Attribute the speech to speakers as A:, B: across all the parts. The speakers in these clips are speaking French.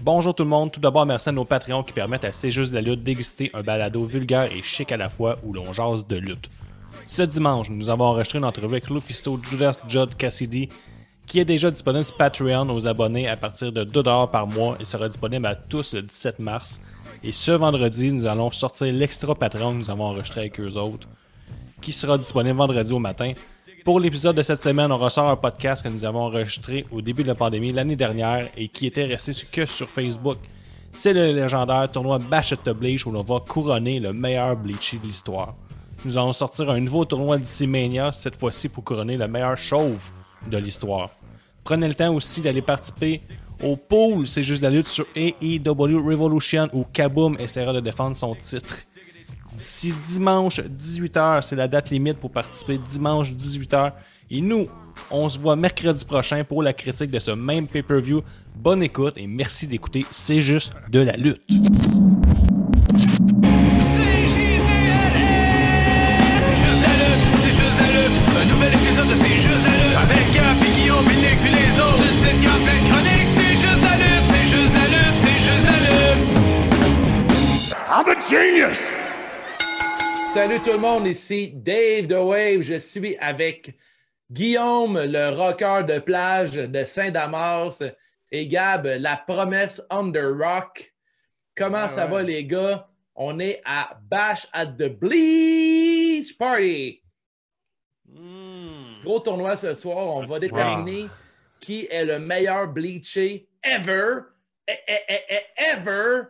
A: Bonjour tout le monde. Tout d'abord, merci à nos Patreons qui permettent à C'est juste de la lutte d'exister un balado vulgaire et chic à la fois où l'on jase de lutte. Ce dimanche, nous avons enregistré une entrevue avec Lufisto Judas Judd Cassidy qui est déjà disponible sur Patreon aux abonnés à partir de 2 par mois et sera disponible à tous le 17 mars. Et ce vendredi, nous allons sortir l'extra Patreon que nous avons enregistré avec eux autres qui sera disponible vendredi au matin. Pour l'épisode de cette semaine, on ressort un podcast que nous avons enregistré au début de la pandémie l'année dernière et qui était resté sur- que sur Facebook. C'est le légendaire tournoi Bash at the Bleach où l'on va couronner le meilleur Bleachy de l'histoire. Nous allons sortir un nouveau tournoi DC Mania, cette fois-ci pour couronner le meilleur chauve de l'histoire. Prenez le temps aussi d'aller participer au pool C'est juste la lutte sur AEW Revolution où Kaboom essaiera de défendre son titre. D'ici dimanche 18h, c'est la date limite pour participer. Dimanche 18h. Et nous, on se voit mercredi prochain pour la critique de ce même pay-per-view. Bonne écoute et merci d'écouter. C'est juste de la lutte.
B: C'est juste la lutte, c'est juste la lutte. Un nouvel épisode de C'est juste la lutte. Avec Gap et Guillaume, Nick puis les autres. Une sitcom plein de chroniques. C'est juste la lutte, c'est juste la lutte, c'est juste la lutte.
C: I'm a genius!
D: Salut tout le monde, ici Dave The Wave. Je suis avec Guillaume, le rocker de plage de Saint-Damas, et Gab, la promesse Under Rock. Comment ça va, les gars? On est à Bash at the Bleach Party. Gros tournoi ce soir. On va déterminer qui est le meilleur bleaché ever, eh, eh, eh, eh, ever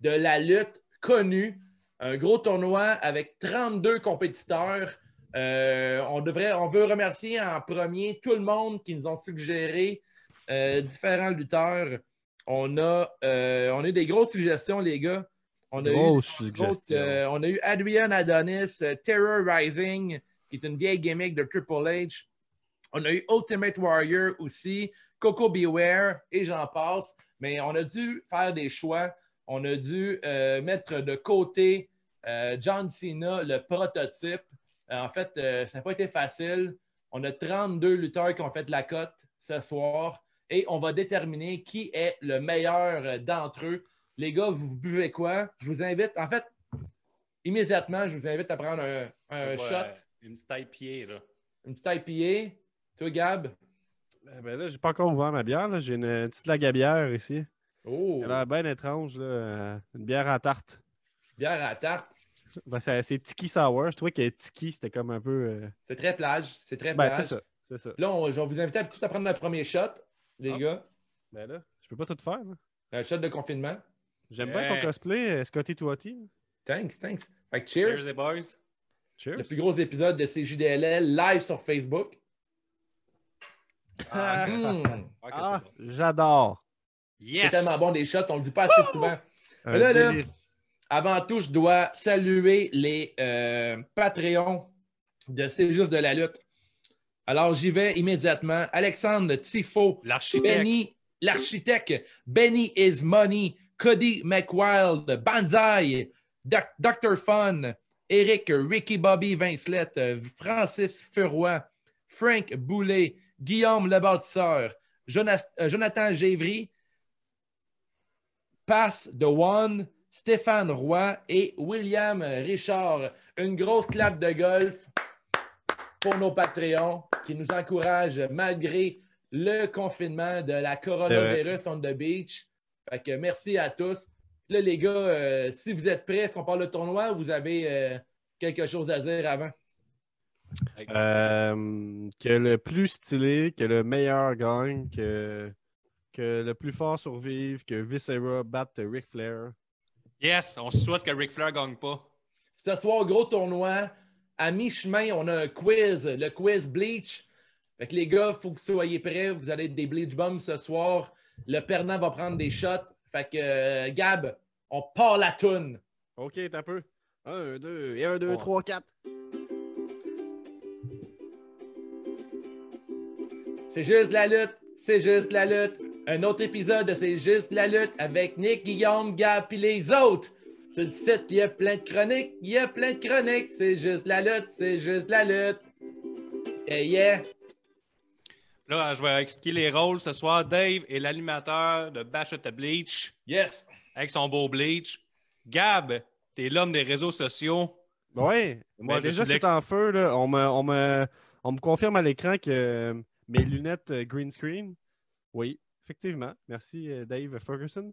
D: de la lutte connue. Un gros tournoi avec 32 compétiteurs. Euh, on, devrait, on veut remercier en premier tout le monde qui nous ont suggéré euh, différents lutteurs. On a, euh, on a eu des grosses suggestions, les gars. On a eu
E: Grosse
D: D'autres,
E: suggestion.
D: euh, on a eu Adrian Adonis, euh, Terror Rising, qui est une vieille gimmick de Triple H. On a eu Ultimate Warrior aussi, Coco Beware, et j'en passe. Mais on a dû faire des choix. On a dû euh, mettre de côté euh, John Cena, le prototype. Euh, en fait, euh, ça n'a pas été facile. On a 32 lutteurs qui ont fait la cote ce soir et on va déterminer qui est le meilleur euh, d'entre eux. Les gars, vous buvez quoi? Je vous invite, en fait, immédiatement, je vous invite à prendre un, un shot,
A: Une petite IPA, là.
D: une petite IPA. Toi, Gab?
E: Eh Ben là, j'ai pas encore ouvert ma bière. là. J'ai une euh, petite lagabière ici.
D: Oh,
E: Elle a l'air bien étrange. Là. euh, Une bière à tarte.
D: bière à la tarte.
E: Ben, c'est c'est Tiki Sour. Je trouvais que Tiki, c'était comme un peu. euh,
D: C'est très plage. C'est très
E: Ben,
D: plage.
E: c'est ça. C'est ça.
D: Là, on- je vais vous inviter à tout à prendre le premier shot, les
E: Ah.
D: gars.
E: Ben là, je peux pas tout faire. là.
D: Un shot de confinement.
E: J'aime
A: Eh.
E: bien ton cosplay, euh, Scotty Twatty.
D: Thanks, thanks. Fait que cheers.
A: les boys.
E: Cheers.
D: Le plus gros épisode de CJDLL live sur Facebook.
E: Ah,
D: Hmm.
E: ah, j'adore.
D: C'est
A: Yes!
D: tellement bon des shots, on le dit pas assez souvent.
E: Un
D: Mais là, là,
E: Euh, délire.
D: Avant tout, je dois saluer les euh, Patreons de C'est juste de la lutte. Alors, j'y vais immédiatement. Alexandre Tifo,
A: L'architecte.
D: Benny, l'architecte, Benny is Money, Cody McWild, Banzai, Doc- Dr. Fun, Eric, Ricky Bobby Vincelette, euh, Francis Furoy, Frank Boulet, Guillaume Le Bâtisseur, Jonas- euh, Jonathan Gévry, Pass de One, Stéphane Roy et William Richard. Une grosse clap de golf pour nos Patreons qui nous encouragent malgré le confinement de la coronavirus on the beach. Fait que merci à tous. Là, les gars, euh, si vous êtes prêts, est-ce qu'on parle de tournoi ou vous avez euh, quelque chose à dire avant?
E: Euh, que le plus stylé, que le meilleur gagne, que, que le plus fort survive, que Viscera batte Ric Flair.
F: Yes, on souhaite que Ric Flair gagne pas.
D: Ce soir, gros tournoi. À mi-chemin, on a un quiz, le quiz Bleach. Fait que les gars, il faut que vous soyez prêts. Vous allez être des Bleach Bombs ce soir. Le perdant va prendre des shots. Fait que, euh, Gab, on part la toune.
E: OK, t'as peu. 1, 2, et 1, 2,
D: Ouais.
E: 3, 4.
D: C'est juste la lutte. C'est juste la lutte. Un autre épisode de C'est juste la lutte avec Nick, Guillaume, Gab et les autres. C'est le site, il y a plein de chroniques. Il y a plein de chroniques. C'est juste la lutte. C'est juste la lutte. Yeah, yeah.
A: Là, je vais expliquer les rôles ce soir. Dave est l'animateur de Bash at the Bleach
D: Yes.
A: avec son beau bleach. Gab, t'es l'homme des réseaux sociaux.
E: Ben Ouais.
A: Moi,
E: mais
A: je
E: déjà,
A: suis
E: c'est en feu. Là. On, me, on, me, on me confirme à l'écran que euh, mes lunettes euh, green screen. Oui, effectivement. Merci, euh, Dave Ferguson.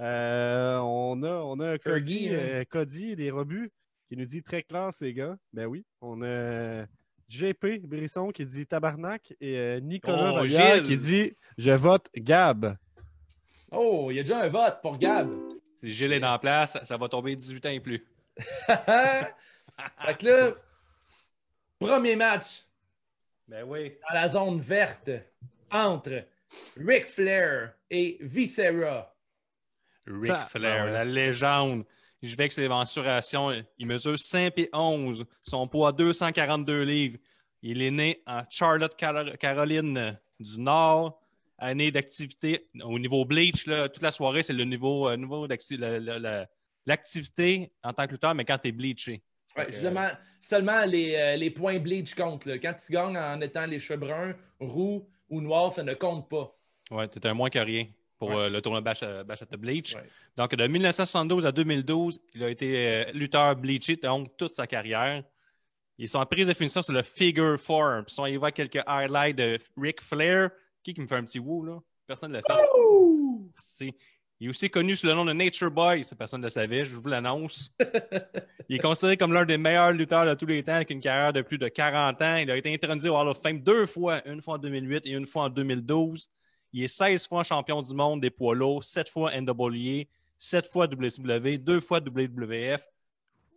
E: Euh, on a, on a Cody,
D: Fergie, là.
E: euh, Cody des Robus qui nous dit très classe, les gars. Ben oui. On a JP Brisson qui dit tabarnak et euh, Nicolas
A: Oh,
E: Vallière
A: Gilles.
E: qui dit je vote Gab.
D: Oh, il y a déjà un vote pour Gab.
A: Si Gilles est dans la place, ça va tomber 18 ans et plus.
D: fait que là, premier match
A: Ben oui.
D: dans la zone verte entre Ric Flair et Viscera.
A: Ric
E: Ta-
A: Flair,
E: Ah ouais.
A: la légende. Je vais avec ses mensurations. Il mesure 5 pieds 11. Son poids 242 livres. Il est né en Charlotte, Caro- Caroline euh, du Nord. Année d'activité au niveau bleach. là, toute la soirée, c'est le niveau, euh, niveau d'acti- la- la- la- l'activité en tant que lutteur, mais quand tu es bleaché.
D: Ouais, justement, seulement les, euh, les points bleach comptent. là. Quand tu gagnes en étant les cheveux bruns, roux ou noirs, ça ne compte pas.
A: Ouais, t'es un moins que rien pour euh, le tournoi Bash, à- Bash at the Bleach.
D: Ouais.
A: Donc, de 1972 à 2012, il a été euh, lutteur bleaché, donc toute sa carrière. Ils sont en prise de finition sur le figure four. Puis, si on y voit quelques highlights de Ric Flair. Qui qui me fait un petit woo, là? Personne ne l'a fait. Merci. Il est aussi connu sous le nom de Nature Boy. Ça, personne ne le savait, je vous l'annonce. Il est considéré comme l'un des meilleurs lutteurs de tous les temps, avec une carrière de plus de 40 ans. Il a été intronisé au Hall of Fame deux fois, une fois en 2008 et une fois en 2012. Il est 16 fois champion du monde des poids lourds, 7 fois NWA, 7 fois WCW, 2 fois WWF.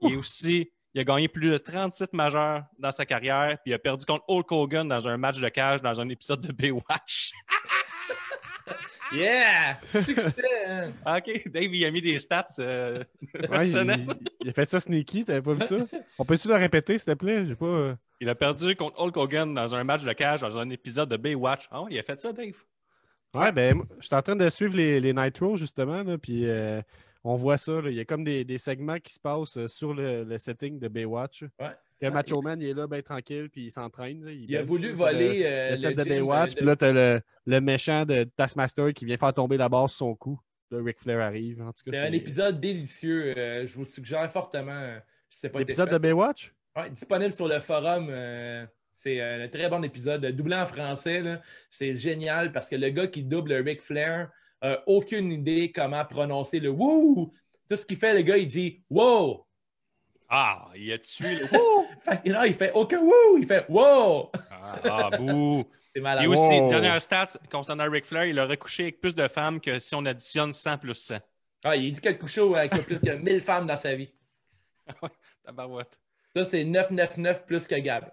A: Et aussi, il a gagné plus de 37 majeurs dans sa carrière, puis il a perdu contre Hulk Hogan dans un match de cage dans un épisode de Baywatch.
D: Yeah! Succès! hein?
A: OK, Dave, il a mis des stats euh,
E: Ouais,
A: personnelles.
E: il, il a fait ça sneaky, t'avais pas vu ça? On peut-tu le répéter, s'il te plaît? J'ai pas. euh,
A: Il a perdu contre Hulk Hogan dans un match de cage dans un épisode de Baywatch. Ah ouais, il a fait ça, Dave.
E: Ouais, ben, moi, je suis en train de suivre les, les Nitro, justement, là, puis euh, on voit ça. là. Il y a comme des, des segments qui se passent euh, sur le, le setting de Baywatch.
D: Ouais. Ah,
E: Le Macho Man, il est là, ben tranquille, puis il s'entraîne. là,
D: Il a
E: bench,
D: voulu
E: là,
D: voler euh,
E: Le, le set de
D: gym
E: Baywatch,
D: de-
E: puis là, t'as le, le méchant de Taskmaster qui vient faire tomber la barre sur son cou. Là, Ric Flair arrive. En tout cas,
D: C'est un épisode délicieux. euh, je vous suggère fortement. Je sais pas été
E: L'épisode
D: fait.
E: de Baywatch?
D: Ouais, disponible sur le forum. euh, c'est euh, un très bon épisode. Doublé en français, là, c'est génial parce que le gars qui double Ric Flair a aucune idée comment prononcer le wouh. Tout ce qu'il fait, le gars, il dit wow.
A: Ah, il a tué le...
D: Fait que là, il fait aucun wouh. Il fait wow.
A: Ah, ah, bouh!
D: C'est malade.
A: Et aussi,
E: Wow.
A: dernière stat concernant Ric Flair, il aurait couché avec plus de femmes que si on additionne 100 plus 100.
D: Ah, il dit que Couchot a plus que 1000 femmes dans sa vie.
A: Tabarouette.
D: Ça, c'est 999 plus que Gab.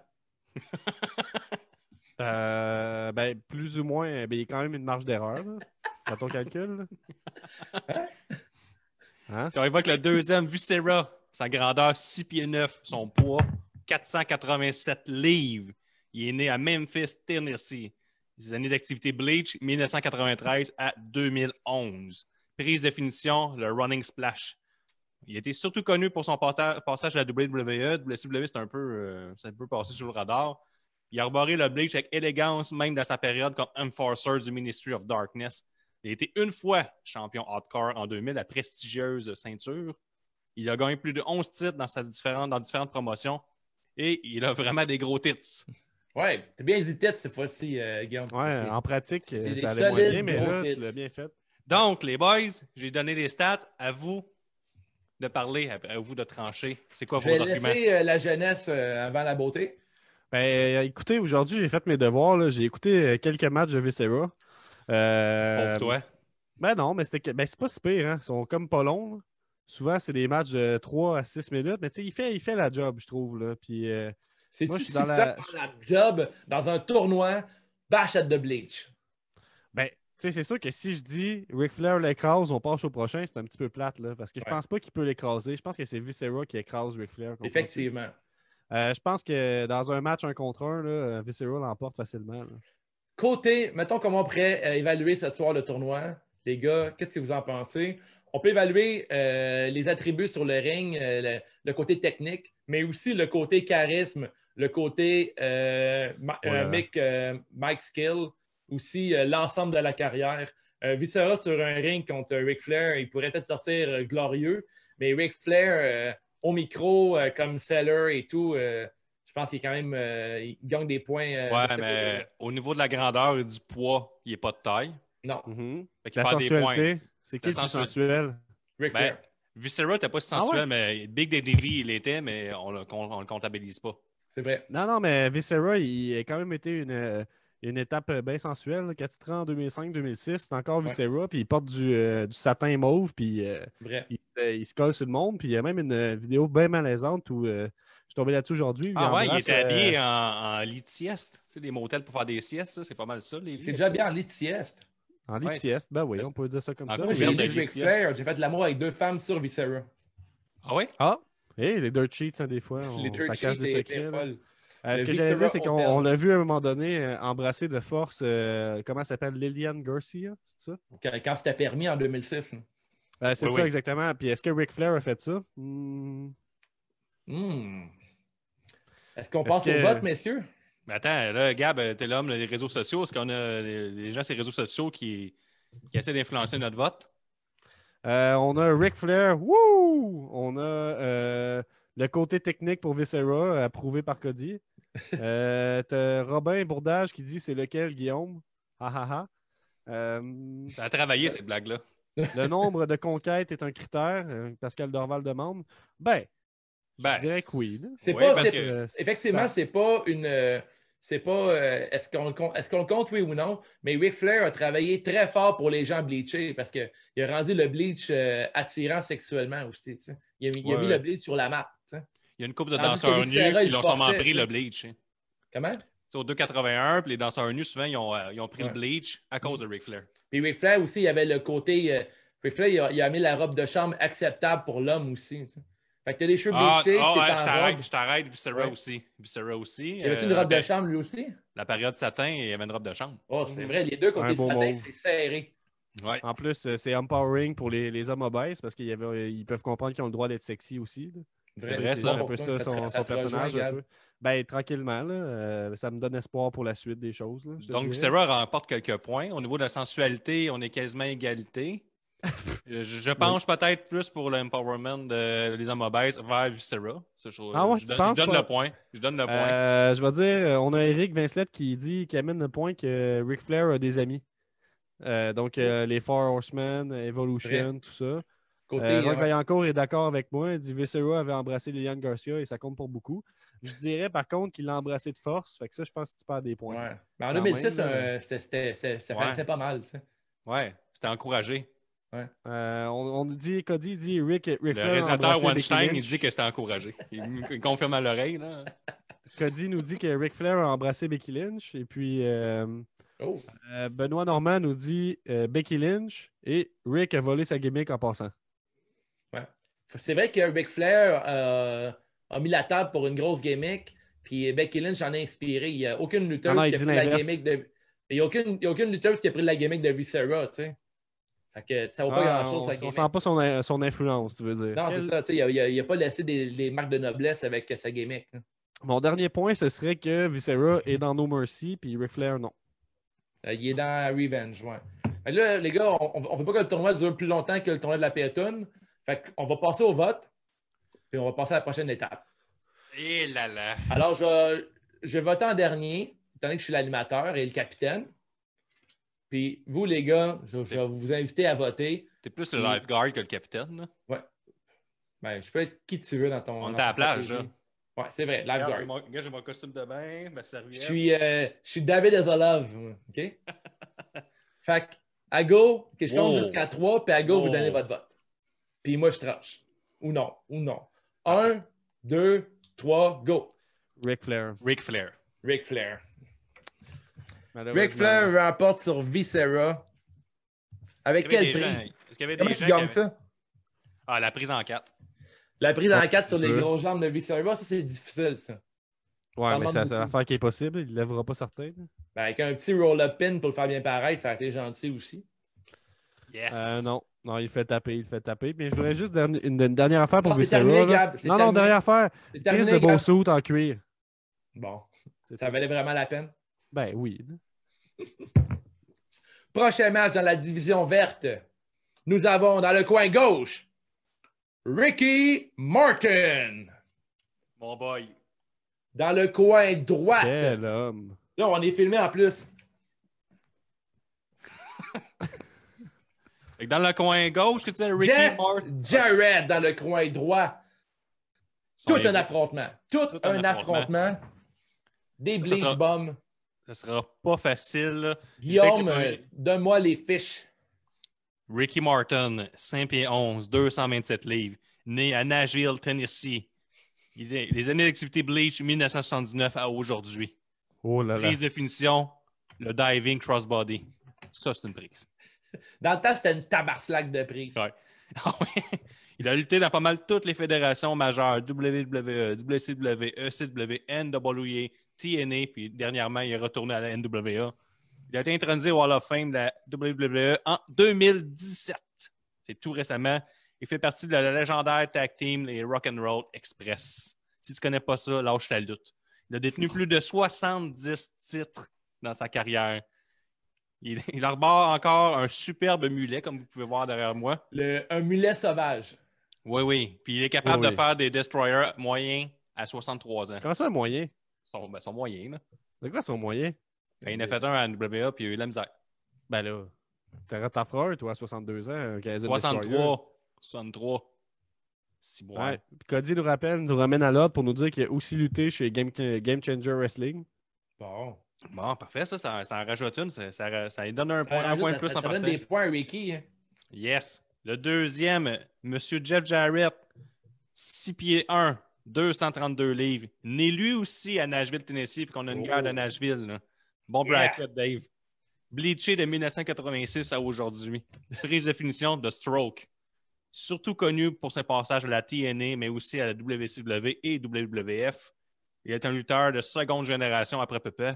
E: Euh, ben, plus ou moins, ben, il y a quand même une marge d'erreur, là, dans ton calcul. là. Hein?
A: Si on évoque le deuxième, Viscera, sa grandeur 6 pieds 9, son poids 487 livres. Il est né à Memphis, Tennessee. Ses années d'activité Bleach, 1993 à 2011. Prise de finition, le Running Splash. Il était surtout connu pour son porta- passage à la E. WWE. WCW, c'est un peu, euh, c'est un peu passé sous le radar. Il a arboré le Bleach avec élégance, même dans sa période comme Enforcer du Ministry of Darkness. Il a été une fois champion hardcore en 2000, la prestigieuse ceinture. Il a gagné plus de 11 titres dans, sa différente- dans différentes promotions et il a vraiment des gros titres.
D: Ouais, t'as bien hésité cette fois-ci, euh, Guillaume.
E: Ouais,
D: C'est-
E: en pratique, euh,
D: des
E: ça allait moins
D: solides
E: bien, mais
D: gros
E: là, tu
D: titres.
E: l'as bien fait.
A: Donc, les boys, j'ai donné les stats. À vous de parler, à, à vous de trancher. C'est quoi
D: Je vais
A: vos arguments?
D: laisser euh, la jeunesse euh, avant la beauté.
E: Ben, euh, écoutez, aujourd'hui, j'ai fait mes devoirs. là. J'ai écouté euh, quelques matchs de Viscera. Euh,
A: Pauvre toi.
D: euh,
E: Ben non, mais c'était que- ben, c'est pas si pire. Hein. Ils sont comme pas longs. là. Souvent, c'est des matchs de 3 à 6 minutes. Mais tu sais, il fait, il fait la job, je trouve. Là. Puis, euh,
D: C'est
E: Moi, je
D: tu
E: suis
D: dans
E: dans
D: la...
E: la-
D: job dans un tournoi bash at the bleach.
E: ben, tu sais, c'est sûr que si je dis Ric Flair l'écrase, on passe au prochain, c'est un petit peu plate. Là, parce que je
D: Ouais.
E: pense pas qu'il peut l'écraser. Je pense que c'est Viscera qui écrase Ric Flair. contre
D: Effectivement.
E: Euh, je pense que dans un match un contre un, là, euh, Viscera l'emporte facilement. là.
D: Côté, mettons comment on pourrait euh, évaluer ce soir le tournoi, Les gars, qu'est-ce que vous en pensez? On peut évaluer euh, les attributs sur le ring, euh, le, le côté technique, mais aussi le côté charisme, le côté euh, ma-
E: Ouais.
D: euh, Mick, euh, Mike Skill, aussi euh, l'ensemble de la carrière. Euh, Viscera sur un ring contre Ric Flair, il pourrait peut-être sortir euh, glorieux, mais Ric Flair euh, au micro, euh, comme seller et tout, euh, je pense qu'il est quand même, euh, il gagne des points. euh, de
A: Ouais,
D: ce
A: mais
D: côté-là.
A: au niveau de la grandeur et du poids, il n'est pas de taille.
D: Non,
E: Mhm.
A: Fait qu'il
E: La
A: perd Mm-hmm. des points.
E: sensualité. C'est qui
A: La
E: le plus
A: sensuel-
E: sensuel?
D: Ric
A: Ben,
D: Flair.
A: Viscera n'était pas si
E: Ah ouais?
A: sensuel, mais Big Daddy, il était, mais on ne le, con- on le comptabilise pas.
D: C'est vrai.
E: Non, non, mais Viscera, il a quand même été une, euh, une étape bien sensuelle. là. Quand tu te rends en 2005-2006, c'est encore
D: Ouais.
E: Viscera, puis il porte du, euh, du satin mauve, puis euh,
D: Vrai.
E: il, euh, il se colle sur le monde. Puis il y a même une euh, vidéo bien malaisante où euh, je suis tombé là-dessus aujourd'hui.
A: Ah ouais, il
E: embrasse,
A: était
E: euh,
A: habillé en, en lit de sieste. Tu sais, les motels pour faire des siestes, ça, c'est pas mal ça. Les lits.
D: C'est déjà bien en lit de sieste.
E: En lit de
A: Ouais,
E: sieste. Ben oui,
A: c'est-
E: on peut dire ça comme
A: En
E: ça.
A: gros,
D: Moi,
E: oui.
D: j'ai
A: Regarde
D: lu
A: la lit de
D: Ric Flair, hein. j'ai fait de l'amour avec deux femmes sur Viscera.
A: Ah ouais?
E: Ah! Hé, les dirt sheets, hein, des fois, on,
D: Les deux
E: ça cache
D: cheats
E: des
D: étaient
E: secrets. là.
D: folles.
E: Euh, ce
D: Le
E: que j'allais dire,
D: Victoria
E: c'est qu'on
D: Hotel.
E: on l'a vu à un moment donné euh, embrasser de force, euh, comment elle s'appelle, Liliane Garcia, c'est ça?
D: Quand, quand c'était permis en 2006.
E: Euh, c'est
A: Oui,
E: ça,
A: oui.
E: exactement. Puis est-ce que Ric Flair a fait ça? Hmm.
D: Hmm. Est-ce qu'on
E: Est-ce
D: passe
E: que-
D: au vote, messieurs?
A: Mais attends, là, Gab, euh, t'es l'homme des réseaux sociaux. Est-ce qu'on a les les gens sur les réseaux sociaux qui, qui essaient d'influencer notre vote?
E: Euh, on a Ric Flair, wouh! On a euh, le côté technique pour Viscera, approuvé par Cody. Euh, T'as Robin Bourdage qui dit c'est lequel, Guillaume? Ha ha ha. Euh,
A: Ça a travaillé, cette blague-là.
E: le nombre de conquêtes est un critère, euh, Pascal Dorval demande. Ben, je
A: Ben,
E: dirais que oui. là.
D: C'est
A: Oui,
D: pas,
A: parce
D: c'est-
A: que-
E: Euh,
D: effectivement,
E: ça-
D: c'est pas une. euh, C'est pas. euh, Est-ce qu'on le compte, est-ce qu'on le compte, oui ou non? Mais Ric Flair a travaillé très fort pour les gens bleachés parce qu'il a rendu le bleach euh, attirant sexuellement aussi. tu sais. Il a, mis- il a
A: Ouais,
D: mis
A: ouais.
D: le bleach sur la map. tu sais.
A: il y a une couple de
D: Tandis que
A: danseurs
D: Ric Flair,
A: nus qui
D: il
A: l'ont sûrement
D: forçait,
A: pris,
D: tu
A: le
D: sais.
A: bleach. hein.
D: Comment?
A: C'est au 2,81, puis les danseurs nus, souvent, ils ont, euh, ils ont pris
D: Ouais.
A: le bleach à cause de Ric Flair.
D: Puis Ric Flair aussi, il y avait le côté. euh, Ric Flair, il a, il a mis la robe de chambre acceptable pour l'homme aussi. tu sais. Fait que t'as les cheveux
A: Ah,
D: bleachés,
A: ah,
D: c'est
A: ouais,
D: en
A: je
D: robe.
A: t'arrête, je t'arrête, Viscera
D: Ouais.
A: aussi. Viscera aussi.
D: Il avait
A: euh,
D: une robe de
A: ben,
D: chambre lui aussi?
A: La période satin, il y avait une robe de chambre.
D: Oh, c'est vrai, les deux côtés
E: Un beau
D: satin,
E: mot.
D: c'est serré.
A: Ouais.
E: En plus, euh, c'est empowering pour les, les hommes obèses parce qu'ils peuvent comprendre qu'ils ont le droit d'être sexy aussi. là.
A: C'est vrai,
E: c'est
A: ça.
E: un peu ça,
D: te-
E: son,
D: ça
E: son
D: te rejoint,
E: personnage. un
D: Gab.
E: peu. Ben, tranquillement, là, euh, ça me donne espoir pour la suite des choses. là, je te
A: Donc,
E: dirais.
A: Viscera remporte quelques points. Au niveau de la sensualité, on est quasiment à égalité. Euh, je, je penche peut-être plus pour l'empowerment de, des hommes obèses vers Viscera. Ça, je,
E: Ah ouais,
A: je
E: tu
A: donne,
E: penses
A: je donne
E: pas-
A: le point. Je donne le point.
E: Euh, je vais dire, euh, on a Eric Vincelette qui dit, qui amène le point que Ric Flair a des amis. Euh, donc, euh, les Four Horsemen, Evolution, tout ça.
D: Côté,
E: Euh, Rock
D: euh,
E: Vaillancourt est d'accord avec moi. Il dit Viscera avait embrassé Liliane Garcia et ça compte pour beaucoup. Je dirais par contre qu'il l'a embrassé de force. Fait que ça, je pense que tu perds des points.
D: Ouais. Mais en
E: Quand
D: 2006,
E: même,
D: euh, c'est- c'était- c'est- ça
A: Ouais.
D: paraissait pas mal. tu sais.
A: Ouais, c'était encouragé.
E: Euh, on, on nous dit, Cody dit Rick, Ric
A: Le
E: Flair a
A: réalisateur
E: embrassé Becky
A: Weinstein, il
E: Lynch.
A: dit que c'était encouragé. Il me confirme à l'oreille. là.
E: Cody nous dit que Ric Flair a embrassé Becky Lynch. Et puis, euh,
D: Oh,
E: euh, Benoît Normand nous dit euh, Becky Lynch et Rick a volé sa gimmick en passant.
D: C'est vrai que Ric Flair euh, a mis la table pour une grosse gimmick, puis Becky Lynch en a inspiré. Il n'y a aucune lutteuse
E: Ah Non, non, il
D: qui a
E: dit
D: pris la
E: l'inverse.
D: gimmick de. Il n'y a, aucune- il y a aucune lutteuse qui a pris la gimmick de Viscera, tu sais. Fait que ça vaut pas
E: Ah,
D: grand-chose,
E: on,
D: sa
E: on
D: gimmick.
E: sent pas son, in- son influence, tu veux dire.
D: Non,
E: Quel-
D: c'est ça, tu sais, il a- il a- il n'a pas laissé des, des marques de noblesse avec euh, sa gimmick. hein.
E: Mon dernier point, ce serait que Viscera est dans No Mercy, puis Ric Flair, non.
D: Euh, il est dans Revenge, ouais. Fait que là, les gars, on ne veut pas que le tournoi dure plus longtemps que le tournoi de la pétone. Fait qu'on va passer au vote, puis on va passer à la prochaine étape.
A: Et Eh là là.
D: Alors, je, vais- je vais voter en dernier, étant donné que je suis l'animateur et le capitaine. Puis vous, les gars, je, je vais vous inviter à voter.
A: T'es plus le lifeguard que le capitaine. là.
D: Ben, je peux être qui tu veux dans ton.
A: On
D: dans
A: est à la
D: ton
A: plage,
D: stratégie.
A: là.
D: Ouais, c'est vrai,
E: Ah,
A: Regarde, j'ai
D: lifeguard.
A: mon- regarde, j'ai mon costume de bain, ma
D: Je
A: serviette.
D: suis, euh, je suis David Azolov, moi, OK? fait que, à go, que je compte
A: Wow.
D: jusqu'à 3, puis à go, vous
A: Wow.
D: donnez votre vote. Puis moi, je tranche. Ou non, ou non. 1, 2, 3, go.
E: Ric Flair.
A: Ric Flair.
D: Ric Flair. Ric
E: malheureusement.
D: Flair remporte sur Viscera. Avec
A: Est-ce qu'il y avait
D: quel
A: des gens-
D: prix?
A: Est-ce qu'il y avait
D: Comment
A: des
D: tu
A: gens qui
D: gagnes
A: avaient-
D: ça?
A: Ah, la prise en quatre.
D: La prise en 4 sur
E: c'est
D: les
E: sûr.
D: grosses jambes de Viscera, ça c'est difficile ça.
E: Ouais, mais
D: Parle-moi
E: c'est la
D: de
E: seule
D: beaucoup.
E: affaire qui est possible. Il lèvera pas certain.
D: Ben, avec un petit roll-up pin pour le faire bien paraître, ça a été gentil aussi.
A: Yes.
E: Euh, non. Non, il fait taper, il fait taper. Mais je voudrais juste derni- une, une dernière affaire pour
D: Non, c'est
E: Viscera,
D: terminé,
E: là.
D: Gab, c'est
E: Non, non,
D: terminé.
E: dernière affaire.
D: C'est
E: Chris
D: terminé,
E: de beau
D: Gab.
E: saut en cuir.
D: Bon,
E: C'est
D: ça valait vraiment la peine.
E: Ben oui.
D: Prochain match dans la division verte, nous avons dans le coin gauche Ricky Martin.
A: Mon boy.
D: Dans le coin droit.
E: Quel homme.
D: Là, on est filmé en plus.
A: Fait que Dans le coin gauche, que tu disais, Ricky
D: Jeff
A: Martin.
D: Jarrett dans le coin droit. Tout un affrontement. Tout,
A: Tout
D: un
A: un
D: affrontement. Des
A: Ça, ça
D: bleach
A: sera-
D: bombs.
A: Ce sera Ah, pas facile. là.
D: Guillaume,
A: Je sais
D: euh,
A: que-
D: donne-moi les fiches.
A: Ricky Martin, 5 pieds 11, 227 livres, né à Nashville, Tennessee. Il est- les années d'activité Bleach, 1979 à aujourd'hui.
E: Oh là là.
A: Prise de finition, le diving crossbody. Ça, c'est une prise.
D: Dans le temps, c'était une tabarslac de prise.
A: Ouais. Ah ouais. Il a lutté dans pas mal toutes les fédérations majeures E, WWE, WCW, ECW, NWA, TNA, puis dernièrement, il est retourné à la NWA. Il a été intronisé au Hall of Fame de la WWE en 2017. C'est tout récemment. Il fait partie de la légendaire tag team, les Rock'n'Roll Express. Si tu ne connais pas ça, lâche la lutte. Il a détenu plus de 70 titres dans sa carrière. Il, il arbore encore un superbe mulet, comme vous pouvez voir derrière moi.
D: Le- un mulet sauvage.
A: Oui, oui. Puis il est capable
E: Oui, oui.
A: de faire des destroyers moyens à 63 ans.
E: Comment ça, moyen?
A: Son, ben, son moyen, là.
E: De quoi son moyen?
A: Ben, il en a fait un à NWA, puis il a eu de la misère.
E: Ben là, t'as t'en feras un, toi, à 62 ans, un Kaizen
A: 63. 63. Si bon.
E: Ouais. Puis Cody nous rappelle, nous ramène à l'ordre pour nous dire qu'il a aussi lutté chez Game, Game Changer Wrestling.
D: Bon.
A: Bon, parfait, ça, ça, ça en rajoute une. Ça, ça, ça lui donne un
D: Ça,
A: point, un
D: rajoute-
A: point de
D: Euh, ça-
A: plus
D: ça
A: en
D: donne
A: partant.
D: des points à Ricky. hein.
A: Yes. Le deuxième, Monsieur Jeff Jarrett, 6 pieds 1, 232 livres. Né lui aussi à Nashville, Tennessee, puis qu'on a une
D: Oh.
A: guerre de Nashville. là. Bon
D: Yeah.
A: bracket, Dave. Bleaché de 1986 à aujourd'hui. Prise de finition de Stroke. Surtout connu pour ses passages à la TNA, mais aussi à la WCW et WWF. Il est un lutteur de seconde génération après Pepe.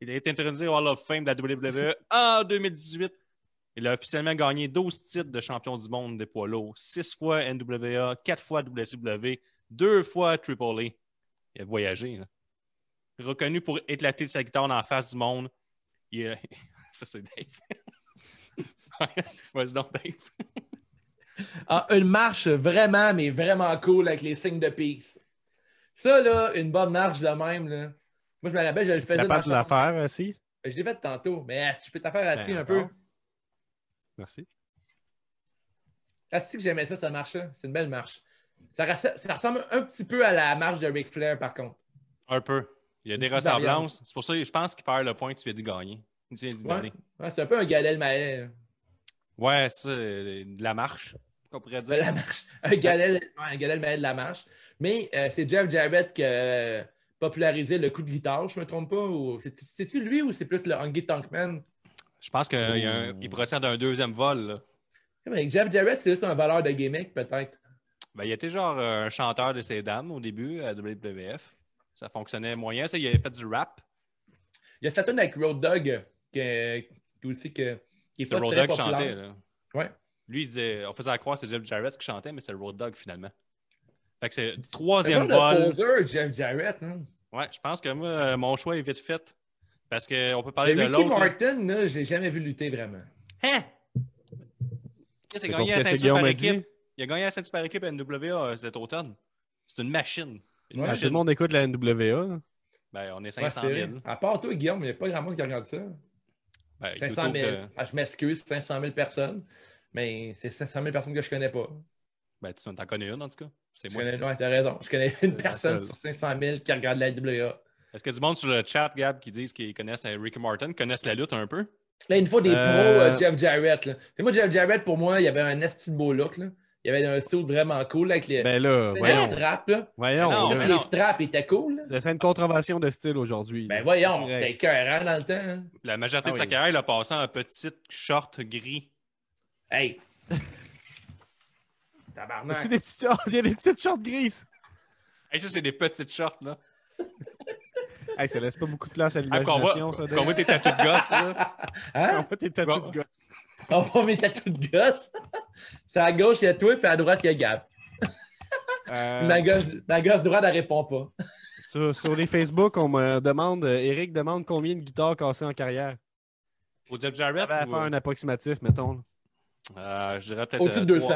A: Il a été introduit au Hall of Fame de la WWE en 2018. Il a officiellement gagné 12 titres de champion du monde des poids lourds, 6 fois NWA, 4 fois WCW, 2 fois AAA. Il a voyagé. là. Reconnu pour éclater sa guitare dans la face du monde. Il a- Ça, c'est Dave. Vas-y donc, Dave.
D: Ah, une marche vraiment, mais vraiment cool avec les signes de peace. Ça, là, une bonne marche de même. Là. Moi, je me rappelle, je le
E: C'est
D: faisais. dans
E: capable de euh,
D: la
E: la
D: chambre.
E: faire aussi.
D: Je l'ai fait tantôt. Mais ah, si je peux t'en faire assis
E: Ben,
D: un peu.
E: encore. Merci.
D: Assis Ah, que j'aimais ça, ça marche. C'est une belle marche. Ça, res- ça ressemble un petit peu à la marche de Ric Flair, par contre.
A: Un peu. Il y a des
D: petite variante.
A: ressemblances. C'est pour ça que je pense qu'il perd le point que tu viens de gagner. Tu viens de
D: Ouais.
A: donner.
D: Ouais, c'est un peu un Galel Maé. là.
A: Ouais, ça, euh, de la marche. qu'on pourrait
D: de
A: dire.
D: la marche. Un Galel, ouais, un Galel Maé de la marche. Mais euh, c'est Jeff Jarrett qui a popularisé le coup de guitare, je me trompe pas. ou- c'est- C'est-tu lui ou c'est plus le Hungry Tankman?
A: Je pense qu'il y a un- il procède d'un deuxième vol. là.
D: Avec Jeff Jarrett, c'est juste un valeur de gimmick, peut-être.
A: Ben, il était genre euh, un chanteur de ces dames au début à WWF. Ça fonctionnait moyen. Ça, il avait fait du rap.
D: Il y a cette tune avec Road Dog, que- qui aussi que, qui est
A: C'est
D: pas
A: Road
D: très
A: Dog qui
D: populaire.
A: chantait. là.
D: Ouais.
A: Lui, il disait, on faisait à croire que c'est Jeff Jarrett qui chantait, mais c'est Road Dog finalement. Fait que c'est le
D: C'est un
A: troisième
D: genre de
A: vol.
D: poseur, Jeff Jarrett. hein.
A: Ouais, je pense que moi, euh, mon choix est vite fait. Parce qu'on peut
D: Mais
A: parler de
D: Ricky
A: l'autre. là.
D: Martin, là, j'ai jamais vu lutter vraiment.
A: Hein? Il a
E: C'est
A: gagné
E: compris
A: la
E: ce que
A: ceinture
E: Guillaume
A: par
E: a dit.
A: équipe. Il a gagné la ceinture par équipe à NWA euh, cet automne. C'est une machine. Une
E: Ah, tout
D: Ouais,
E: le
A: machine.
E: monde écoute la NWA. là.
A: Ben, on est
D: Ouais,
A: 500
D: c'est
A: 000.
D: vrai. à part toi, Guillaume, il n'y a pas grand monde qui regarde ça.
A: Ben, écoute,
D: 500 000.
A: euh,
D: Ah, je m'excuse, 500 000 personnes. Mais c'est 500 000 personnes que je connais pas.
A: ben, tu en connais une en tout cas. C'est
D: Je
A: moi. Euh,
D: connais, ouais, t'as raison. Je connais une
E: la
D: personne
E: seule.
D: sur 500 000 qui regarde la WA.
A: Est-ce que du monde sur le chat, Gab, qui disent qu'ils connaissent euh, Ricky Martin, connaissent la lutte un peu?
D: Là, il nous faut des
E: Euh,
D: pros, euh, Jeff Jarrett. là. C'est moi, Jeff Jarrett, pour moi, il avait un esti de beau look. Là. Il avait un saut vraiment cool là, avec les,
E: Ben là,
D: les
E: voyons.
D: straps. Là.
E: Voyons.
A: Mais non,
E: là.
D: Toutes les straps étaient cool. là.
E: C'est c'est une contravention de style aujourd'hui.
D: Ben voyons,
E: Correct.
D: c'était écœurant dans le temps. hein.
A: La majorité
E: Ah
A: de sa
E: oui.
A: carrière, il a passé en petit short gris.
D: Hey!
E: As-tu
D: Tabarnak!
E: des petites... oh, il y a des petites shorts grises.
A: Hey, ça, c'est des petites shorts, là.
E: hey, ça laisse pas beaucoup de place à
A: Ah, qu'on voit,
E: l'imagination, ça.
A: qu'on voit tes tatous de gosse, là.
D: Hein?
E: T'es tatoué
A: Qu'on-
E: de gosse.
D: On va mes tatous de gosse. C'est à gauche, il y a toi, puis à droite, il y a Gab.
E: Euh,
D: La gauche, la gauche droite, elle répond pas.
E: sur, sur les Facebook, on me demande, euh, Eric demande combien de guitares cassées en carrière.
A: Au Jeff Jarrett,
E: On va
A: ou-
E: faire un approximatif, mettons. là.
A: Euh, je dirais peut-être.
D: Au-dessus de
A: euh,
D: 200.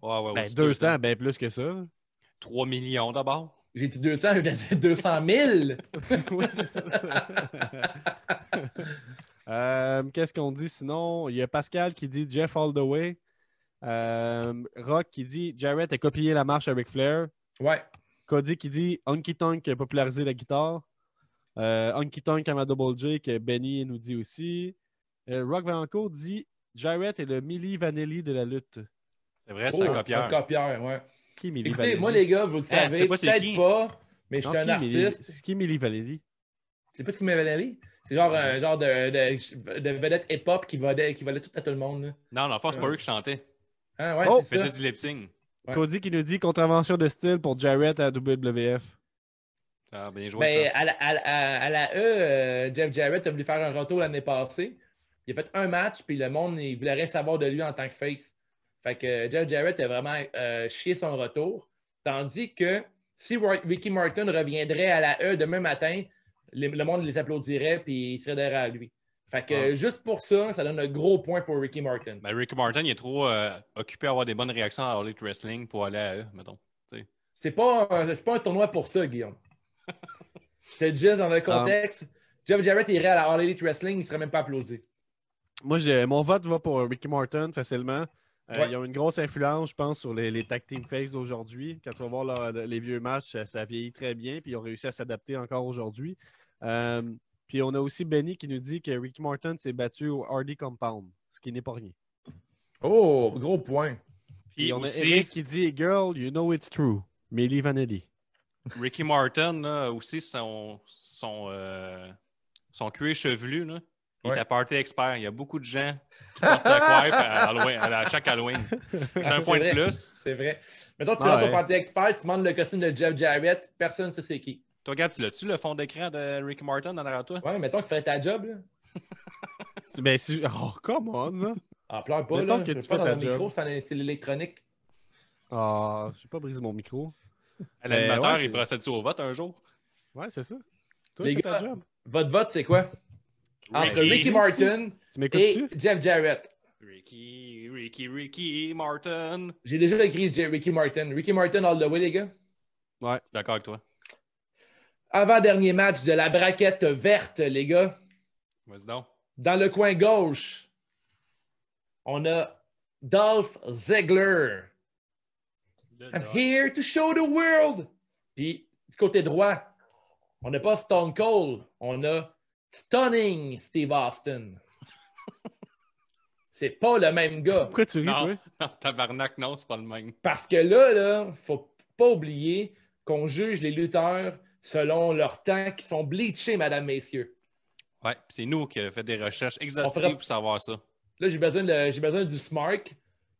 A: trois- Ouais, ouais,
E: Ben,
A: au-dessus
E: 200,
A: de 200.
E: ben plus que ça. là.
A: 3 millions d'abord.
D: J'ai dit 200, je voulais dire 200 000.
E: Oui, c'est ça. Euh, Qu'est-ce qu'on dit sinon? Il y a Pascal qui dit Jeff All the Way. Euh, Rock qui dit Jarrett a copié la marche avec Flair.
D: Ouais.
E: Cody qui dit Honky Tonk a popularisé la guitare. Euh, Honky Tonk à ma Double J que Benny nous dit aussi. Euh, Rock Valancourt dit Jarrett est le Milli Vanilli de la lutte.
A: C'est vrai, c'est
D: Oh,
A: un copieur. Eh,
D: copieur, ouais.
E: Qui Milli
D: Écoutez,
E: Vanilli?
D: moi, les gars, vous le savez,
A: c'est pas c'est qui.
D: peut-être pas, mais je
E: Non,
D: suis un
E: c'est qui Milli-
D: artiste.
E: C'est qui Milli Vanilli?
D: C'est pas ce qui m'avait allé. C'est genre un genre de, de, de vedette hip-hop qui volait, qui volait tout à tout le monde. là.
A: Non, non, force c'est pas eux qui chantaient.
D: Hein, ouais,
E: Oh,
A: Ils
D: c'est ça.
A: faisaient du lip sync.
D: Ouais.
E: Cody qui nous dit contravention de style pour Jarrett à la WWF.
A: Ah, bien joué
D: Ben,
A: ça.
D: à, la, à la- à- à la E, euh, Jeff Jarrett a voulu faire un retour l'année passée. Il a fait un match, puis le monde, il voulait rien savoir de lui en tant que face. Fait que euh, Jeff Jarrett a vraiment euh, chié son retour. Tandis que si Roy- Ricky Martin reviendrait à la E demain matin, les- le monde les applaudirait, puis il serait derrière lui. Fait que
A: Ah.
D: euh, juste pour ça, ça donne un gros point pour Ricky Martin.
A: Ben, Rick Martin, il est trop euh, occupé à avoir des bonnes réactions à All Elite Wrestling pour aller à eux, mettons.
D: C'est pas, un- c'est pas un tournoi pour ça, Guillaume. C'était juste dans le
A: Um.
D: contexte. Jeff Jarrett irait à la All Elite Wrestling, il serait même pas applaudi.
E: Moi, j'ai- mon vote va pour Ricky Martin facilement. Euh,
D: Ouais.
E: Ils ont une grosse influence, je pense, sur les, les tag team face d'aujourd'hui. Quand tu vas voir leur- les vieux matchs, ça, ça vieillit très bien, puis ils ont réussi à s'adapter encore aujourd'hui. Euh, puis on a aussi Benny qui nous dit que Ricky Martin s'est battu au Hardy Compound, ce qui n'est pas rien.
D: Oh, gros point.
E: Puis
A: Puis
E: on
A: aussi,
E: a Eric qui dit Girl, you know it's true. Millie Vanelli.
A: Ricky Martin, là, aussi, son, son, euh, son cuir chevelu, là, il
D: Ouais.
A: est à party expert. Il y a beaucoup de gens qui portent sa coiffe à, Halloween- à la- à chaque Halloween. C'est un
D: C'est
A: point de
D: vrai.
A: plus.
D: C'est vrai. Mettons, tu
E: Ah
D: vas dans
E: ouais.
D: ton party expert, tu demandes le costume de Jeff Jarrett, personne ne sait c'est qui.
A: Toi, Gab, tu l'as-tu, le fond d'écran de Ricky Martin en arrière de toi?
D: Ouais, mettons que tu ferais ta job, là.
E: C'est- Ben, si, oh, come on, là.
D: Ah, pleure pas,
E: Mettons
D: là.
E: que
D: Je
E: tu
D: veux pas
E: fais
D: dans
E: ta
D: le
E: job.
D: micro, c'est c'est l'électronique.
E: Ah, je n'ai pas brisé mon micro. Ben,
A: L'animateur,
E: ouais,
A: il
E: c'est-
A: procède-tu au vote un jour?
E: Ouais, c'est ça. Toi,
D: Les
E: fais ta
D: gars,
E: job.
D: Votre vote, c'est quoi? Entre
A: Ricky.
D: Ricky Martin
E: Tu m'écoutes-tu?
D: et Jeff Jarrett.
A: Ricky, Ricky, Ricky Martin.
D: J'ai déjà écrit J- Ricky Martin. Ricky Martin all the way, les gars.
A: D'accord avec toi.
D: Avant-dernier match de la braquette verte, les gars.
A: Vas-y donc.
D: Dans le coin gauche, on a Dolph Ziggler. I'm here to show the world. Puis du côté droit, on n'a pas Stone Cold, on a Stunning Steve Austin. C'est pas le même gars.
E: Pourquoi tu ris,
A: Non,
E: toi?
A: non, tabarnak, non, c'est pas le même.
D: Parce que là, là, faut pas oublier qu'on juge les lutteurs selon leur temps qui sont bleachés, madame, messieurs.
A: Ouais, pis c'est nous qui avons fait des recherches
D: On
A: exhaustives
D: fera-
A: pour savoir ça.
D: Là, j'ai besoin, de- j'ai besoin du SMART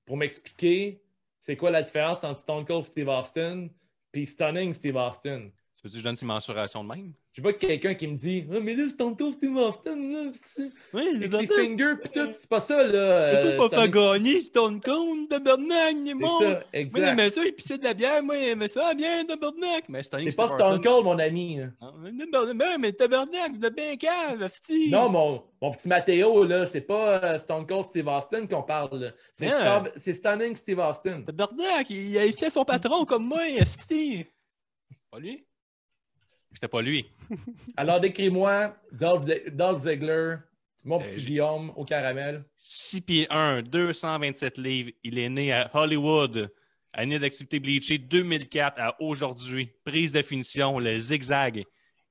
D: pour m'expliquer c'est quoi la différence entre Stone Cold Steve Austin puis Stunning Steve Austin.
A: Tu veux-tu que je donne ces mensurations de même?
D: Je vois quelqu'un qui me dit Ah, mais là, c'est ton tour, Steve Austin, là, c'est-
A: Oui,
D: avec les fingers pis tout, c'est pas ça, là. euh, c'est un-
A: gagner Stone Cold, tabarnak, il est
D: C'est ça, exact.
A: ça, il pissait de la bière, moi, il aimait ça bien, tabarnak. Mais Stone
D: C'est pas Stone Cold, mon ami. là.
A: Cold. Mais tabarnak, de bien cave, fti.
D: Non, mon, mon petit Matteo, là, c'est pas euh, Stone Cold Steve Austin qu'on parle. là. C'est
A: Hein?
D: Stab- c'est Stunning Steve Austin.
A: Tabarnak, il a essayé son patron comme moi, fti. Pas lui? C'était pas lui.
D: Alors, décris-moi Dolph, Dolph Ziggler, mon
A: Euh,
D: petit
A: j'ai-
D: Guillaume au caramel.
A: 6 pieds 1, 227 livres. Il est né à Hollywood. Année d'activité bleachée 2004 à aujourd'hui. Prise de finition, le zigzag.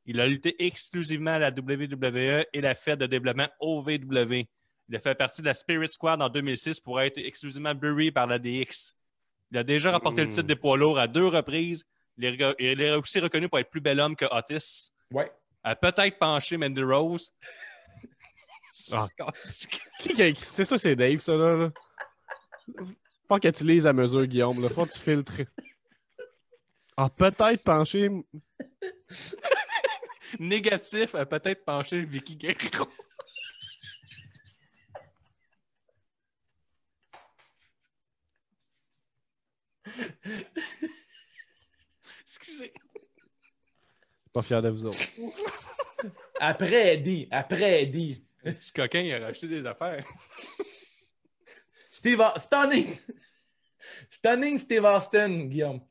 A: Il a lutté exclusivement à la WWE et la Fête de développement OVW. Il a fait partie de la Spirit Squad en 2006 pour être exclusivement bury par la DX. Il a déjà remporté le titre des poids lourds à deux reprises. Il est rega- il est aussi reconnu pour être plus bel homme que Otis.
D: Ouais.
A: A peut-être penché Mandy Rose.
E: Ah. Qui qui a écrit- C'est ça, c'est Dave, ça, là. là. Faut que tu lises à mesure, Guillaume. Là. Faut que tu filtres. Ah, peut-être penché.
A: négatif euh, à peut-être pencher Vicky Guerrero. Excusez.
E: Pas fier de vous autres.
D: Après Eddie, après Eddie.
A: Ce coquin, il a racheté des affaires.
D: Steve, stunning. Stunning Steve Austin, Guillaume.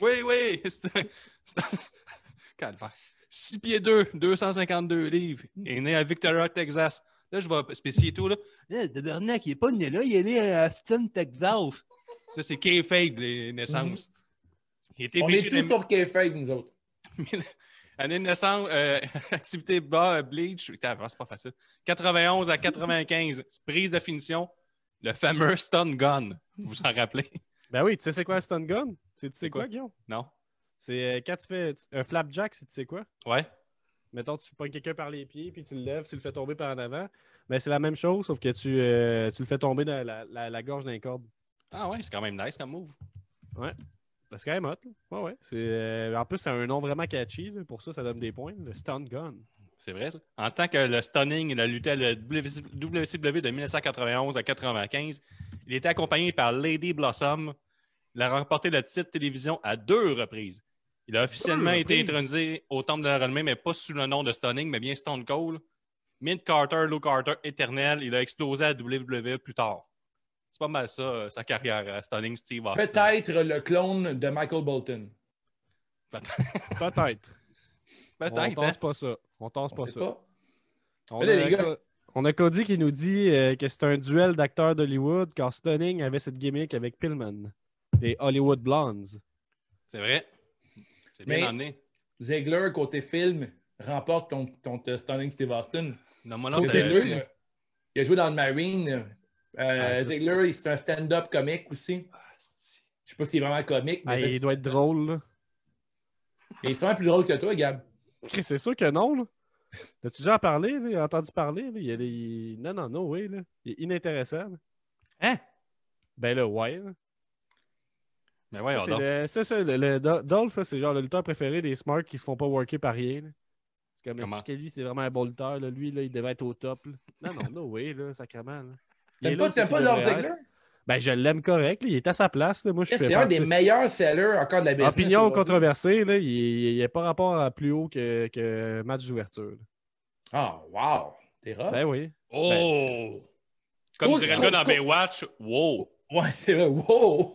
A: Oui, oui. C'est un- c'est un- Calvaire. 6 pieds 2, 252 livres. est né à Victoria, Texas. Là, je vais spécifier tout. Là. Eh, le dernier qui n'est pas né là, il est né à Austin, Texas. Ça, c'est K-Fade, les naissances. Il était
D: On est
A: PG
D: tous sauf K-Fake, nous autres.
A: Année de naissance, euh, activité bas, euh, bleach. Putain, vraiment, c'est pas facile. 91 à 95, prise de finition, le fameux stun gun. Vous vous en rappelez?
E: Ben oui, tu sais c'est quoi un stun gun? Tu sais, tu sais
A: quoi?
E: quoi, Guillaume?
A: Non?
E: C'est euh, quand tu fais tu- un flapjack, si tu sais quoi.
A: Ouais?
E: Mettons, tu pognes quelqu'un par les pieds, puis tu le lèves, tu le fais tomber par en avant. Ben c'est la même chose, sauf que tu, euh, tu le fais tomber dans la, la- la gorge d'un corde.
A: Ah ouais, c'est quand même nice comme move.
E: Ben, C'est quand même hot. là. Ouais, ouais. C'est, euh, en plus, c'est un nom vraiment catchy. là. Pour ça, ça donne des points. Le stun gun.
A: C'est vrai, ça. En tant que le Stunning il a lutté à la WCW de 1991 à 95, il était accompagné par Lady Blossom. Il a remporté le titre télévision à deux reprises. Il a officiellement
E: Deux
A: été
E: reprises?
A: intronisé au Temple de la Renommée, mais pas sous le nom de Stunning, mais bien Stone Cold. Mint Carter, Lou Carter, éternel, il a explosé à WWE plus tard. C'est pas mal ça, euh, sa carrière à Stunning Steve Austin.
D: Peut-être le clone de Michael Bolton.
A: Peut-être.
E: Peut-être. On
A: Peut-être, hein?
E: pense pas ça. On pense
D: On
E: pas
D: sait
E: ça.
D: pas.
E: On,
D: Mais là,
E: a,
D: les gars-
E: on a Cody qui nous dit euh, que c'est un duel d'acteurs d'Hollywood car Stunning avait cette gimmick avec Pillman. Les Hollywood Blondes.
A: C'est vrai. C'est bien
D: Mais-
A: emmené.
D: Ziegler, côté film, remporte ton, ton, euh, Stunning Steve Austin.
A: Non, moi, non,
D: Côté
A: c'est-
D: film,
A: c'est-
D: euh, il a joué dans le Marine. Euh,
A: Ah, ça, Ah,
D: Ziegler, c'est un stand-up comique aussi. Je sais pas s'il est vraiment comique,
E: Ah,
D: mais
E: il doit être drôle. là.
D: il est souvent plus drôle que toi, Gab.
E: Chris, C'est sûr que non. là. T'as-tu déjà parlé? là? Entendu parler? là? Il y a des- Non, non, non, oui. Là. Il est inintéressant. là.
A: Hein?
E: Ben là, ouais. là.
A: Mais voyons
E: Ça, c'est
A: donc.
E: le- ça, ça, le, le Do- Dolph, ça, c'est genre le lutteur préféré des Smart qui se font pas worker par rien. là. C'est comme
A: Comment?
E: est-ce que lui, c'est vraiment un bon lutteur. là? Lui, là, il devait être au top. là. Non, non, no way, là, sacrément. là. Il est
D: T'aimes
E: là
D: pas,
E: où
D: t'aimes
E: c'est
D: pas
E: qu'il
D: Dolph
E: devrait
D: Ziegler?
E: être. Ben, je l'aime correct. là. Il est à sa place. là. Moi, je
D: C'est
E: fais
D: un des
E: partie-
D: meilleurs sellers encore de la business.
E: Opinion
D: aujourd'hui.
E: controversée, là, il n'y a pas rapport à plus haut que, que match d'ouverture. là.
D: Ah, wow! T'es rough.
E: Ben oui.
D: Ben,
A: Oh! Comme
D: Cool,
A: dirait le
D: cool,
A: gars dans
D: cool.
A: Baywatch, wow!
D: Ouais, c'est vrai. Wow!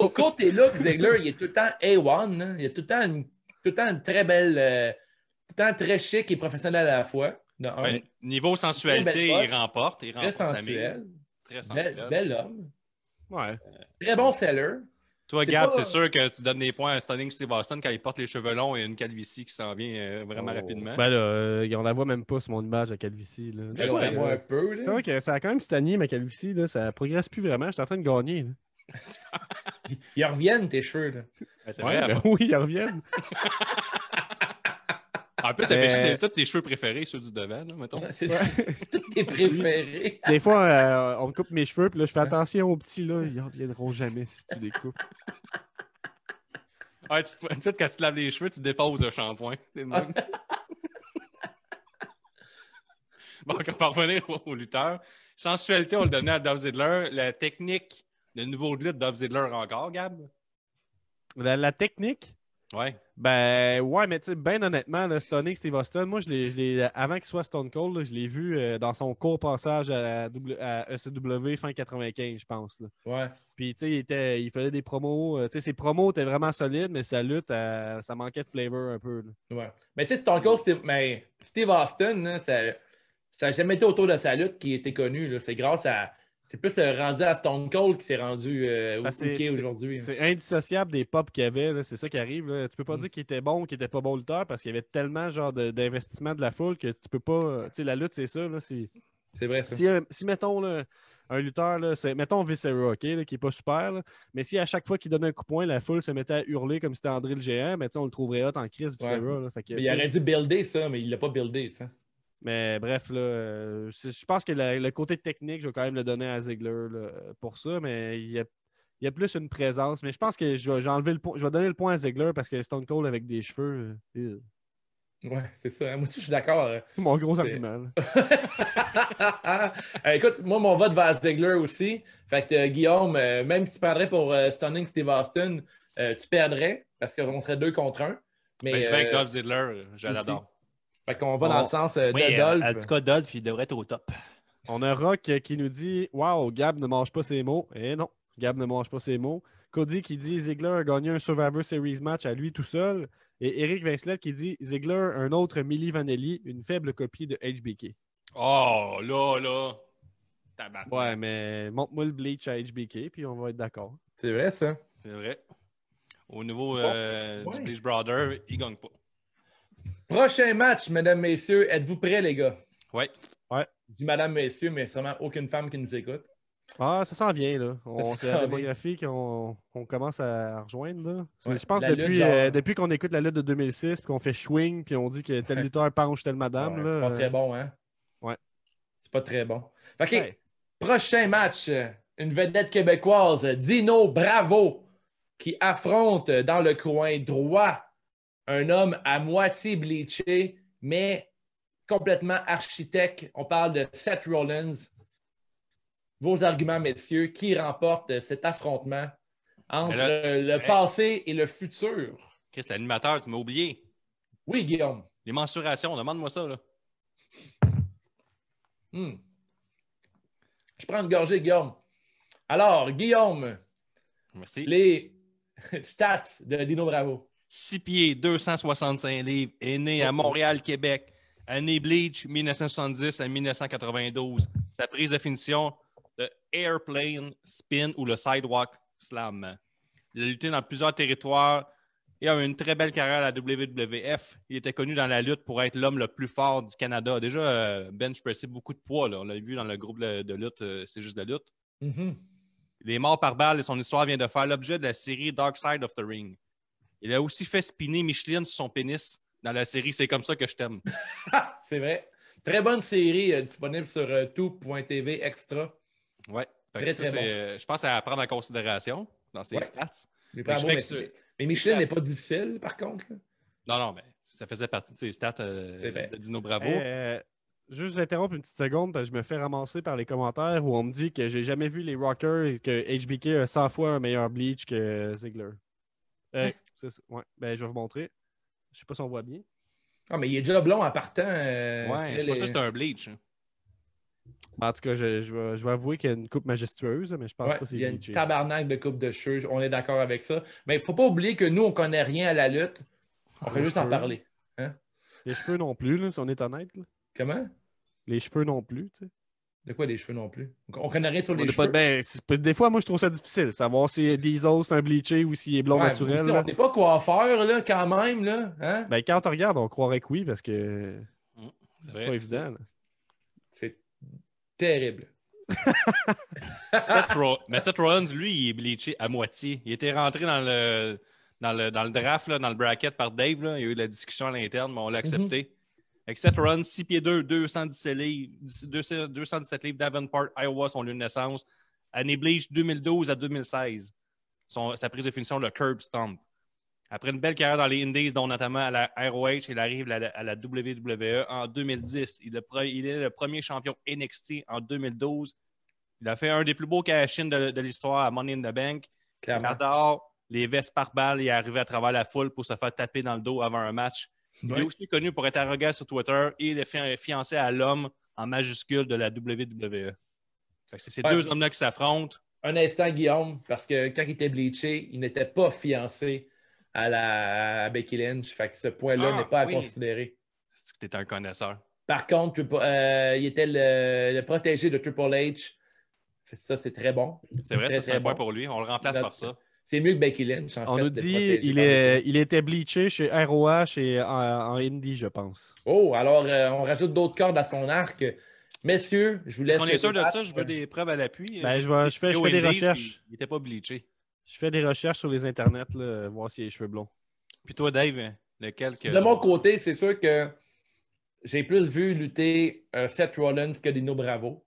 D: Au côté look, Ziegler, il est tout le temps A1. hein. Il a tout le temps une, tout le temps une très belle. euh, tout le temps très chic et professionnel à la fois. De un,
A: Ben, niveau sensualité,
D: Très belle
A: il remporte. Il
D: très
A: remporte la mise.
D: sensuel.
A: Très sensuel.
D: Bel, bel homme.
E: Ouais.
D: Très bon seller.
A: Toi,
D: C'est
A: Gab,
D: pas-
A: c'est sûr que tu donnes des points à Stunning Steve Austin quand il porte les cheveux longs et une calvitie qui s'en vient euh, vraiment
D: Oh.
A: rapidement.
E: Ben là, euh, on la voit même pas sur mon image à Calvici. là.
D: Je le
E: Ouais,
D: sais
E: là.
D: moi un peu. là.
E: C'est vrai que ça a quand même stagné ma calvitie, là, ça progresse plus vraiment, je suis en train de gagner. là.
D: Ils reviennent tes cheveux. là.
A: Ben, c'est
E: Ouais,
A: vrai.
E: ben oui, ils reviennent.
A: En plus, ça fait
E: Mais-
A: chier, c'est tous tes cheveux préférés, ceux du devant, là, mettons.
D: C'est tous tes préférés.
E: Des fois, euh, on me coupe mes cheveux, puis là, je fais attention aux petits, là, ils reviendront jamais si tu les coupes.
A: Ah, tu, te- tu sais, quand tu te laves les cheveux, tu déposes le shampoing. C'est le même. bon, quand on va revenir au, au lutteur, sensualité, on le donnait à Dolph Ziggler. La technique, le nouveau de lutte, Dolph Ziggler encore, Gab.
D: Euh,
E: La, la technique,
A: Ouais.
E: ben ouais, mais tu sais, ben honnêtement, le Stunning Steve Austin, moi, je l'ai- je l'ai- avant qu'il soit Stone Cold, là, je l'ai vu euh, dans son court passage à, W- à ECW fin 95, je pense. là.
D: Ouais.
E: Puis, tu sais, il, était- il faisait des promos. euh, tu sais, ses promos étaient vraiment solides, mais sa lutte, euh, ça manquait de flavor un peu. là.
D: Ouais. Mais tu sais, Stone Cold, Steve, mais Steve Austin, hein, ça n'a jamais été autour de sa lutte qui était connu. là. C'est grâce à. C'est plus euh, rendu à Stone Cold qui s'est rendu euh, au
E: Ben, c'est-
D: UK aujourd'hui. hein.
E: C'est indissociable des pops qu'il y avait, là, c'est ça qui arrive. Là. Tu peux
D: Mm.
E: pas dire qu'il était bon ou qu'il était pas bon lutteur parce qu'il y avait tellement genre de- d'investissement de, la foule que tu peux pas. euh, Tu sais, la lutte, c'est ça. Là, si,
D: C'est vrai, ça.
E: si, euh, si, mettons là, un lutteur, là, c'est- mettons Viscera, OK, là, qui est pas super, là, mais si à chaque fois qu'il donne un coup de poing, la foule se mettait à hurler comme si c'était André le géant, ben, tu sais, on le trouverait hot en crise, Viscera.
D: Ouais.
E: là. Fait que,
D: Mais
E: tu
D: il
E: sais,
D: aurait dû builder ça, mais il l'a pas buildé, ça.
E: mais bref, là, euh, c'est- je pense que la- le côté technique, je vais quand même le donner à Ziegler là, pour ça, mais il y a, il y a plus une présence. Mais je pense que je vais, j'ai enlevé le point- je vais donner le point à Ziegler parce que Stone Cold avec des cheveux. euh, euh.
D: Ouais, c'est ça. hein. Moi aussi, je suis d'accord.
E: Mon gros
D: C'est-
E: argument. là.
D: Euh, écoute, moi, mon vote va à Ziegler aussi. Fait que, euh, Guillaume, euh, même si tu perdrais pour euh, Stunning Steve Austin, euh, tu perdrais parce qu'on serait deux contre un. Mais,
A: Ben, je vais avec
D: euh,
A: Dolph Ziggler, je
D: aussi.
A: l'adore.
D: Fait qu'on va dans
E: On-
D: le sens euh,
A: Oui,
D: de
A: euh,
D: Dolph.
A: en tout cas, Dolph, il devrait être au top.
E: On a Rock euh, qui nous dit Waouh, Gab ne mange pas ses mots. Eh non, Gab ne mange pas ses mots. Cody qui dit Ziggler a gagné un Survivor Series match à lui tout seul. Et Eric Vincelet qui dit Ziggler, un autre Millie Vanelli, une faible copie de HBK.
A: Oh, là, là. Tabac.
E: Ouais, mais montre-moi le bleach à HBK, puis on va être d'accord.
D: C'est vrai, ça.
A: C'est vrai. Au niveau
D: Bon.
A: euh,
D: Oh, Ouais.
A: du Bleach Brother, il gagne pas.
D: Prochain match, mesdames, messieurs. Êtes-vous prêts, les gars?
A: Ouais.
D: Je dis madame, messieurs, mais sûrement aucune femme qui nous écoute.
E: Ah, ça s'en vient, là. On,
D: Ça
E: c'est la
D: s'en vient.
E: démographie qu'on on commence à rejoindre, là. C'est-
D: Ouais,
E: Je pense
D: la lutte,
E: depuis,
D: genre-
E: euh, depuis qu'on écoute la lutte de 2006, puis qu'on fait swing, puis on dit que tel lutteur penche telle madame,
D: Ouais,
E: là. euh.
D: c'est pas très bon, hein?
E: Ouais.
D: C'est pas très bon. OK,
E: Ouais.
D: prochain match, euh, une vedette québécoise, Dino Bravo, qui affronte euh, dans le coin droit un homme à moitié bleaché, mais complètement architecte. On parle de Seth Rollins. Vos arguments, messieurs, qui remporte euh, cet affrontement entre
A: Mais là-
D: euh, le
A: Hey.
D: passé et le futur?
A: Chris, l'animateur, tu m'as oublié.
D: Oui, Guillaume.
A: Les mensurations, demande-moi ça, là.
D: Hmm. Je prends une gorgée, Guillaume. Alors, Guillaume,
A: Merci.
D: les stats de Dino Bravo.
A: 6 pieds, 265 livres, est né à Montréal, Québec. Année Bleach, 1970 à 1992. Sa prise de finition, le airplane spin ou le sidewalk slam. Il a lutté dans plusieurs territoires et a eu une très belle carrière à la WWF. Il était connu dans la lutte pour être l'homme le plus fort du Canada. Déjà, euh, bench pressé beaucoup de poids. là. On l'a vu dans le groupe de, de lutte, euh, c'est juste de la lutte.
D: Mhm.
A: Les morts par balle et son histoire vient de faire l'objet de la série Dark Side of the Ring. Il a aussi fait spinner Micheline sur son pénis dans la série C'est comme ça que je t'aime.
D: Ha! C'est vrai. Très bonne série euh, disponible sur euh, tout.tv extra.
A: Ouais. Fait que
D: Très,
A: ça,
D: très
A: c'est,
D: bon.
A: euh, Je pense à prendre en considération dans ses
D: Ouais.
A: stats. Mais je
D: Mais, bravo,
A: fais
D: mais-
A: que ça.
D: mais Micheline n'est pas difficile, par contre. là.
A: Non, non, mais ça faisait partie de ses stats euh,
D: C'est vrai.
A: de Dino Bravo.
E: Hey, euh, juste vous interrompre une petite seconde parce que je me fais ramasser par les commentaires où on me dit que j'ai jamais vu les Rockers et que HBK a 100 fois un meilleur bleach que Ziggler.
D: Hein?
E: Euh, c'est ça, ouais, ben, je vais vous montrer. Je sais pas si on voit bien.
D: Ah, mais il est déjà blond en partant. euh,
A: ouais,
D: tu sais,
A: je pense que
D: les-
A: c'est un bleach. hein.
E: En tout cas, je, je vais, je vais avouer qu'il y a une coupe majestueuse, mais je pense
D: Ouais,
E: pas que c'est
D: il y a une
E: bleaché.
D: tabarnak de coupe de cheveux. On est d'accord avec ça. Mais il ne faut pas oublier que nous, on ne connaît rien à la lutte. On fait
E: Les
D: juste en
E: cheveux.
D: parler.
E: Les cheveux non plus, là, si on est honnête. là.
D: Comment?
E: Les cheveux non plus. tu sais.
D: De quoi des cheveux non plus? On ne connaît rien sur
E: On
D: les
E: est
D: cheveux.
E: pas- ben, c'est pas- des fois, moi, je trouve ça difficile. Savoir si Diesel, c'est un bleaché ou s'il est blond
D: Ouais,
E: naturel.
D: vous aussi,
E: là.
D: on n'est pas coiffeur, là, quand même, là. Hein?
E: Ben, quand on regarde, on croirait que oui parce que
A: C'est
E: c'est pas
A: vrai.
E: évident. là.
D: C'est terrible.
A: Seth Ro- Mais Seth Rollins, lui, il est bleaché à moitié. Il était rentré dans le, dans le, dans le draft, là, dans le bracket par Dave. là. Il y a eu de la discussion à l'interne, mais on l'a accepté. Avec Seth Rollins, 6 pieds 2, 217 livres, 200 217 livres Davenport, Iowa, son lieu de naissance. Année Bleach, 2012 à 2016. Son- sa prise de finition, le Curb Stomp. Après une belle carrière dans les Indies, dont notamment à la ROH, il arrive à la, à la WWE en 2010. Il, est le pre- il est le premier champion NXT en 2012. Il a fait un des plus beaux cash-in de, de l'histoire à Money in the Bank. Il
D: Clairement.
A: adore les vestes par balle et arrivé à travers la foule pour se faire taper dans le dos avant un match. Il
D: Ouais.
A: est aussi connu pour être arrogant sur Twitter et il est fi- fiancé à l'homme en majuscule de la WWE. Fait que C'est ces
D: Ouais.
A: deux hommes-là qui s'affrontent.
D: Un instant, Guillaume, parce que quand il était bleaché, il n'était pas fiancé à, la... à Becky Lynch. Fait que ce point-là
A: Ah,
D: n'est pas à
A: oui.
D: considérer.
A: C'est que t'es un connaisseur.
D: Par contre, Triple- euh, il était le... le protégé de Triple H. Ça, c'est très bon.
A: C'est vrai,
D: Très,
A: ça, c'est
D: très
A: un point
D: bon.
A: pour lui. On le remplace
D: Notre-
A: par ça.
D: C'est mieux que Becky Lynch, en
E: On
D: fait.
E: nous
D: de
E: dit
D: protéger
E: il,
D: par
E: est,
D: Becky.
E: il était bleaché chez ROH et en, en Indie, je pense.
D: Oh, alors, euh, on rajoute d'autres cordes à son arc. Messieurs, je vous laisse...
A: On est sûr de ça, je veux
D: des...
A: des preuves à l'appui.
E: Ben, je, vais- je fais, je
A: Joe
E: fais des
A: Indies,
E: recherches.
A: puis Il n'était pas bleaché.
E: Je fais des recherches sur les internets, là, voir s'il a les cheveux blonds.
A: Puis toi, Dave, lequel que.
D: De mon côté, c'est sûr que j'ai plus vu lutter euh, Seth Rollins que Dino Bravo.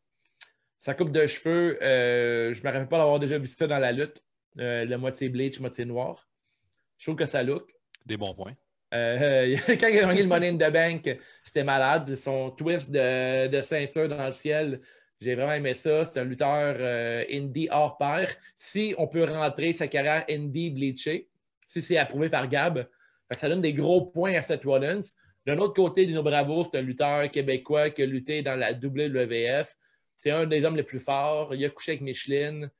D: Sa coupe de cheveux, euh, je ne me rappelle pas d'avoir déjà vu ça dans la lutte. Euh, la moitié bleach, moitié noir. Je trouve que ça look.
A: Des bons points.
D: Euh, euh, quand il a gagné le Money in the Bank, c'était malade. Son twist de, de ceinture dans le ciel, j'ai vraiment aimé ça. C'est un lutteur euh, indie hors pair. Si on peut rentrer sa carrière indie bleachée, si c'est approuvé par Gab, fait que ça donne des gros points à Seth Rollins. D'un autre côté, Dino Bravo, c'est un lutteur québécois qui a lutté dans la WWF. C'est un des hommes les plus forts. Il a couché avec Micheline.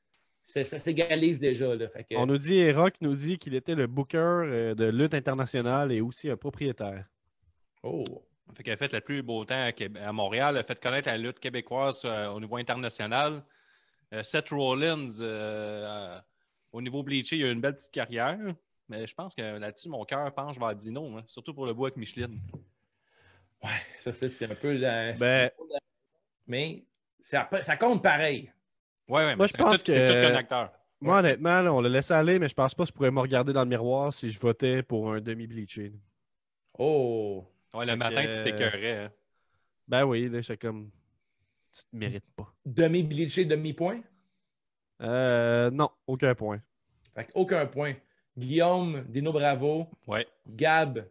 D: C'est- Ça s'égalise déjà. Là. Fait que-
E: On nous dit, Rock nous dit qu'il était le booker euh, de lutte internationale et aussi un propriétaire.
D: Oh.
A: Fait qu'elle a fait le plus beau temps à, Québec- à Montréal, elle a fait connaître la lutte québécoise euh, au niveau international. Euh, Seth Rollins, euh, euh, au niveau bleaché, il a eu une belle petite carrière. Mais je pense que là-dessus, mon cœur penche vers Dino, hein, surtout pour le bout avec Micheline.
D: Ouais, ça, c'est c'est un peu la.
E: Ben-
D: Mais ça, ça compte pareil.
A: Ouais, ouais, mais
E: Moi, je
A: c'est un
E: pense
A: tout- C'est
E: que-
A: tout qu'un acteur.
E: Moi, honnêtement, là, on le laissé aller, mais je pense pas que je pourrais me regarder dans le miroir si je votais pour un demi-bleaché. là.
D: Oh!
A: Ouais, le matin,
E: que-
A: c'était écœuré. hein.
E: Ben oui, là, j'étais comme. Tu te mérites pas.
D: Demi-bleaché, demi-point?
E: Euh, non, aucun point.
D: Fait aucun point. Guillaume, Dino Bravo,
A: Ouais.
D: Gab,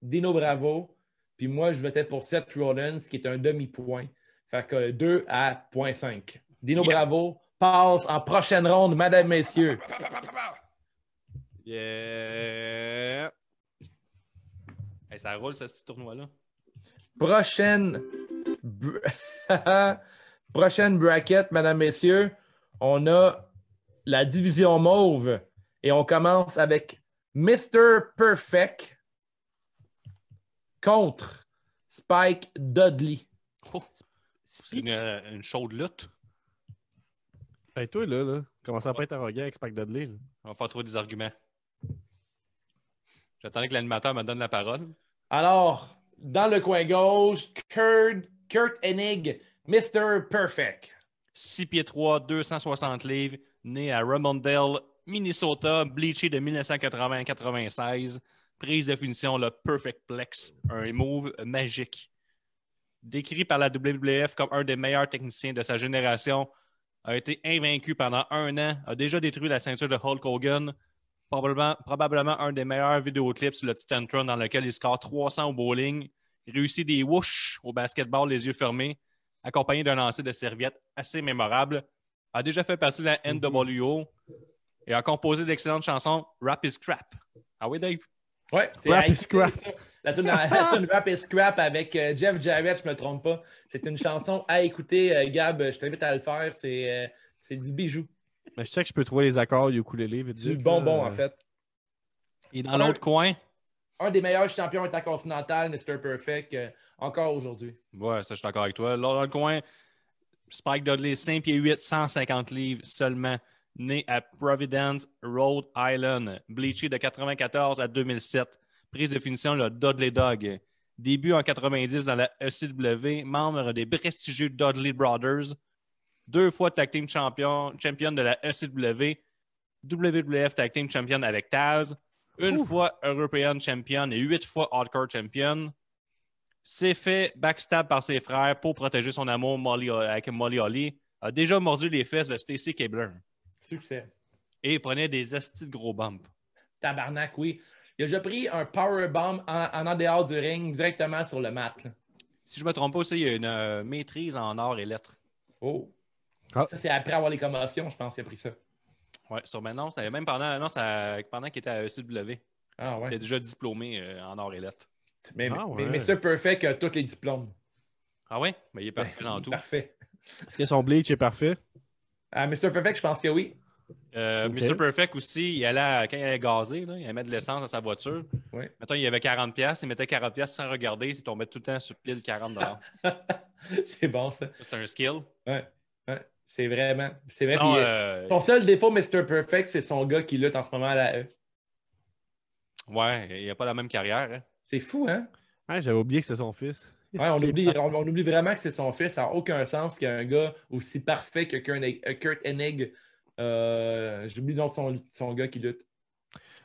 D: Dino Bravo, puis moi, je votais pour Seth Rollins, qui est un demi-point. Fait que 2 à 0.5. Dino
A: Yes.
D: Bravo passe en prochaine ronde, madame, messieurs.
E: Yeah.
A: Hey, ça roule, ce petit tournoi-là.
D: Prochaine... br- Prochaine bracket, madame, messieurs, on a la division mauve et on commence avec Mr. Perfect contre Spike Dudley.
A: Oh, c'est une, euh, une chaude lutte.
E: Hey, Ben, toi, là, là, commence à pas être arrogant avec Spike Dudley. là.
A: On va faire trouver des arguments. J'attendais que l'animateur me donne la parole.
D: Alors, dans le coin gauche, Kurt, Kurt Hennig, Mr. Perfect.
A: 6 pieds 3, 260 livres, né à Ramondale, Minnesota, bleaché de 1980 à 96. Prise de finition, le Perfect Plex, un move magique. Décrit par la WWF comme un des meilleurs techniciens de sa génération, a été invaincu pendant un an, a déjà détruit la ceinture de Hulk Hogan, probablement, probablement un des meilleurs vidéoclips sur le Titan Tron dans lequel il score 300 au bowling, réussit des whoosh au basketball les yeux fermés, accompagné d'un lancer de serviettes assez mémorable, a déjà fait partie de la NWO et a composé l'excellente chanson Rap is Crap. Ah oui, Dave?
D: Ouais, c'est
E: Rap
D: Hey,
E: is crap.
D: ça. La tune la tune Rap is Crap avec euh, Jeff Jarrett, je me trompe pas. C'est une chanson à écouter, euh, Gab, je t'invite à le faire. C'est euh, c'est du bijou,
E: Mais je sais que je peux trouver les accords du ukulélé. vite,
D: du
E: vite,
D: bonbon
E: là.
D: en fait.
A: Et dans l'autre coin?
D: Un des meilleurs champions intercontinental, Mr. Perfect, euh, encore aujourd'hui.
A: Ouais, ça, je suis d'accord avec toi. Dans l'autre coin, Spike Dudley, 5 pieds 8, 150 livres seulement, né à Providence, Rhode Island, bleaché de 94 à 2007, prise de finition, le Dudley Dog. Début en 90 dans la ECW, membre des prestigieux Dudley Brothers, deux fois tag team champion, championne de la E ECW, WWF tag team champion avec Taz, une fois European champion et huit fois hardcore champion. S'est fait backstab par ses frères pour protéger son amour Molly, euh, avec Molly Holly. A déjà mordu les fesses de Stacy Cabler
D: Succès.
A: et prenait des astis de gros bumps.
D: Tabarnak, oui. Il a déjà pris un powerbomb en, en, en dehors du ring, directement sur le mat. là.
A: Si je me trompe pas aussi, il y a une euh, maîtrise en arts et lettres.
D: Oh.
E: Ah.
D: Ça, c'est après avoir les commotions, je pense qu'il a pris ça.
A: Ouais, sur maintenant, ça même pendant, non, ça- pendant qu'il était à ECW.
D: Ah
A: Il
D: ouais.
A: était déjà diplômé euh, en arts et lettres.
D: Mais,
E: Ah
D: mais-
E: ouais.
D: mais Mr. Perfect a tous les diplômes.
A: Ah ouais? Mais il est parfait dans tout.
D: Parfait.
E: Est-ce que son bleach est parfait?
D: Ah, Mr. Perfect, je pense que oui.
A: Euh,
E: Ok.
A: Mr. Perfect aussi, il allait, à- quand il allait gazer, là, il allait mettre de l'essence dans sa voiture.
D: Ouais.
A: Mettons, il y avait 40$, piastres, il mettait 40$ piastres sans regarder, il tombait tout le temps sur pile 40$. dollars.
D: c'est bon, ça.
A: Ça, C'est un skill.
D: Ouais. Ouais. C'est vraiment. C'est vrai.
A: Sinon,
D: Puis, euh,
A: euh,
D: Son seul défaut, Mr. Perfect, c'est son gars qui lutte en ce moment à la E.
A: Ouais, il n'a pas la même carrière. hein.
D: C'est fou, hein?
E: Hein, J'avais oublié que c'est son fils.
D: Ouais, on, hein. oublie, on, on oublie vraiment que c'est son fils. Ça n'a aucun sens qu'il y ait un gars aussi parfait que Kurt- euh, Kurt Hennig. Euh, J'oublie donc son, son gars qui lutte.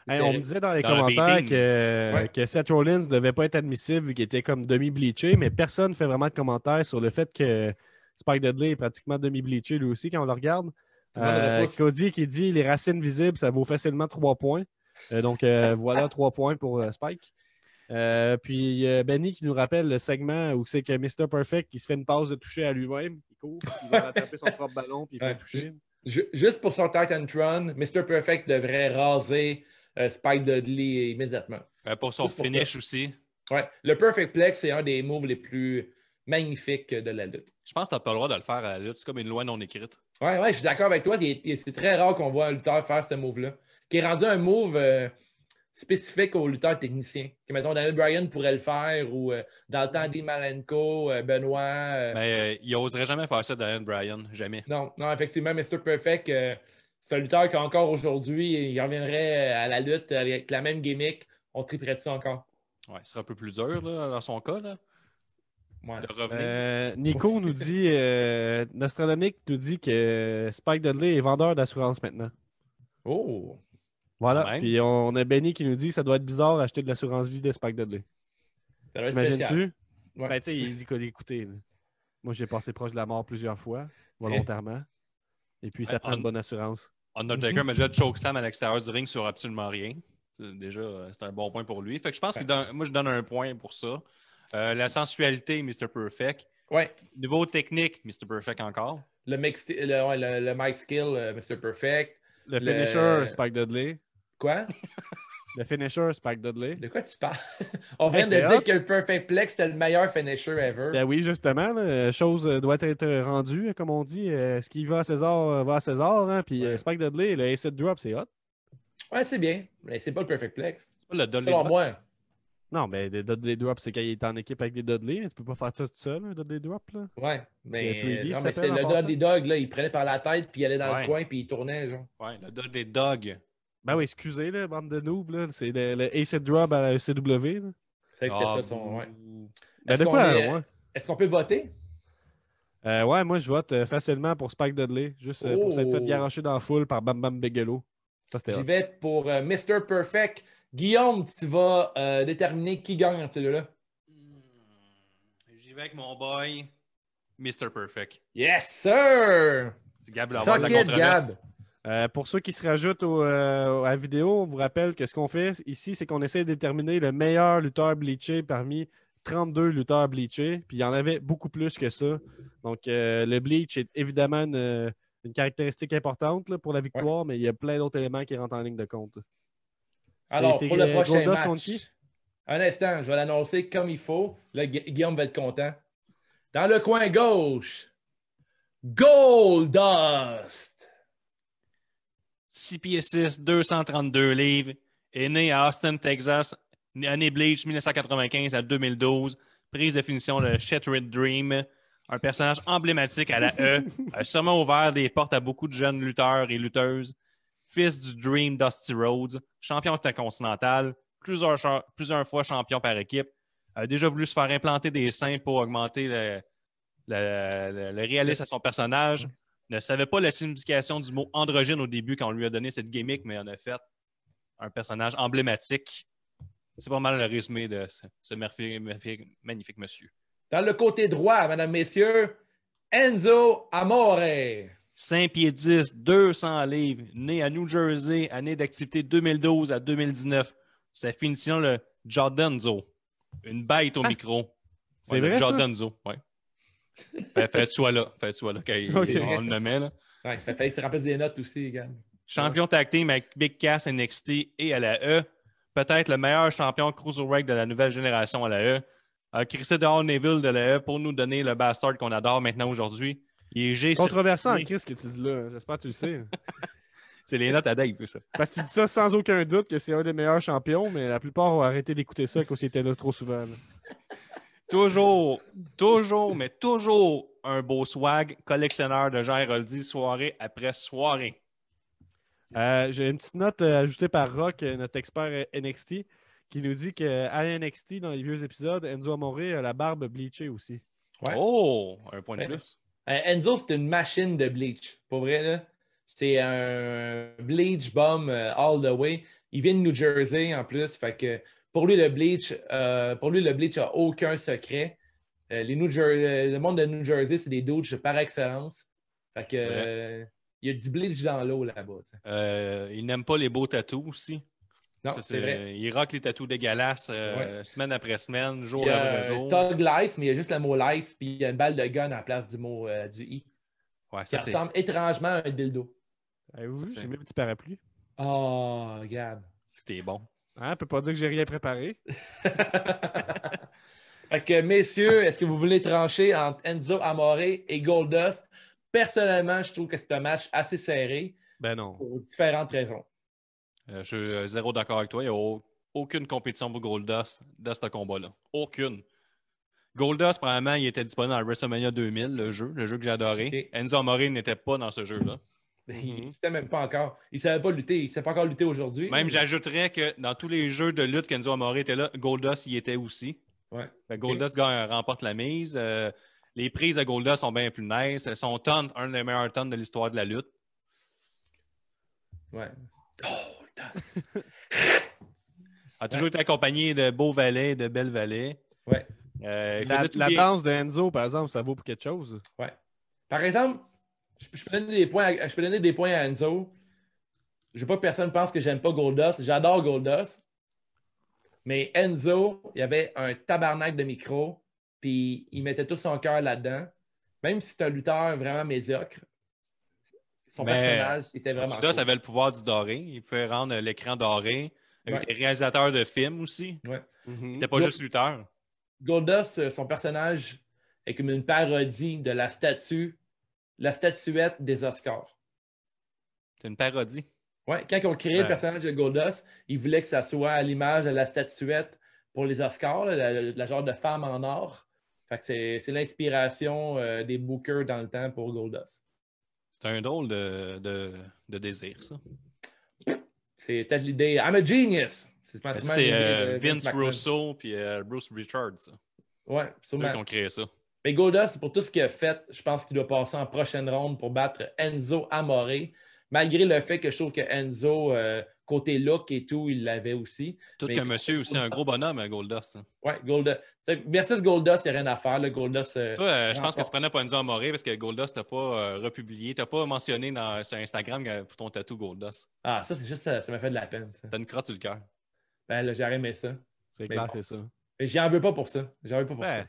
E: Hey, on me disait dans les
A: Dans le
E: commentaires
A: rating.
E: que,
D: Ouais.
E: que Seth Rollins ne devait pas être admissible vu qu'il était comme demi-bleaché, mais personne ne fait vraiment de commentaires sur le fait que Spike Dudley est pratiquement demi-bleaché lui aussi quand on le regarde.
D: Tout le monde
E: Euh,
D: aurait pas-
E: Cody qui dit les racines visibles, ça vaut facilement 3 points. Euh, donc euh, voilà 3 points pour euh, Spike. Euh, puis il y a Benny qui nous rappelle le segment où c'est que Mr. Perfect il se fait une passe de toucher à lui-même. Il court, puis il va rattraper son propre ballon puis il fait
D: Ouais.
E: toucher.
D: Ju- Juste pour son Titan Tron, Mr. Perfect devrait raser euh, Spike Dudley immédiatement.
A: Euh, pour son
D: Juste pour
A: finish aussi.
D: Ouais. Le Perfect Plex, c'est un des moves les plus magnifiques de la lutte.
A: Je pense que t'as pas le droit de le faire à la lutte. C'est comme une loi non écrite.
D: Ouais, ouais, je suis d'accord avec toi. Il- il- C'est très rare qu'on voit un lutteur faire ce move-là, qui est rendu un move euh, spécifique aux lutteurs techniciens. Que, mettons, Daniel Bryan pourrait le faire, ou euh, dans le temps d'Imalenko, Benoît. euh,
A: Mais euh, il oserait jamais faire ça, Daniel Bryan. Jamais.
D: Non, non, effectivement, Mr. Perfect, euh, c'est un lutteur qui encore aujourd'hui, il reviendrait euh, à la lutte avec la même gimmick. On triperait ça encore.
A: Ouais, ce serait un peu plus dur là, dans son cas. Là,
D: Ouais.
A: de revenir.
E: Euh, Nico nous dit, euh, Nostradamus nous dit que Spike Dudley est vendeur d'assurance maintenant.
D: Oh!
A: Quand
E: Voilà.
A: même.
E: Puis on a Benny qui nous dit ça doit être bizarre acheter de l'assurance vie de Spike Dudley.
D: Ça doit être spécial.
E: T'imagines-tu?
D: Ouais.
E: Ben, tu sais, il dit quoi d'écouter. là. Moi, j'ai passé proche de la mort plusieurs fois, volontairement. Et puis, ça
A: Ben,
E: prend
A: on-
E: une bonne assurance.
A: Undertaker
D: Mhm.
A: m'a déjà choke Sam à l'extérieur du ring sur absolument rien. C'est- Déjà, euh, c'est un bon point pour lui. Fait que je pense que dans- moi, je donne un point pour ça. Euh, la sensualité, Mr. Perfect.
D: Ouais.
A: Niveau technique, Mr. Perfect encore.
D: Le, mic sti- le, ouais, le- le mic skill, euh, Mr. Perfect.
E: Le
D: Le-
E: finisher, Spike Dudley.
D: Quoi?
E: Le finisher, Spike Dudley.
D: De quoi tu parles?
E: Ben,
D: On vient
E: c'est
D: de
E: hot.
D: dire que le Perfect Plex, c'était le meilleur finisher ever.
E: Ben oui, justement, là, chose euh, doit être rendue, comme on dit. Euh, ce qui va à César euh, va à César. hein. puis
D: Ouais.
E: euh, Spike Dudley, le acid drop, c'est hot.
D: Ouais, c'est bien, mais c'est pas le Perfect Plex.
A: C'est pas Le Dudley
D: Selon
A: Drop.
D: moi.
E: Non, mais des Dudley drop, c'est quand il est en équipe avec des Dudley. hein. Tu peux pas faire ça tout seul, un Dudley drop. Là.
D: Ouais.
E: Le
D: Mais,
E: 3D
D: non, mais
E: s'appelle
D: c'est
E: en
D: le
E: passant.
D: dog des dogs, là. Il prenait par la tête, puis il allait dans
A: Ouais.
D: le coin, puis il tournait, genre.
A: Ouais, le Dudley Dog.
E: Ben oui, excusez, là, bande de noobs. là, C'est le, le acid drop à la CW. là.
D: C'est vrai que c'était
A: Ah,
D: ça son. Ouais.
A: bouh.
E: Ben
D: Est-ce
E: de quoi,
D: qu'on est-
E: alors, ouais?
D: Est-ce qu'on peut voter?
E: Euh, ouais, moi je vote euh, facilement pour Spike Dudley, juste euh, pour s'être fait
D: Oh.
E: garocher dans la foule par Bam Bam Bigelow. Ça c'était
D: J'y
E: hot.
D: vais pour euh, Mr. Perfect. Guillaume, tu vas euh, déterminer qui gagne entre ces deux-là.
A: J'y vais avec mon boy, Mr. Perfect.
D: Yes, sir!
A: C'est Gab la
D: Suck it, Gab!
A: controverse.
E: Euh, pour ceux qui se rajoutent au, euh, à la vidéo, on vous rappelle que ce qu'on fait ici, c'est qu'on essaie de déterminer le meilleur lutteur bleaché parmi 32 lutteurs bleachés. Puis il y en avait beaucoup plus que ça. Donc euh, le bleach est évidemment une, euh, une caractéristique importante là, pour la victoire, mais il y a plein d'autres éléments qui rentrent en ligne de compte. C'est-
D: Alors,
E: c'est,
D: pour le
E: euh,
D: prochain
E: Goldust contre qui?
D: match, un instant, je vais l'annoncer comme il faut. Là, Gu- Guillaume va être content. Dans le coin gauche, Goldust!
A: 6 pieds 6, 232 livres, est né à Austin, Texas, année Bleach 1995 à 2012, prise de finition de Shattered Dream, un personnage emblématique à la E, a sûrement ouvert des portes à beaucoup de jeunes lutteurs et lutteuses, fils du Dream Dusty Rhodes, champion intercontinental, plusieurs, cha- plusieurs fois champion par équipe, a déjà voulu se faire implanter des seins pour augmenter le, le- le- le réalisme à son personnage, ne savait pas la signification du mot androgyne au début quand on lui a donné cette gimmick, mais en a fait un personnage emblématique. C'est pas mal le résumé de ce, ce merveilleux- merveilleux- magnifique monsieur.
D: Dans le côté droit, mesdames, messieurs, Enzo Amore!
A: 5 pieds 10, 200 livres, né à New Jersey, année d'activité 2012 à 2019. Sa finition, le Jordanzo. Une bête au micro.
E: Ah! C'est
A: Ouais,
E: vrai,
A: Le
E: ça?
A: Jordanzo, oui. Faites-toi là, faites-toi là, quand il-
E: Ok.
A: on le nommait. Là.
D: Ouais, ça fait que tu rappelles des notes aussi, Gab.
A: Champion tag team avec Big Cass, NXT et à la E. Peut-être le meilleur champion cruiserweight de la nouvelle génération à la E. A crissé dehors Neville de la E pour nous donner le bastard qu'on adore maintenant aujourd'hui. Il est G,
E: Controversant,
A: Oui.
E: Chris, ce que tu dis là. J'espère que tu le sais.
A: c'est les notes à Dave, ça.
E: Parce que tu dis ça sans aucun doute que c'est un des meilleurs champions, mais la plupart ont arrêté d'écouter ça quand c'était là trop souvent. là.
A: Toujours, toujours, mais toujours un beau swag, collectionneur de Jean Héroldi, soirée après soirée.
E: Euh, J'ai une petite note euh, ajoutée par Rock, euh, notre expert euh, NXT, qui nous dit qu'à NXT, dans les vieux épisodes, Enzo Amore a la barbe bleachée aussi.
D: Ouais.
A: Oh, un point de plus.
D: Euh, Enzo, c'est une machine de bleach. Pour vrai, là. C'est un bleach bomb euh, all the way. Il vient de New Jersey en plus. Fait que pour lui, le bleach, euh, pour lui, le bleach a aucun secret. Euh, les New Jer- euh, le monde de New Jersey, c'est des douches par excellence. Fait que
A: C'est vrai.
D: euh, il y a du bleach dans l'eau là-bas. tu sais.
A: Euh, il n'aime pas les beaux tatous aussi.
D: Non,
A: Ça,
D: Ah, c'est vrai.
A: Il rock les tatous dégueulasses euh, semaine après semaine, jour
D: Il y a,
A: après
D: euh,
A: jour.
D: Thug Life, mais il y a juste le mot life, puis il y a une balle de gun à la place du mot euh, du i.
A: Ouais,
D: Qui
A: ça, c'est-
D: ressemble étrangement à un dildo.
E: Avez-vous vu,
A: Ça,
E: j'ai
A: c'est-
E: mis un petit parapluie.
A: Ah,
D: Oh, regarde.
A: c'est que t'es bon.
E: Hein, on peut pas dire que j'ai rien préparé.
D: Fait que, messieurs, est-ce que vous voulez trancher entre Enzo Amore et Goldust? Personnellement, je trouve que c'est un match assez serré
E: Ben non.
D: pour différentes raisons.
A: Euh, je suis euh, zéro d'accord avec toi. Il n'y a au- aucune compétition pour Goldust dans ce combat-là. Aucune. Goldust, premièrement, il était disponible dans WrestleMania 2000, le jeu, le jeu que j'ai adoré.
D: Ok.
A: Enzo Amore n'était pas dans ce jeu-là.
D: Il ne savait même pas encore. Il ne savait pas lutter. Il ne sait pas encore lutter aujourd'hui.
A: Même, j'ajouterais que dans tous les jeux de lutte qu'Enzo Amore était là, Goldust y était aussi.
D: Ouais.
A: Fait que Goldust gagne- remporte la mise. Euh, les prises de Goldust sont bien plus nice. Son ton, un des meilleurs tons de l'histoire de la lutte.
D: Ouais. Goldust.
A: A toujours été accompagné de beaux valets, de belles valets.
D: Ouais.
A: Euh, il
E: La,
A: faisait tout
E: la
A: bien.
E: danse de Enzo, par exemple, ça vaut pour quelque chose.
D: Par exemple, je, je peux donner des points à, je peux donner des points à Enzo. Je veux pas que personne pense que j'aime pas Goldust. J'adore Goldust. Mais Enzo, il avait un tabarnak de micro, puis il mettait tout son cœur là-dedans. Même si c'est un lutteur vraiment médiocre, son
A: Mais-
D: personnage était vraiment.
A: Goldust
D: cool.
A: avait le pouvoir du doré. Il pouvait rendre l'écran doré. Il
D: Ouais.
A: était réalisateur de films aussi. Il n'était pas
D: Ouais.
A: juste lutteur.
D: Goldust, euh, son personnage est comme une parodie de la statue, la statuette des Oscars.
A: C'est une parodie.
D: Ouais, quand ils ont créé le
E: Ouais.
D: personnage de Goldust, ils voulaient que ça soit à l'image de la statuette pour les Oscars, là, la, la genre de femme en or. Fait que c'est c'est l'inspiration euh, des bookers dans le temps pour Goldust.
A: C'est un drôle de, de- de désir, ça.
D: C'est peut-être l'idée I'm a genius! Ah, C'est
A: Ça,
D: sûrement
A: C'est
D: l'idée
A: euh,
D: de
A: Vince
D: McMahon.
A: Russo puis euh, Bruce Richards. ça.
D: Ouais,
A: C'est eux qui
D: sûrement.
A: ont créé ça.
D: Mais Goldust, pour tout ce qu'il a fait, je pense qu'il doit passer en prochaine ronde pour battre Enzo Amore. Malgré le fait que je trouve que Enzo, euh, côté look et tout, il l'avait aussi.
A: Tout
D: Mais-
A: qu'un monsieur aussi, un gros bonhomme, euh, Goldust. hein.
D: Ouais, Goldust. T'sais, Versus Goldust, il n'y a rien à faire. Là. Goldust, euh,
A: Toi, euh, je pense
D: Encore.
A: que tu prenais pas Enzo Amore parce que Goldust t'a pas euh, republié, t'as pas mentionné dans, sur Instagram euh, pour ton tatou Goldust.
D: Ah, ça, c'est juste, ça ça m'a fait de la peine. ça.
A: T'as une crotte sur le cœur.
D: Ben là, j'aurais aimé ça.
E: C'est
A: Ben
E: clair,
D: Mais bon.
E: c'est ça.
D: Mais j'en veux pas pour ça. J'en veux pas pour ça.
E: Ouais.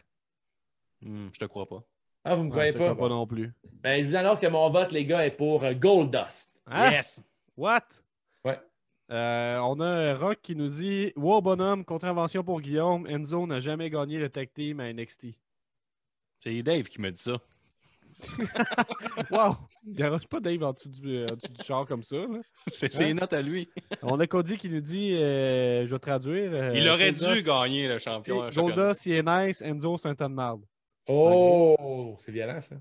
A: Hmm, je te crois pas.
D: Ah, vous me
E: Ouais,
D: croyez
E: je
D: pas?
E: crois pas non plus.
D: Ben, je vous annonce que mon vote, les gars, est pour euh, Goldust.
E: Hein?
A: Yes!
E: What?
D: Ouais.
E: Euh, on a Rock qui nous dit Wow, bonhomme, contravention pour Guillaume. Enzo n'a jamais gagné le tag team à NXT.
A: C'est Dave qui me dit ça.
E: Wow! Garoche pas Dave en dessous du, euh, en dessous du char comme ça. là.
A: C'est
D: Hein?
A: ses notes à lui.
E: On a Cody qui nous dit euh, Je vais traduire. euh,
A: Il aurait dû
E: Goldust-
A: gagner le champion. le championnat.
E: Goldust, il est nice. Enzo, c'est un tas de marde.
D: Oh, c'est violent, ça.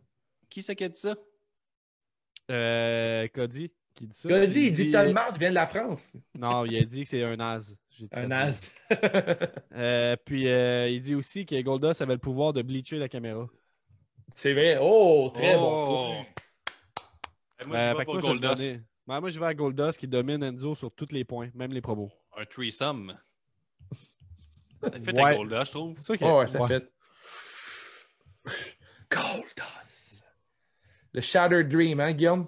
A: Qui c'est qui a dit ça?
E: Euh, Cody qui dit ça.
D: Cody, il dit tellement, tu viens de la France.
E: Non, il a dit que c'est un naze. J'ai
D: Un
E: traduit.
D: as.
E: Euh, puis euh, il dit aussi que Goldust avait le pouvoir de bleacher la caméra.
D: c'est vrai. Oh, très
A: Oh!
D: bon.
A: Eh, Moi,
E: Euh,
A: je
E: fait
A: vais
E: que
A: pour
E: moi, je vais
A: Goldust.
E: le donner. Ouais, moi, je vais à Goldust qui domine Enzo sur tous les points, même les promos.
A: Un threesome. Ça fait
E: Ouais.
A: à Goldust, je trouve.
E: C'est sûr que-
D: Oh, ouais, ça
E: ouais.
D: fait. Goldust. Le Shattered Dream, hein, Guillaume?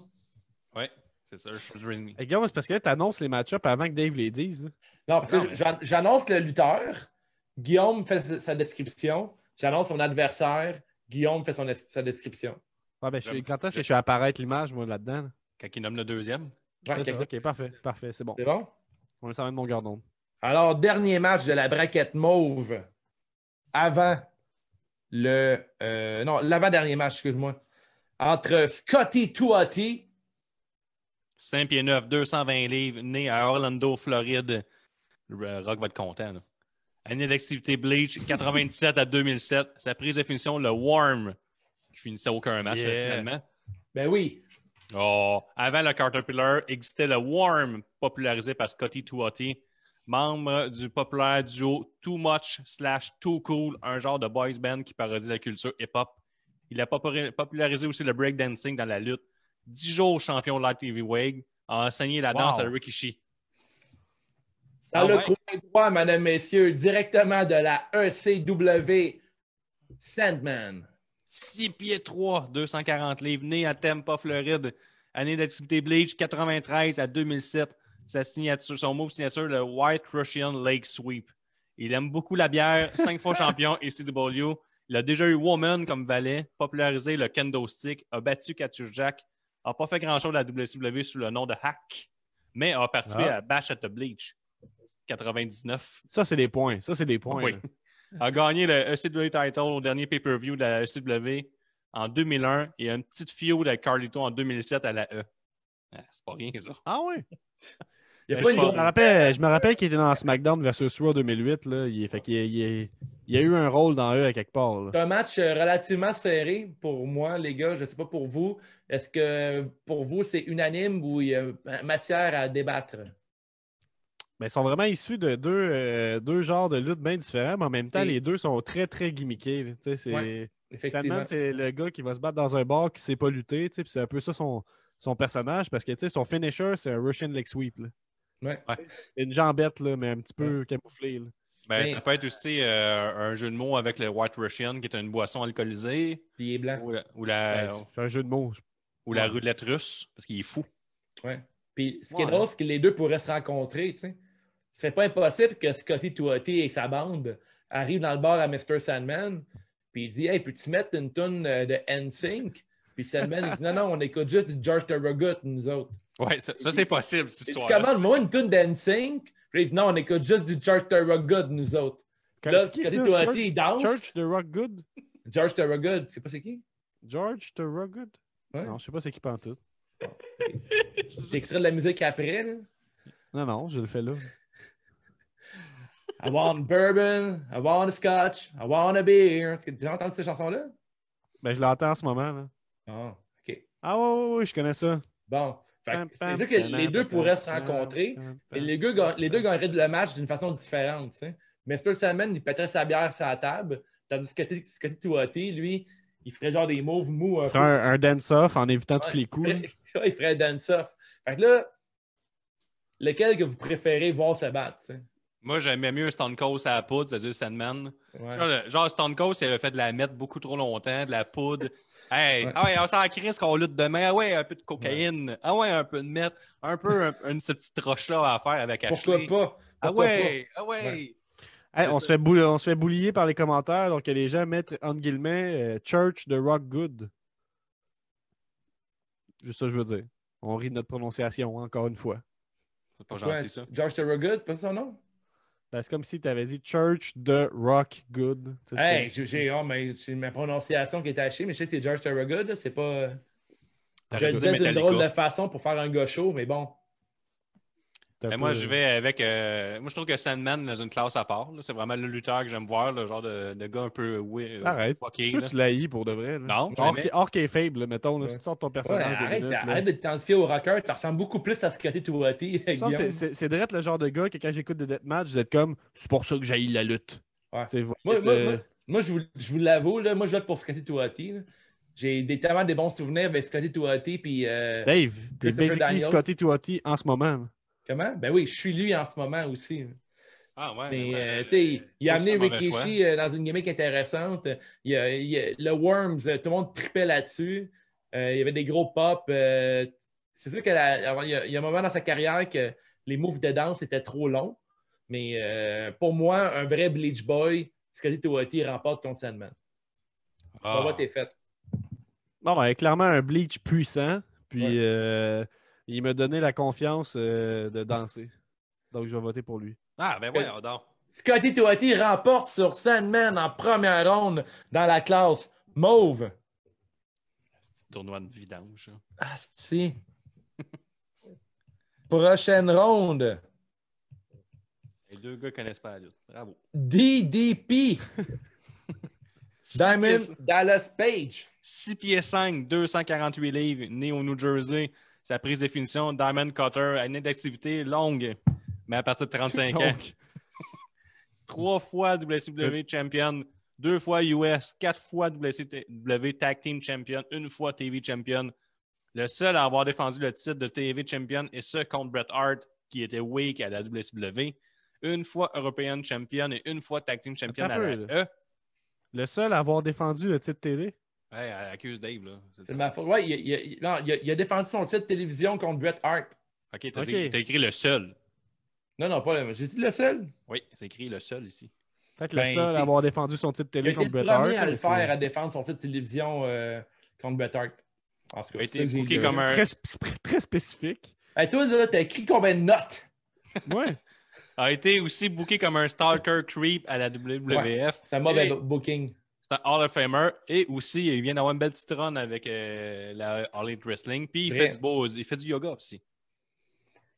A: Ouais, c'est ça. Je suis dreaming.
E: Eh, Guillaume, c'est parce que là, t'annonces les match-ups avant que Dave les dise. là.
D: Non, parce que
A: Non, mais-
D: j'an- j'annonce le lutteur, Guillaume fait sa- sa description, j'annonce son adversaire, Guillaume fait son es- sa description.
E: Ouais, ben, je suis-
A: J'aime-
E: quand est-ce que
A: j'aime.
E: je suis apparaître l'image, moi, là-dedans? là?
A: Quand il nomme le deuxième.
D: Ouais,
E: C'est ça,
D: quelque-
E: ok, parfait, parfait, c'est bon.
D: C'est bon?
E: On est sur la même longueur d'onde.
D: Alors, dernier match de la braquette mauve avant le. euh, non, l'avant-dernier match, excuse-moi. Entre Scotty Tuati,
A: 5 pieds 9, 220 livres, né à Orlando, Floride. Le Rock va être content. là. Année d'activité Bleach, 97 à 2007. Sa prise de finition, le Worm, qui finissait aucun match
E: Yeah.
A: euh, finalement.
D: ben oui,
A: Oh, avant le Caterpillar, existait le Worm, popularisé par Scotty Tuati, membre du populaire duo Too Much slash Too Cool, un genre de boys band qui parodie la culture hip-hop. Il a popori- popularisé aussi le breakdancing dans la lutte. Dix jours champion Light Heavyweight, a enseigné la
E: Wow.
A: danse à Rikishi.
D: dans
A: Ah
D: le
A: ouais?
D: coin droit, mesdames, messieurs, directement de la ECW Sandman.
A: 6 pieds 3, 240 livres, né à Tampa, Floride. Année d'activité Bleach, 93 à 2007. sa signature, son move signature, le White Russian Lake Sweep. Il aime beaucoup la bière, cinq fois champion ECW. Il a déjà eu Woman comme valet, popularisé le kendo stick, a battu Cactus Jack, a pas fait grand-chose à la WCW sous le nom de Hack, mais a participé
E: Ah.
A: à Bash at the Bleach 99.
E: Ça, c'est des points. Ça, c'est des points.
A: Oui.
E: là.
A: A gagné le ECW title au dernier pay-per-view de la ECW en 2001 et une petite feud avec Carlito en 2007 à la E. Ah, C'est pas rien, ça.
E: Ah ouais.
D: Il n'y a
A: Je
D: pas une
E: Je
A: pense-
D: grosse-
E: me rappelle, je me rappelle qu'il était dans SmackDown versus Raw 2008. Là. Il, fait qu'il- il, il- il a eu un rôle dans eux à quelque part. là.
D: C'est un match euh, relativement serré pour moi, les gars. Je ne sais pas pour vous. Est-ce que pour vous, c'est unanime ou il y a matière à débattre?
E: Mais ils sont vraiment issus de deux, euh, deux genres de luttes bien différents, mais en même temps,
D: Et-
E: les deux sont très, très gimmickés. là. Tu sais, C'est...
D: Ouais, Effectivement.
E: Tellement, c'est le gars qui va se battre dans un bar qui ne sait pas lutter. tu sais, puis C'est un peu ça son, son personnage parce que tu sais, son finisher, c'est un Russian leg sweep. là.
D: Ouais.
A: Ouais.
E: C'est Une jambette, là, mais un petit peu camouflée. là.
A: Ben,
D: Mais-
A: Ça peut être aussi euh, un jeu de mots avec le White Russian, qui est une boisson alcoolisée,
D: Puis il est blanc.
A: ou la, ou la,
E: Ouais, c'est un jeu de mots.
A: ou la roulette russe, parce qu'il est fou.
D: Puis ce qui est
E: Ouais.
D: drôle, c'est que les deux pourraient se rencontrer. tu sais. Ce serait pas impossible que Scotty Tuati et sa bande arrivent dans le bar à Mr. Sandman. Puis il dit Hey, peux-tu mettre une tonne de NSYNC Puis Sandman, il dit Non, non, on écoute juste du George Thorogood, nous autres.
A: Ouais, ça, ça, c'est possible, cette
D: Il dit
A: histoire.
D: Commande, moi, une tonne d'NSYNC. Puis il dit Non, on écoute juste du George Thorogood, nous autres. Là,
E: Qui
D: Scotty
E: ça,
D: Tuati,
E: Church,
D: il danse.
E: Church the Rock Good?
D: George Thorogood, tu sais pas c'est qui
E: George the Rock Good?
D: Ouais.
E: Non, je sais pas c'est qui pantoute.
D: C'est extrait de la musique après. Là.
E: Non, non, je le fais là. Ah.
D: I want bourbon, I want a scotch, I want a beer. Est-ce que tu as entendu cette chanson-là
E: Ben, je l'entends en ce moment. là.
D: Ah, OK.
E: Ah ouais, ouais, ouais, je connais ça.
D: Bon. Fait que
E: Pam,
D: C'est
E: pam,
D: sûr que les
E: pam,
D: deux
E: pam,
D: pourraient se
E: pam,
D: rencontrer.
E: pam,
D: Et
E: pam.
D: les, gars ga- les deux gagneraient le match d'une façon différente. tu sais. Mais Stuart Salmon, il pèterait sa bière sur la table, tandis que T- Scotty Tuati, lui, il ferait genre des moves mous. un
E: Faire
D: peu.
E: un, un dance-off en évitant
D: Ouais,
E: tous les coups.
D: Il ferait, il ferait dance-off. Fait que là, lequel que vous préférez voir se battre? tu sais?
A: Moi, j'aimais mieux Stone Cold à la poudre, c'est-à-dire Sandman.
D: Ouais.
A: Genre, le- genre, Stone Cold, il avait fait de la mette beaucoup trop longtemps, de la poudre. Hey,
D: Ouais.
A: ah ouais, on s'en crise qu'on lutte demain. Ah ouais, un peu de cocaïne. Ah ouais, un peu de meth. Un peu, un- une cette petite roche-là à faire avec
D: Pourquoi
A: Ashley.
D: pas?
A: Ah
D: Pourquoi
A: ouais, ah ouais.
D: Ouais.
E: Hey,
A: C'est
E: on, se fait bouli- on se fait boulier par les commentaires alors que les gens mettent entre guillemets euh, Church de Rock Good. Juste ça que je veux dire. On rit de notre prononciation, hein, encore une fois.
A: C'est pas
D: pas? Ouais,
A: gentil, ça.
D: George Thorogood, c'est pas son nom?
E: Ben, c'est comme si tu avais dit Church de Rock Good. Tu sais, c'est
D: Hey,
E: comme-
D: j'ai- j'ai oh, mais c'est ma prononciation qui est hachée, mais je sais que c'est George Thorogood, là, c'est pas. euh, Je
A: T'aurais
D: le
A: dû
D: disais d'une
A: Metallica.
D: drôle de façon pour faire un gars chaud, mais bon.
A: Ben,
E: t'as pas-
A: moi, je vais avec. euh, moi, je trouve que Sandman dans une classe à part. là. C'est vraiment le lutteur que j'aime voir, le genre de, de gars un peu. Oui, euh,
E: Arrête. Je suis sûr que tu l'as haï pour de vrai. là.
A: Non,
E: Or
A: jamais.
E: qu'il- Or qu'il est faible, là, mettons. Là, Si tu sors ton
D: Ouais,
E: personnage. de
D: arrête,
E: minute, là.
D: arrête de t'identifier au rocker, tu ressembles beaucoup plus à Scotty Tuati.
E: Il me semble que c'est-
D: Guillaume.
E: C'est c'est direct le genre de gars que quand j'écoute des deathmatch, vous êtes comme c'est pour ça que j'haïs la lutte.
D: Ouais.
E: Tu sais, vous euh,
D: Moi,
E: voyez,
D: moi,
E: c'est-
D: moi- moi, je vous, je vous l'avoue, là, moi je vote pour Scotty Tuati. là. J'ai des, tellement des bons souvenirs avec Scotty Tuati, puis euh,
A: Ben
E: Dave, t'es
D: Christopher
E: basically
D: Daniels.
E: Scotty Tuati en ce moment. là.
D: comment? Ben oui, je suis lui en ce moment aussi.
A: Ah ouais.
D: Mais,
A: ouais,
D: euh,
A: ouais.
D: tu sais, il
A: Ça,
D: a
A: c'est
D: amené
A: un mauvais choix.
D: Rikishi euh, dans une gimmick intéressante. Il a- il a- le Worms, euh, tout le monde tripait là-dessus. Euh, il y avait des gros pop. euh, c'est sûr qu'il y, a il y a un moment dans sa carrière que les moves de danse étaient trop longs. Mais euh, pour moi, un vrai Bleach Boy, Scotty Towati remporte contre Sandman.
A: Ah.
D: Pour moi, t'es fait.
E: Non, ben, clairement un bleach puissant. Puis
D: Ouais.
E: euh, il m'a donné la confiance euh, de danser. Donc je vais voter pour lui.
A: Ah, ben ouais, on dort.
D: Scotty Towati remporte sur Sandman en première ronde dans la classe Mauve.
A: Petit tournoi de vidange. là.
D: Ah, si. Prochaine ronde.
A: Les deux gars connaissent pas la lutte. Bravo.
D: DDP, Diamond
A: Six pieds-
D: Dallas Page.
A: 6 pieds 5, 248 livres, né au New Jersey. Sa prise de finition, Diamond Cutter, année d'activité longue, mais à partir de 35 ans.
E: Donc,
A: Trois fois WCW Champion, deux fois US, quatre fois WCW Tag Team Champion, une fois TV Champion. Le seul à avoir défendu le titre de TV Champion, et ce contre Bret Hart, qui était weak à la WCW. Une fois European Champion et une fois Tag Team Champion
E: Attends
A: à la
E: un peu, là.
A: E.
E: le seul à avoir défendu le titre télé.
A: Hey, elle accuse Dave, là.
D: C'est ma faute. Ouais, il, il- il- non, il a, il a défendu son titre de télévision contre Bret Hart.
A: OK, t'as
E: Ok.
A: dit- t'as écrit le seul.
D: Non, non, pas le. J'ai dit le seul.
A: Oui, c'est écrit le seul ici.
E: Peut-être
D: Ben,
E: le seul
D: c'est-
E: à avoir défendu son titre
D: Il a
E: télé
D: été
E: contre
D: le
E: Bret
D: premier
E: Hart.
D: à le
E: mais c'est-
D: faire, à défendre son titre de télévision euh, contre Bret Hart. En tout cas,
A: Il a
D: c'est ça
A: été
D: que j'ai
A: booké
D: dit.
A: comme un.
E: Très, sp- très spécifique.
D: Hey, toi, là, t'as écrit combien de notes?
E: Ouais.
A: A été aussi booké comme un Stalker Creep à la WWF.
D: C'est un mauvais
A: Et-
D: bo- booking.
A: C'est un Hall of Famer. Et aussi, il vient d'avoir une belle petite run avec euh, la All Elite Wrestling. Puis il
D: Vrai.
A: fait, du beau, il fait du yoga aussi.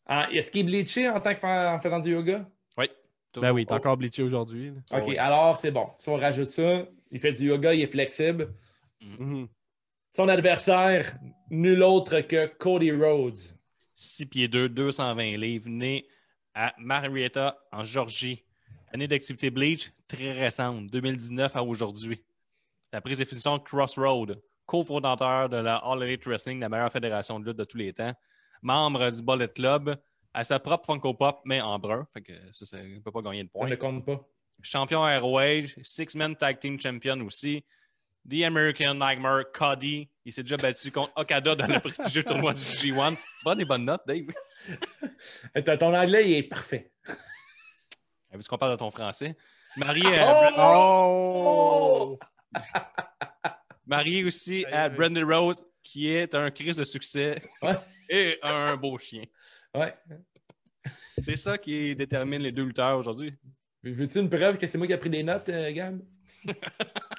D: Ah, Est-ce qu'il est bleaché en tant que fa- en faisant du yoga?
E: Ben oui, t'es encore bleaché aujourd'hui. là.
D: OK,
A: oui.
D: alors c'est bon. Si on rajoute ça, il fait du yoga, il est flexible.
A: Mm.
E: Mhm.
D: Son adversaire, nul autre que Cody Rhodes.
A: 6 pieds 2, 220 livres, né à Marietta, en Georgie. Année d'activité Bleach, très récente, 2019 à aujourd'hui. La prise de définition Crossroad, cofondateur de la All Elite Wrestling, la meilleure fédération de lutte de tous les temps, membre du Bullet Club, à sa propre Funko Pop, mais en brun. Fait que ça, ça ne peut pas gagner de
D: On
A: points.
D: ne compte pas.
A: Champion Airwage, Six-Man Tag Team Champion aussi. The American Nightmare, Cody. Il s'est déjà battu contre Okada dans le prestigieux tournoi du G1. C'est pas des bonnes notes, Dave.
D: Euh, Ton ton anglais, il est parfait.
A: Ah, Vu qu'on parle de ton français. euh, Marié, à Bre-
D: Oh!
E: Oh!
A: marié aussi
E: Aïe,
A: à
E: aïe.
A: Brendan Rose, qui est un crise de succès
D: Ouais.
A: et un beau chien.
D: Ouais.
A: C'est ça qui détermine les deux lutteurs aujourd'hui.
D: Veux- Veux-tu une preuve que c'est moi qui ai pris des notes, euh, Gab?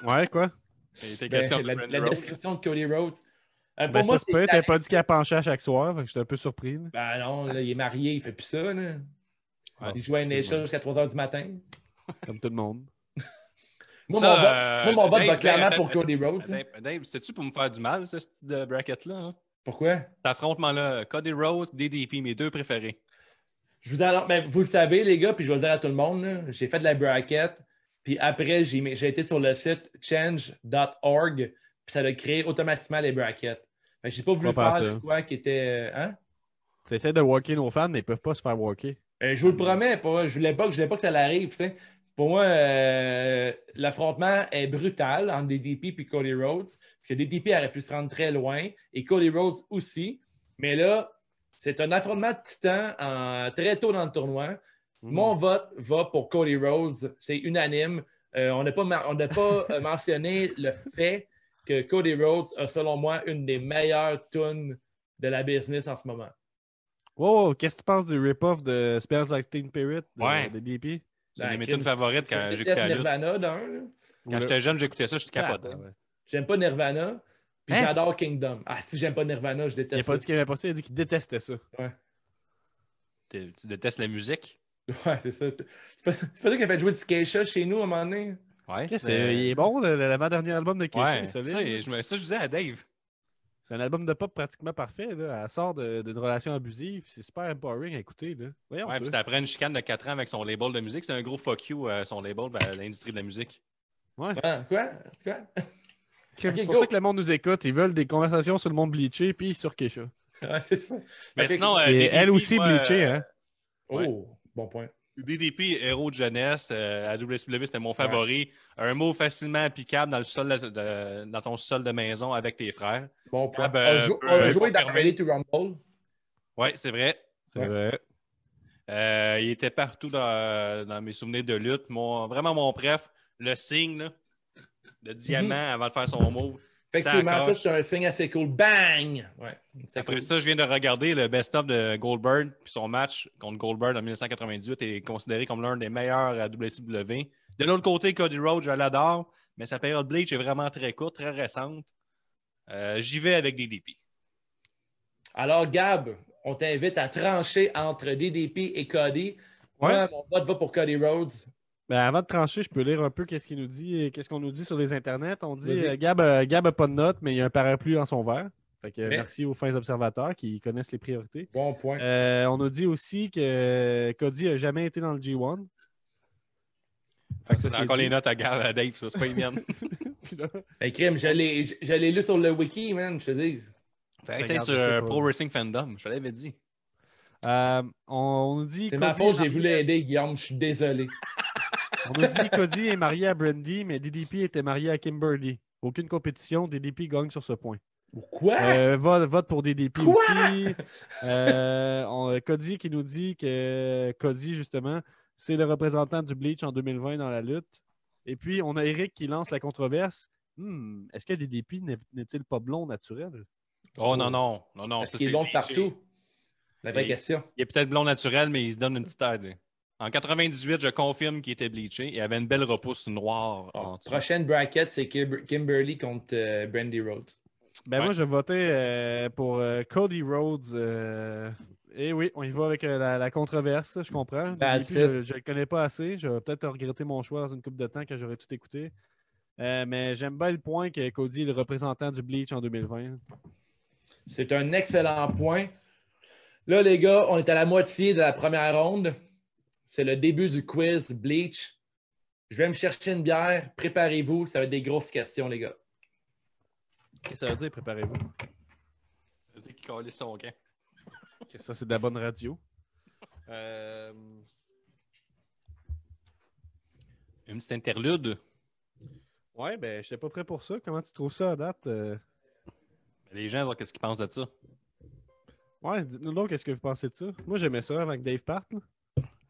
E: Ouais, quoi?
A: Il était
D: Ben,
A: question de
D: la,
A: Brendan
D: la
A: Rose.
D: description de Cody Rhodes. Euh, pour
E: Ben,
D: moi,
E: moi,
D: c'est
E: c'est pas,
D: la-
E: t'as pas dit qu'elle penchait à chaque soir, fait que j'étais un peu surpris. là.
D: Ben non, là, il est marié, il fait plus ça. là.
A: Ouais,
D: il joue à NHL
E: excuse-moi.
D: jusqu'à 3 h du matin.
E: Comme tout le monde.
D: Moi,
A: Ça,
D: mon vote,
A: euh, ben,
D: moi, mon vote
A: Dave,
D: va clairement
A: Dave,
D: pour
A: attends,
D: Cody Rhodes. hein.
A: Dave, Dave, c'est-tu pour me faire du mal, ce style de bracket-là? hein?
D: Pourquoi?
A: Cet affrontement-là, Cody Rhodes, DDP, mes deux préférés.
D: Je vous, annonce- ben, vous le savez, les gars, puis je vais le dire à tout le monde, là, j'ai fait de la bracket, puis après, j'ai mis- j'ai été sur le site change.org, puis ça a créé automatiquement les brackets. Fait que j'ai pas voulu
E: Pas par
D: faire
E: ça.
D: de quoi qui était. euh, Hein?
E: T'essaies de walker nos fans, mais ils peuvent pas se faire walker.
D: Euh,
A: Ah,
D: je vous le promets, pour moi, je voulais pas, je voulais pas que ça l'arrive. tu sais. Pour moi, euh, l'affrontement est brutal entre DDP et Cody Rhodes, parce que DDP aurait pu se rendre très loin, et Cody Rhodes aussi. Mais là, c'est un affrontement de titan en- très tôt dans le tournoi.
A: Hmm.
D: Mon vote va pour Cody Rhodes. C'est unanime. Euh, on n'a pas, ma- on n'a pas euh, mentionné le fait que Cody Rhodes a, selon moi, une des meilleures tunes de la business en ce moment.
E: Wow, wow, qu'est-ce que tu penses du rip-off de Spells Like Teen Spirit de,
A: Ouais.
E: de DDP?
A: C'est une de
D: Ben,
A: mes
D: Kim,
A: tunes favorites quand
D: Je
A: j'écoutais
D: déteste
A: la lutte.
D: Nirvana d'un. là.
A: Quand j'étais jeune, j'écoutais ça, je capotais.
E: Ah, ouais.
D: J'aime pas Nirvana. Puis
A: Hein?
D: j'adore Kingdom. Ah, si j'aime pas Nirvana, je
E: Il a
D: déteste
E: pas dit qu'il aimait pas ça, il a dit qu'il détestait ça.
A: T'es- Tu détestes la musique?
D: ça. Ouais, c'est ça. C'est pas, c'est pas ça qu'il a fait jouer du Keisha chez nous à un moment donné.
A: Ouais.
E: Qu'est-ce que-
A: mais-
E: euh, Il est bon, le- le- l'avant-dernier album de Kesha,
A: Ouais,
E: il est
A: ça,
E: solide.
A: je, me- ça, je disais à Dave.
E: C'est un album de pop pratiquement parfait. Là. Elle sort de- d'une relation abusive. C'est super empowering à écouter. Là. Voyons.
A: Ouais,
E: Ah, toi.
A: puis c'était après une chicane de 4 ans avec son label de musique. C'est un gros fuck you, euh, son label, ben, à l'industrie de la musique.
D: Hein, quoi? Quoi?
E: Crime, c'est
D: Ok,
E: pour
D: go.
E: ça que le monde nous écoute. Ils veulent des conversations sur le monde bleaché puis sur Kesha.
D: Ouais, c'est ça.
A: Mais
D: Fait que-
A: sinon, euh,
E: Et
A: DDP,
E: elle aussi
A: moi,
E: bleachée.
A: euh,
E: Hein?
D: Oh,
A: ouais.
D: bon point.
A: DDP, héros de jeunesse, euh, à WSW, c'était mon favori. Un mot facilement applicable dans, le sol de- de- dans ton sol de maison avec tes frères.
D: Bon point.
A: Ah, ben,
D: on, jou-
A: peut-
D: on a joué dans
A: confirmer.
D: Ready to Rumble.
A: Ouais, c'est vrai.
E: C'est
D: Ouais.
E: vrai.
A: Euh, il était partout dans, dans mes souvenirs de lutte. Mon, vraiment mon préf, le signe, là, le diamant avant de faire son move.
D: Effectivement,
A: Ça
D: ça, c'est un signe assez cool. Bang! Ouais. C'est
A: Après
D: cool.
A: ça, je viens de regarder le best-of de Goldberg, puis son match contre Goldberg en 1998 est considéré comme l'un des meilleurs à WCW. De l'autre côté, Cody Rhodes, je l'adore, mais sa période Bleach est vraiment très courte, très récente. Euh, J'y vais avec DDP.
D: Alors, Gab, on t'invite à trancher entre DDP et Cody.
E: Ouais.
D: Moi, mon vote va pour Cody Rhodes.
E: Ben, avant de trancher, je peux lire un peu qu'est-ce qu'il nous dit, et qu'est-ce qu'on nous dit sur les internets. On dit
D: Vas-y.
E: euh, Gab, euh, Gab a pas de notes, mais il y a un parapluie dans son verre. Fait que, euh,
D: Mais-
E: merci aux fins observateurs qui connaissent les priorités.
D: Bon point.
E: Euh, on nous dit aussi que euh, Cody a jamais été dans le G1.
A: Fait que
E: ça,
A: ça, c'est
E: c'est
A: encore
E: dit.
A: les notes à, Gav- à Dave, ça, c'est pas les miennes.
E: Puis là,
D: Ben, crime,
E: euh,
D: je l'ai je- je l'ai lu sur le wiki, man, je te dis.
A: Fait que
E: Regarde,
A: t'es sur
E: je sais
A: euh,
E: pas.
A: Pro Wrestling Fandom, je te l'avais dit.
E: euh, on, on nous dit
D: C'est ma
E: Cody
D: faute,
E: est
D: j'ai
E: marié-
D: voulu aider Guillaume, je suis désolé.
E: On nous dit Cody est marié à Brandy, mais DDP était marié à Kimberly. Aucune compétition, DDP gagne sur ce point.
D: Pourquoi?
E: Euh, vote, vote pour DDP
D: Quoi?
E: aussi. Euh, on- Cody qui nous dit que Cody, justement, c'est le représentant du Bleach en 2020 dans la lutte. Et puis, on a Eric qui lance la controverse. Hmm, Est-ce que DDP n'est- n'est-il pas blond naturel?
A: Oh non, non, non, non.
D: Parce
A: ça,
D: qu'il est
A: c'est
D: long
A: léger.
D: partout. La vraie
A: Et-
D: question.
A: Il est peut-être blond naturel, mais il se donne une petite aide. En 98, je confirme qu'il était bleaché et avait une belle repousse noire.
D: Oh,
A: en dessous.
D: Prochaine bracket, c'est Kim- Kimberly contre euh, Brandy Rhodes.
E: Ben
A: Ouais.
E: moi, je votais euh, pour euh, Cody Rhodes. Et oui, on y va avec euh, la, la controverse, je comprends.
D: That's
E: DDP, je- je ne le connais pas assez. Je vais peut-être regretter mon choix dans une coupe de temps quand j'aurai tout écouté. Euh, mais j'aime bien le point que Cody est le représentant du Bleach en 2020.
D: C'est un excellent point. Là, les gars, on est à la moitié de la première ronde. C'est le début du quiz Bleach. Je vais me chercher une bière. Préparez-vous. Ça va être des grosses questions, les gars.
E: Qu'est-ce que ça veut dire, préparez-vous?
A: Ça veut dire qu'il collait son camp.
E: Ok, Ça, c'est de la bonne radio. Euh,
A: Une petite interlude.
E: Ouais, ben, je n'étais pas prêt pour ça. Comment tu trouves ça à date? euh?
A: Les gens, alors, qu'est-ce qu'ils pensent de ça?
E: Ouais, dites-nous donc, qu'est-ce que vous pensez de ça? Moi, j'aimais ça avant que Dave parte. là.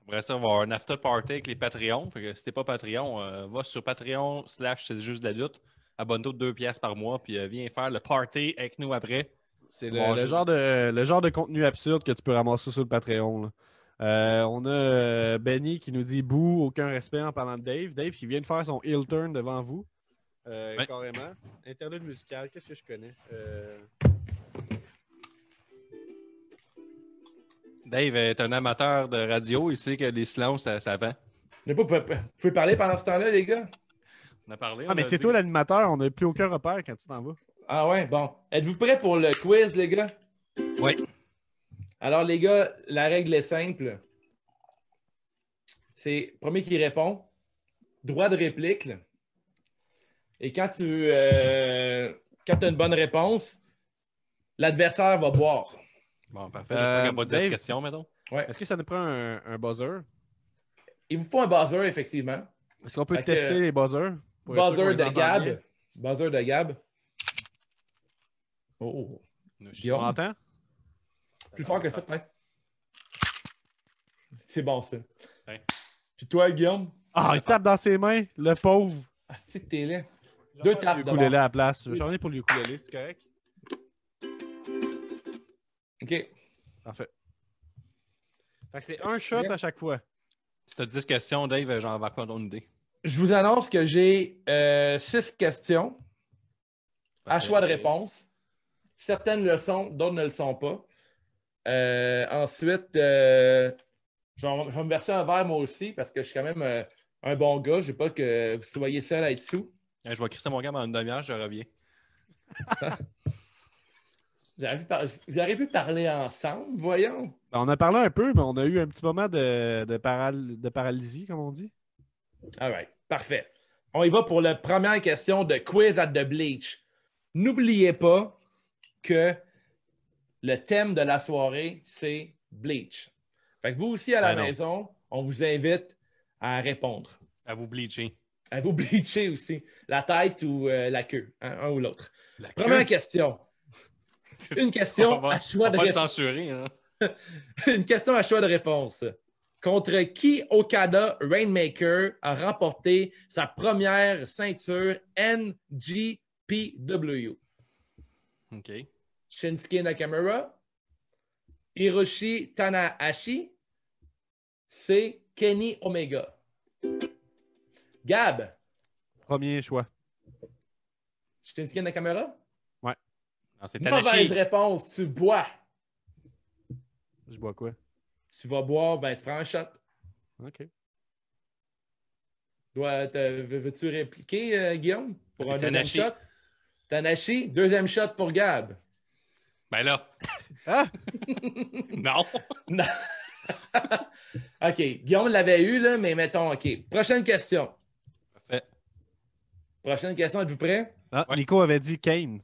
A: Après ça, on va avoir un after party avec les Patreons. Fait que si t'es pas Patreon, euh, va sur Patreon slash c'est juste de la lutte. Abonne-toi de 2 piastres par mois, puis euh, viens faire le party avec nous après.
E: C'est le,
A: Bon,
E: le
A: je-
E: genre de, le genre de contenu absurde que tu peux ramasser sur le Patreon. là. Euh, on a euh, Benny qui nous dit bouh, aucun respect en parlant de Dave. Dave qui vient de faire son heel turn devant vous. Euh,
A: Ouais.
E: Carrément. Interlude musical, qu'est-ce que je connais? Euh,
A: Dave est un amateur de radio, il sait que les silences, ça, ça vend.
D: Mais pas- Vous pouvez parler pendant ce temps-là, les gars?
A: On a parlé.
E: Ah,
A: on
E: mais
A: a
E: c'est
A: dit-
E: toi l'animateur, on n'a plus aucun repère quand tu t'en vas.
D: Ah ouais, bon. Êtes-vous prêts pour le quiz, les gars?
A: Oui.
D: Alors, les gars, la règle est simple. C'est premier qui répond, droit de réplique. là. Et quand tu as une bonne réponse, l'adversaire va boire.
A: Bon, parfait. J'espère qu'il n'y a pas
E: Euh,
A: 10
E: Dave-
A: questions, mettons.
E: Est-ce que ça nous prend un, un buzzer?
D: Il vous faut un buzzer, effectivement.
E: Est-ce qu'on peut
D: Fait que-
E: tester les buzzers? pour être sûr qu'on
D: Buzzer
E: les
D: de
E: entend bien?
D: Gab. Buzzer de Gab. Oh,
E: On
D: Guillaume,
E: l'entend?
D: plus fort que ça, peut-être. C'est bon, ça.
A: Ouais.
D: Puis toi, Guillaume?
E: Ah, il tape dans ses mains, le pauvre.
D: Ah, c'est que t'es laid. Deux tapes
E: Le
D: de bord.
E: ukulélé à la place. J'en ai pour le ukulélé, c'est correct?
D: OK.
E: Parfait. Fait que c'est un shot à chaque fois.
A: Si t'as 10 questions, Dave, j'en vais avoir une idée.
D: Je vous annonce que j'ai euh, six questions à
A: Parfait.
D: choix de réponse. Certaines le sont, d'autres ne le sont pas. Euh, ensuite, euh, je, vais, je vais me verser un verre moi aussi parce que je suis quand même euh, un bon gars. Je ne veux pas que vous soyez seul à être sous.
A: Eh, Je vais crisser mon gars dans une demi-heure, je reviens.
D: Vous avez, pu par- vous auriez pu parler ensemble, voyons.
E: Ben, On a parlé un peu, mais on a eu un petit moment de, de, paral- de paralysie, comme on dit.
D: All right. Parfait. On y va pour la première question de Quiz at the Bleach. N'oubliez pas que le thème de la soirée, c'est Bleach. Fait que vous aussi, à la
A: Ben non.
D: maison, on vous invite à répondre.
A: À vous bleacher.
D: À vous bleacher aussi. La tête ou euh, la queue. hein, un ou l'autre.
A: La queue.
D: Première question. Une question
A: On va-
D: à choix
A: on
D: de
A: va le
D: réponse.
A: censurer. hein.
D: Une question à choix de réponse. Contre qui Okada Rainmaker a remporté sa première ceinture NGPW?
A: OK.
D: Shinsuke Nakamura, Hiroshi Tanahashi, c'est Kenny Omega. Gab,
E: Premier choix.
D: Shinsuke Nakamura?
A: Non, c'est
D: Mauvaise
A: Tanashi.
D: réponse, tu bois.
E: Je bois quoi?
D: Tu vas boire, ben tu prends un shot.
E: OK.
D: Dois- te- veux- Veux-tu répliquer, euh, Guillaume, pour
A: C'est
D: un deuxième
A: Tanahashi.
D: shot? Tanashi, deuxième shot pour Gab.
A: Ben là.
E: Hein?
A: non.
D: OK, Guillaume l'avait eu, là, mais mettons, OK. Prochaine question.
A: Parfait.
D: Prochaine question, êtes-vous prêts?
E: Ah,
A: Ouais.
E: Nico avait dit Kane.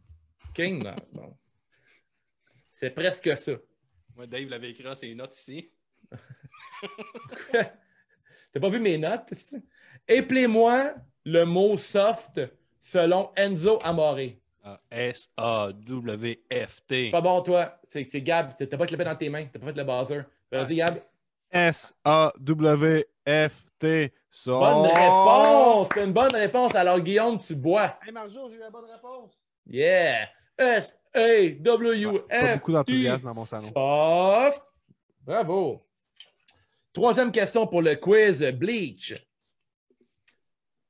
D: King, non, bon. C'est presque ça.
A: Moi, Dave l'avait écrit, c'est une note ici.
D: T'as pas vu mes notes? Épelez-moi le mot soft selon Enzo Amore.
A: S-A-W-F-T.
D: Pas bon, toi. C'est c'est Gab. C'est- T'as pas clippé dans tes mains. T'as pas fait le buzzer.
E: Ah.
D: Vas-y, Gab.
E: S-A-W-F-T. Son...
D: Bonne réponse. C'est une bonne réponse. Alors, Guillaume, tu bois.
E: Hey Marjo, j'ai eu la bonne réponse.
D: Yeah.
E: Pas
D: S-A-W-F.
E: beaucoup d'enthousiasme dans mon salon.
D: Soft. Bravo. Troisième question pour le quiz Bleach.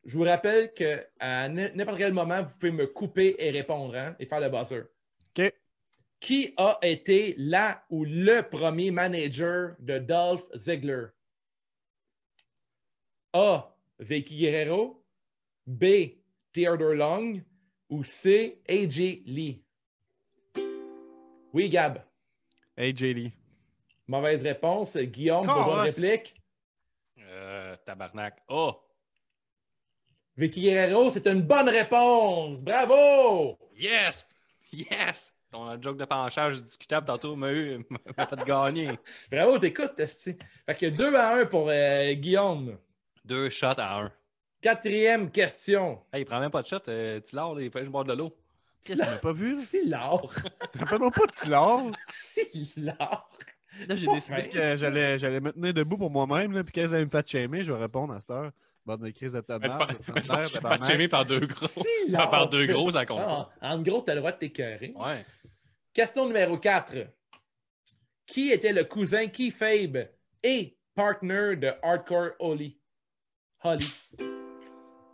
D: Je vous rappelle que à n- n'importe quel moment, vous pouvez me couper et répondre hein, et faire le buzzer.
E: OK.
D: Qui a été la ou le premier manager de Dolph Ziggler? A. Vicky Guerrero. B. Theodore Long. Ou C. AJ Lee? Oui, Gab.
E: Hey, E. J.D.
D: Mauvaise réponse. Guillaume,
E: Carlos.
D: bonne réplique.
A: Euh, tabarnak. Oh,
D: Vicky Guerrero, c'est une bonne réponse. Bravo!
A: yes! Yes! Ton joke de penchage discutable tantôt m'a eu, m'a fait gagner.
D: Bravo, t'écoutes, Testi. Fait que 2 à 1 pour euh, Guillaume.
A: Deux shots à un.
D: Quatrième question.
A: Hey, il prend même pas de shot. Euh, Tillard, là, il fait juste boire de l'eau.
E: Qu'est-ce que t'as pas vu? là?
D: C'est l'or.
E: Rappelle-moi pas de Tillard.
D: C'est l'or.
E: Là, j'ai
D: Pas
E: décidé
D: vrai.
E: que j'allais, j'allais me tenir debout pour moi-même, là, puis qu'elles allaient me faire shamer, je vais répondre à cette heure. Bande de crise de
A: Mais tu
E: tonnerre.
A: pas-
E: de
A: mais tu penses que je
E: tonnerre, de
A: suis pas
E: tonnerre.
A: chumé par deux gros.
D: C'est l'or.
A: Par par deux gros, ça compte.
D: Ah,
A: pas.
D: en gros, t'as le droit de t'écœurer.
A: Ouais.
D: Question numéro 4. Qui était le cousin qui Fabe et partner de Hardcore Holly? Holly.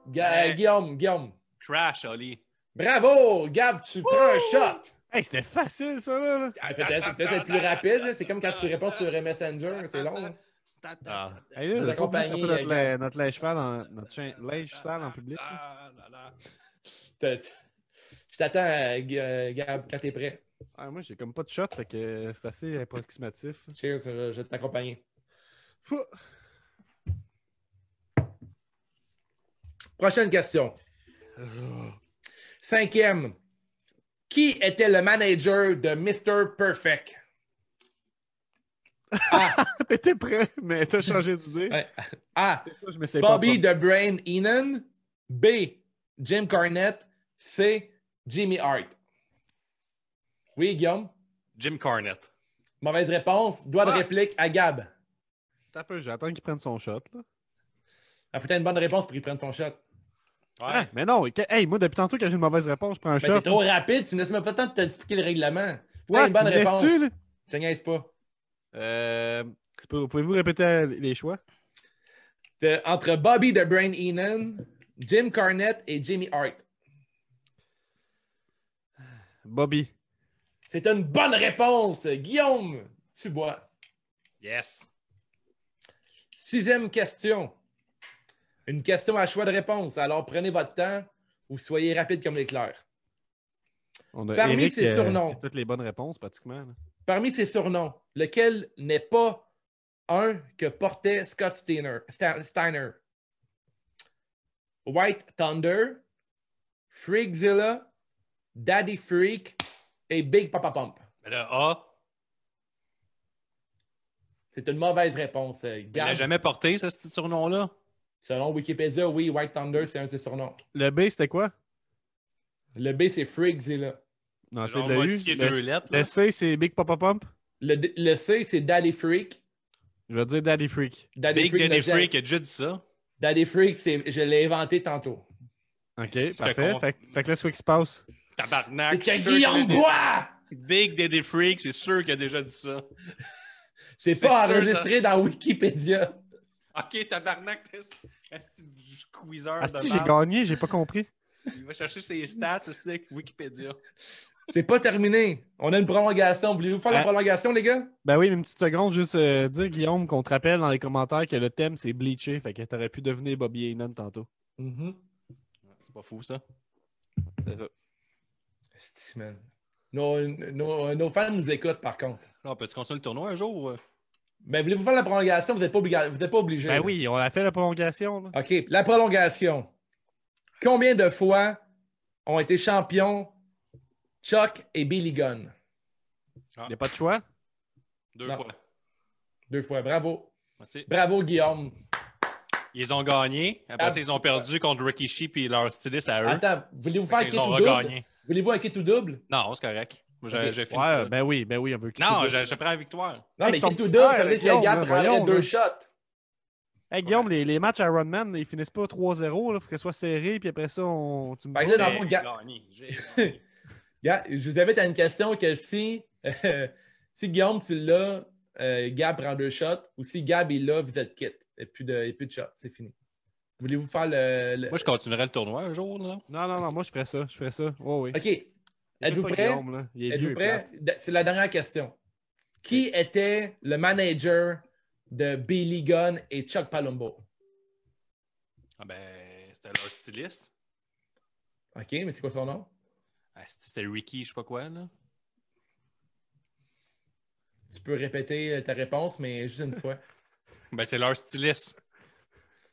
D: Ga-
A: Ouais.
D: euh, Guillaume, Guillaume.
A: Crash, Oli.
D: Bravo! Gab, tu prends un shot!
E: Hey, c'était facile, ça, là. là.
D: Ah, Peut-être peut-être être plus rapide, là. c'est comme quand tu réponds sur Messenger, c'est long. hein.
A: Ah.
E: Hey, là,
D: Je vous
E: j'ai pas oublié de
D: accompagne,
E: sortir notre,
D: euh,
E: la- notre linge sale en, notre chien- linge sale en public. là.
A: Ah, là, là.
D: T'as- Je t'attends, euh, Gu- euh, Gab, quand t'es prêt.
E: Ah, moi, j'ai comme pas de shot, fait que euh, c'est assez approximatif.
D: Cheers, euh, je vais t'accompagner.
E: Ouh.
D: Prochaine question. Cinquième. Qui était le manager de Mr. Perfect?
E: T'étais prêt, mais t'as changé d'idée.
D: Ouais. A.
E: C'est ça, je m'essaie pas.
D: Bobby de Brain Enan. B. Jim Cornette. C. Jimmy Hart. Oui, Guillaume.
A: Jim Carnett.
D: Mauvaise réponse. Doigt de
A: Ah.
D: réplique à Gab.
E: T'as un peu, j'attends qu'il prenne son shot, là.
D: Il faut que t'aies une bonne réponse pour qu'il prenne son shot.
E: Ah,
A: Ouais.
E: mais non, que- hey, moi, depuis tantôt, quand j'ai une mauvaise réponse, je prends un
D: Mais
E: shot.
D: t'es Ben, trop rapide, tu ne laisses même pas le temps de t'expliquer le règlement. Faut que
E: Ouais,
D: t'aies une bonne
E: tu me
D: réponse.
E: laisses-tu, là?
D: Je niaise pas.
E: Euh, pou- Pouvez-vous répéter euh, les choix?
D: De- entre Bobby de Brain Enan, Jim Carnett et Jimmy Hart.
E: Bobby.
D: C'est une bonne réponse. Guillaume, tu bois.
A: Yes.
D: Sixième question. Une question à choix de réponse. Alors prenez votre temps ou soyez rapide comme l'éclair.
E: On a
D: Parmi
E: Eric,
D: ses
E: euh,
D: surnoms.
E: qui a toutes les bonnes réponses, pratiquement. là.
D: Parmi ses surnoms, lequel n'est pas un que portait Scott Steiner? Sta- Steiner? White Thunder, Freakzilla, Daddy Freak et Big Papa Pump.
A: Mais le A,
D: C'est une mauvaise réponse. euh,
A: il l'a
D: Gab.
A: jamais porté, ce petit surnom-là.
D: Selon Wikipédia, oui, White Thunder, c'est un de ses surnoms.
E: Le B, c'était quoi?
D: Le B, c'est Freakzilla.
E: Ah, Non, c'est
A: Genre
E: le
A: modifié
E: U.
A: deux
E: Le,
A: lettres.
E: le
A: là.
E: C, c'est Big Papa Pump.
D: Le, D- le C, c'est Daddy Freak.
E: Je vais dire Daddy Freak.
D: Daddy
A: Big
D: Freak,
A: Daddy
D: n'a jamais-
A: Freak a déjà dit ça.
D: Daddy Freak, c'est- je l'ai inventé tantôt.
A: que
E: OK,
A: je
E: parfait.
A: comprends.
E: Fait, que- fait que là, c'est quoi qui se passe?
D: C'est
A: Tabarnak.
D: que
A: Ah, sûr
D: Guillaume
A: qu'il a-
D: boit!
A: Big Daddy Freak, c'est sûr qu'il a déjà dit ça.
D: C'est
A: C'est
D: pas
A: sûr,
D: enregistré dans Wikipédia.
A: Ok, tabarnak, t'es un petit squeezer. de
E: Asti, Ah, j'ai
A: merde.
E: gagné, j'ai pas compris.
A: Il va chercher ses stats aussi avec Wikipédia.
D: C'est pas terminé. On a une prolongation. Voulez-vous faire la
E: Ah.
D: prolongation, les gars?
E: Ben oui, mais une petite seconde, juste euh, dire, Guillaume, qu'on te rappelle dans les commentaires que le thème, c'est bleaché. Fait que t'aurais pu devenir Bobby Heenan tantôt. Mm-hmm.
A: C'est pas fou, ça.
D: Esti, man. Nos, nos- nos fans nous écoutent, par contre.
A: Là, peut-tu continuer le tournoi un jour? euh?
D: Mais voulez-vous faire la prolongation? Vous n'êtes pas, obliga- vous êtes pas obligé.
E: Ben oui, on a fait la prolongation. là.
D: OK, la prolongation. Combien de fois ont été champions Chuck et Billy Gunn?
E: Y a pas de choix?
A: Deux
D: Non.
A: fois.
D: Deux fois. Bravo.
A: Merci.
D: Bravo, Guillaume.
A: Ils ont gagné. Après
D: Ah,
A: ça, ils ont perdu contre Rikishi puis leur styliste à eux.
E: Ben
D: Attends, voulez-vous
A: Fait
D: faire
A: que
D: qui
A: ils ont
D: tout double?
A: regagné.
D: Voulez-vous un kit ou double?
A: Non, c'est correct. Moi, je,
E: Ok.
A: je filme
E: Ouais,
A: ça.
E: ben oui, ben oui, on veut qu'il
A: non,
E: te-
A: je, je prends la victoire.
D: Non,
E: Hey,
D: mais
E: ton
D: kit ou
E: petit
D: double, ça
E: frère,
D: veut dire que
E: Guillaume,
D: le gars
E: là,
D: prendrait
E: voyons,
D: deux
E: là.
D: shots.
E: Hey, Guillaume, les, les matchs Iron Man, là, ils finissent pas 3-0. Il faut que ce soit serré, puis après ça, on... tu me
D: Fait que
E: dis-
D: Ben, là, dans le
A: J'ai
D: fond, Ga-
A: gagné, j'ai gagné.
D: Ga- je vous invite à une question que si, euh, si Guillaume, tu l'as, euh, Gab prend deux shots, ou si Gab est là, vous êtes quitte. Et plus de, et plus de shots, c'est fini. Voulez-vous faire le. le-
A: Moi, je continuerai le tournoi un jour. Là.
E: Non, non, non, moi, je ferais ça. Je ferais ça. Oh, oui.
D: OK. Êtes-vous
E: Écoute pas
D: prêts?
E: Guillaume, là. Il est vieux,
D: Êtes-vous prêt?
E: plate.
D: Da- C'est la dernière question. Qui était le manager de Billy Gunn et Chuck Palumbo?
A: Ah ben, c'était leur styliste.
D: OK, mais c'est quoi son nom?
A: Ah, c'est- c'était Ricky, je sais pas quoi. Là.
D: Tu peux répéter euh, ta réponse, mais juste une fois.
A: Ben, c'est leur styliste.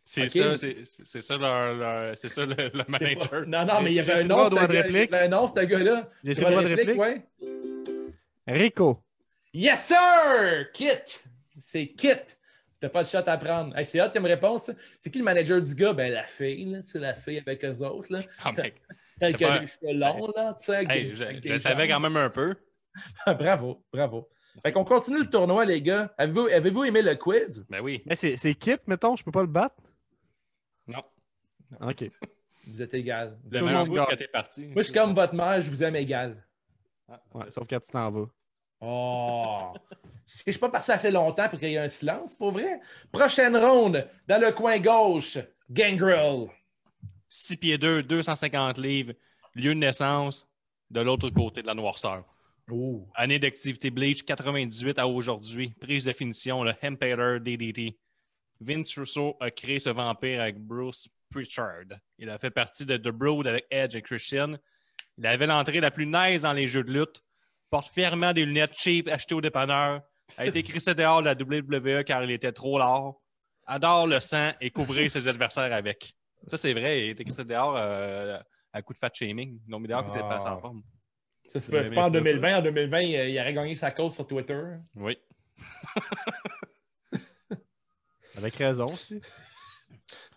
A: C'est
D: Ok.
A: ça, c'est- c'est ça leur, leur- c'est ça le, le
D: C'est
A: manager.
D: pas- Non, non, mais il y avait
E: J'ai
D: un
E: le
D: nom,
E: droit
D: ce
E: au droit de
D: gars-
E: réplique?
D: il y avait un nom, ce gars-là.
E: J'ai
D: Tu
E: le droit de
D: réplique,
E: réplique?
D: ouais?
E: Rico.
D: Yes, sir! Kit! C'est Kit! T'as pas de shot à prendre. Hey, c'est hot, comme réponse. ça. C'est qui le manager du gars? Ben, la fille, là. C'est la fille avec eux autres, là.
A: Ah,
D: Ça-
A: mec.
D: Celle
A: c'est
D: qui a
A: pas-
D: les cheveux longs, là, tu sais. avec
A: Hey,
D: des-
A: je,
D: avec
A: je
D: des
A: le savais
D: jambes.
A: quand même un peu.
D: bravo, bravo. Fait qu'on continue le tournoi, les gars. Avez-vous avez-vous aimé le quiz?
A: Ben oui.
E: Mais Eh, c'est c'est Kip, mettons, je peux pas le battre.
A: Non.
E: OK.
D: Vous êtes égal.
A: Vous
E: le
A: avez un
E: monde
A: bout
E: gagne.
A: quand t'es parti.
D: Moi, je suis comme votre mère, je vous aime égal.
E: Ouais, sauf quand tu t'en vas.
D: Oh! Je suis pas passé assez longtemps pour qu'il y ait un silence, pour vrai. Prochaine ronde, dans le coin gauche, Gangrel.
A: 6 pieds 2, 250 livres, lieu de naissance, de l'autre côté de la noirceur.
D: Oh!
A: Année d'activité Bleach 98 à aujourd'hui. Prise de finition, le Emperor DDT. Vince Russo a créé ce vampire avec Bruce Pritchard. Il a fait partie de The Brood avec Edge et Christian. Il avait l'entrée la plus nice dans les jeux de lutte. Porte fièrement des lunettes cheap achetées au dépanneur. A été crissé dehors de la WWE car il était trop lard. Adore le sang et couvrir ses adversaires avec. Ça, c'est vrai. Il a été crissé dehors euh, à coup de fat shaming. Non, mais dehors, il était pas
D: Ah.
A: en forme.
D: Ça, c'est pas,
A: Mais-
D: c'est pas en
A: mais c'est
D: 2020. En 2020, il, euh, il aurait gagné sa cause sur Twitter.
A: Oui.
E: Avec raison aussi.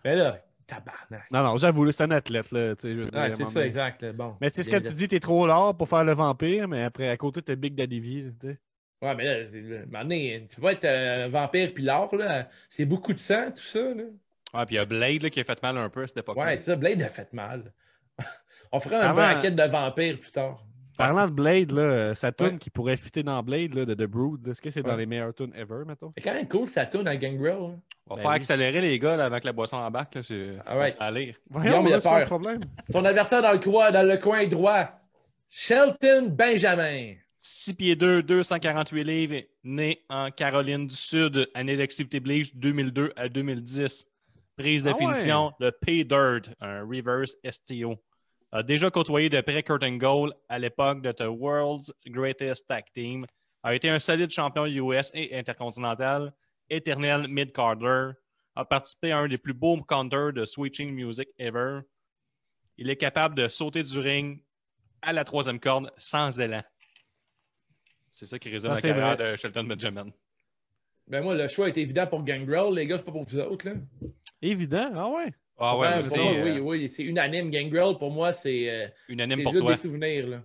D: Mais là, tabarnak.
E: Non, non, j'avoue, là, c'est un athlète, là. tu sais, je veux dire, à un
D: Ouais, c'est
E: moment
D: ça,
E: donné.
D: exact. là. Bon.
E: Mais tu sais ce que
D: Bien
E: tu dis, t'es trop lard pour faire le vampire, mais après, à côté, t'es Big Daddy V, là, tu sais.
D: Ouais, mais là, c'est- là, à un moment donné, tu peux pas être euh, vampire puis l'or, là. C'est beaucoup de sang, tout ça, là.
A: Ouais, Ah, puis il y a Blade là, qui a fait mal un peu à cette époque-là.
D: Ouais, c'est ça, Blade a fait mal. On fera
E: Ça
D: un
E: va.
D: bracket de vampires plus tard.
E: Parlant de Blade, là, euh, sa tune
D: Ouais.
E: qui pourrait fitter dans Blade là, de The Brood, là, est-ce que c'est dans
D: Ouais.
E: les meilleures tunes ever, mettons?
D: C'est quand même cool, ça tourne à Gangrel. hein.
A: On va
E: Ben
A: faire
E: oui.
A: accélérer les gars là, avec la boisson en bac. Là, c'est...
D: Ah ouais.
A: À lire.
E: Voyons,
D: il a
E: là, c'est pas le
D: peur.
E: problème.
D: Son adversaire dans le coin, dans le coin droit, Shelton Benjamin.
A: 6 pieds 2, 248 livres, né en Caroline du Sud, année d'activité Bleach 2002 à 2010. Prise de
E: Ah ouais.
A: finition, le P-Dirt, un reverse STO. A déjà côtoyé de près Curtin Goal à l'époque de The World's Greatest Tag Team. A été un solide champion US et intercontinental, éternel mid-carder. A participé à un des plus beaux counters de Switching Music ever. Il est capable de sauter du ring à la troisième corde sans élan. C'est ça qui résume
E: Ça,
A: la
E: c'est
A: carrière
E: vrai.
A: de Shelton Benjamin.
D: Ben moi, le choix est évident pour Gangrel, les gars, c'est pas pour vous autres, là.
E: Évident, ah ouais.
A: Ah ouais,
D: Enfin,
A: aussi,
D: pour moi,
A: euh,
D: oui, oui, c'est unanime. Gangrel, pour moi, c'est euh, c'est
A: unanime
D: juste
A: pour toi.
D: des souvenirs, là.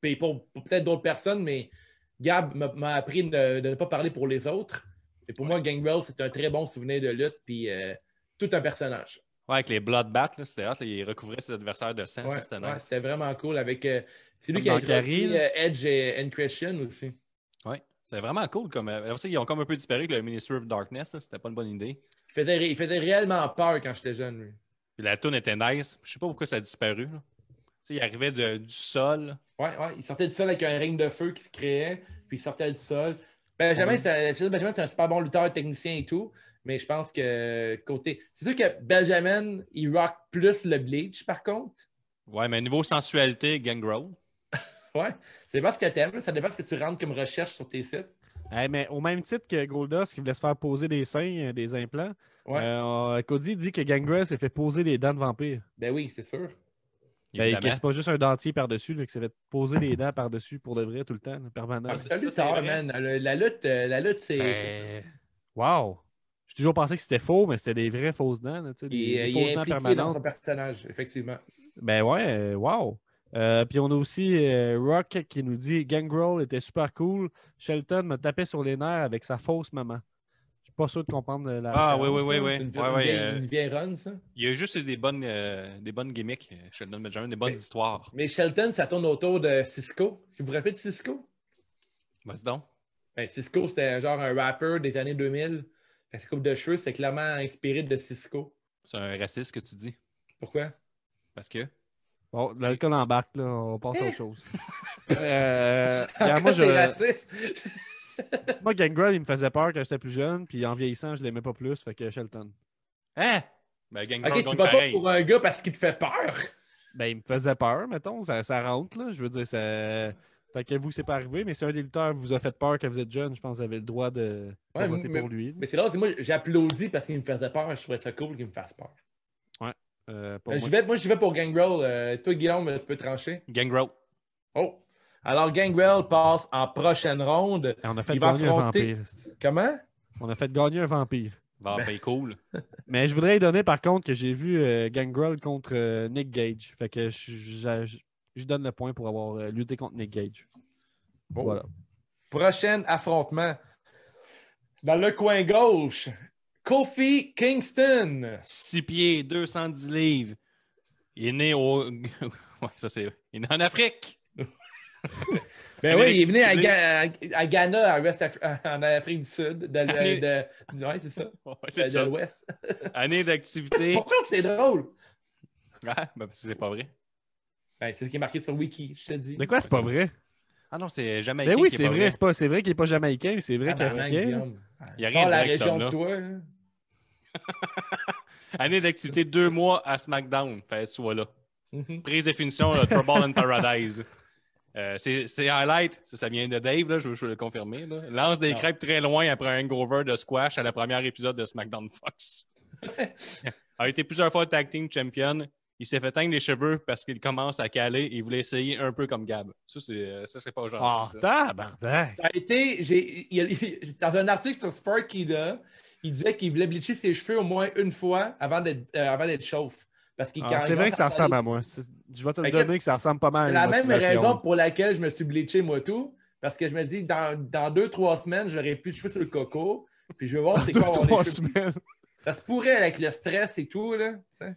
D: Puis pour, pour peut-être d'autres personnes, mais Gab m'a- m'a appris de, de ne pas parler pour les autres. Et pour moi, Gangrel, c'est un très bon souvenir de lutte, puis euh, tout un personnage.
A: Ouais, avec les Bloodbath, là, c'était hot. là, il recouvrait ses adversaires de sang.
D: Ouais,
A: ça, c'était
D: ouais,
A: nice.
D: c'était vraiment cool avec. euh, c'est lui
E: Comme
D: qui a
E: dans Carrie,
D: introduit
E: là.
D: euh, Edge et and Christian aussi.
A: Ouais, C'était vraiment cool. Comme, euh, après ça, ils ont comme un peu disparu avec le Ministry of Darkness. là, C'était pas une bonne idée.
D: Il faisait, ré- il faisait réellement peur quand j'étais jeune, lui.
A: Puis la tune était nice. Je sais pas pourquoi ça a disparu. là. Tu sais, il arrivait de- du sol.
D: Ouais, ouais. Il sortait du sol avec un ring de feu qui se créait, puis il sortait du sol.
A: Ah
D: Benjamin, c'est un- c'est- Benjamin, c'est un super bon lutteur, technicien et tout, mais je pense que côté. C'est sûr que Benjamin, il rock plus le bleach, par contre.
A: Ouais, mais niveau sensualité,
D: Ben,
A: Gangrel.
D: Ouais. C'est pas ce que t'aimes, là. ça dépend ce que tu rentres comme recherche sur tes sites.
E: Eh, mais au même titre que Goldust qui voulait se faire poser des seins, euh, des implants,
D: Ouais.
E: euh, Cody dit que Gangrel s'est fait poser des dents de vampire.
D: Ben oui, c'est
E: Ben,
D: sûr.
E: et que
A: évidemment.
E: c'est pas juste un dentier par-dessus, mais que s'est fait poser des dents par-dessus pour de vrai tout le temps, là, permanent.
A: Ah,
D: C'est un
A: ça, c'est
D: lutteur,
A: vrai.
D: man. Le- La lutte, euh, la lutte, c'est.
A: Ben,
D: c'est-
E: Wow! J'ai toujours pensé que c'était faux, mais c'était des vraies fausses dents, là, tu sais, des,
D: Il,
E: des
D: euh, il
E: fausses
D: est
E: dents
D: impliqué dans
E: permanentes.
D: son personnage, effectivement.
E: Ben ouais, euh, wow! Euh, puis on a aussi euh, Rock qui nous dit Gangrel était super cool. Shelton me tapait sur les nerfs avec sa fausse maman. Je suis pas sûr de comprendre euh, la.
A: Ah oui,
E: référence,
A: oui, oui,
E: là.
A: oui.
D: Une,
A: Ouais,
D: vieille-
A: ouais,
D: une vieille,
A: euh,
D: une vieille run, ça.
A: Il y a juste des bonnes, euh, des bonnes gimmicks, euh, Sheldon Benjamin, des bonnes
D: Mais-
A: histoires.
D: Mais Shelton, ça tourne autour de Cisco. Est-ce que vous vous rappelez de Cisco?
A: Vas-y donc.
D: Ben, Cisco, c'était genre un rapper des années 2000. Fait que Sa coupe de cheveux, c'est clairement inspiré de Cisco.
A: C'est un raciste que tu dis.
D: Pourquoi?
A: Parce que.
E: Bon, l'alcool embarque, là. On passe à autre chose. Euh,
D: Pourquoi
E: regarde, moi,
D: c'est
E: je,
D: raciste.
E: moi, Gangrel, il me faisait peur quand j'étais plus jeune. Puis en vieillissant, je l'aimais pas plus. Fait que Shelton.
A: Hein? Ben, Gangrel
D: ok, tu vas
A: gagne
D: pas
A: pareil.
D: pour un gars parce qu'il te fait peur.
E: Ben, il me faisait peur, mettons. Ça, ça rentre, là. Je veux dire, ça. Tant que vous, c'est pas arrivé, mais si un des lutteurs vous a fait peur quand vous êtes jeune, je pense que vous avez le droit de, de
D: Ouais,
E: voter
D: mais-
E: pour lui. là.
D: Mais c'est là, c'est moi, j'applaudis parce qu'il me faisait peur. Je trouvais ça cool qu'il me fasse peur.
E: Euh, pour
D: Euh,
E: moi,
D: je vais, moi, je vais pour Gangrel. Euh, toi, Guillaume, tu peux trancher.
A: Gangrel.
D: Oh! Alors, Gangrel passe en prochaine ronde.
E: Et On a fait
D: Il va
E: gagner
D: affronter-
E: un vampire. c'est-
D: Comment?
E: On a fait gagner un vampire.
A: Vampire ben, cool.
E: Mais je voudrais donner par contre que j'ai vu euh, Gangrel contre euh, Nick Gage. Fait que je, je- je- je donne le point pour avoir euh, lutté contre Nick Gage.
D: Bon.
E: Voilà.
D: Prochain affrontement. Dans le coin gauche, Kofi Kingston.
A: 6 pieds, 210 livres. Il est né au. ouais, ça c'est. Il est né en Afrique.
D: Ben oui, il est venu à,
A: Amérique-
D: Ga- à- à Ghana, à West Af- en Afrique du Sud. De, l-
A: Allez.
D: euh, de- du- ouais, c'est ça.
A: Ouais,
D: De-
A: c'est
D: de
A: ça.
D: l'Ouest.
A: Année d'activité.
D: Pourquoi c'est drôle?
A: ah, ben, parce que c'est pas vrai.
D: Ben, c'est ce qui est marqué sur Wiki, je te dis.
E: De quoi c'est pas vrai?
A: Ah non, c'est Jamaïcain.
E: Ben oui,
A: qui est
E: c'est
A: pas
E: vrai, c'est pas- c'est vrai qu'il est pas jamaïcain, mais c'est vrai qu'il est
D: Tabarnak,
E: africain.
D: Guillaume.
A: Il y a
D: Sors
A: rien de
D: la
A: vrai avec cet
D: région de
A: homme-là.
D: toi. hein.
A: Année d'activité, deux mois à SmackDown. Fait que tu sois là.
D: Mhm.
A: Prise et finition, euh, Trouble in Paradise. Euh, c'est c'est highlight, ça, ça vient de Dave, là, je, veux- je veux le confirmer. là. Lance des
D: Ah.
A: crêpes très loin après un hangover de squash à la première épisode de SmackDown Fox. a été plusieurs fois tag team champion. Il s'est fait teindre les cheveux parce qu'il commence à caler et il voulait essayer un peu comme Gab. Ça, c'est euh, ça, c'est pas
E: Ah,
A: gentil. ça.
E: tabarnak!
D: Ça a été, j'ai- il y a- dans un article sur Sparkida, il disait qu'il voulait bleacher ses cheveux au moins une fois avant d'être euh, avant d'être chauffe. Parce qu'il
E: Ah, C'est vrai que ça ressemble à moi. C'est- Je vais te le
D: Fait que-
E: donner que ça ressemble pas mal
D: C'est
E: à
D: la
E: une
D: même
E: motivation.
D: raison pour laquelle je me suis bleaché moi tout. Parce que je me dis, dans, dans deux, trois semaines, j'aurai plus de cheveux sur le coco. Puis je vais voir c'est
E: Deux,
D: quoi avoir les
E: trois
D: cheveux.
E: semaines.
D: Ça se pourrait avec le stress et tout, là. tu sais.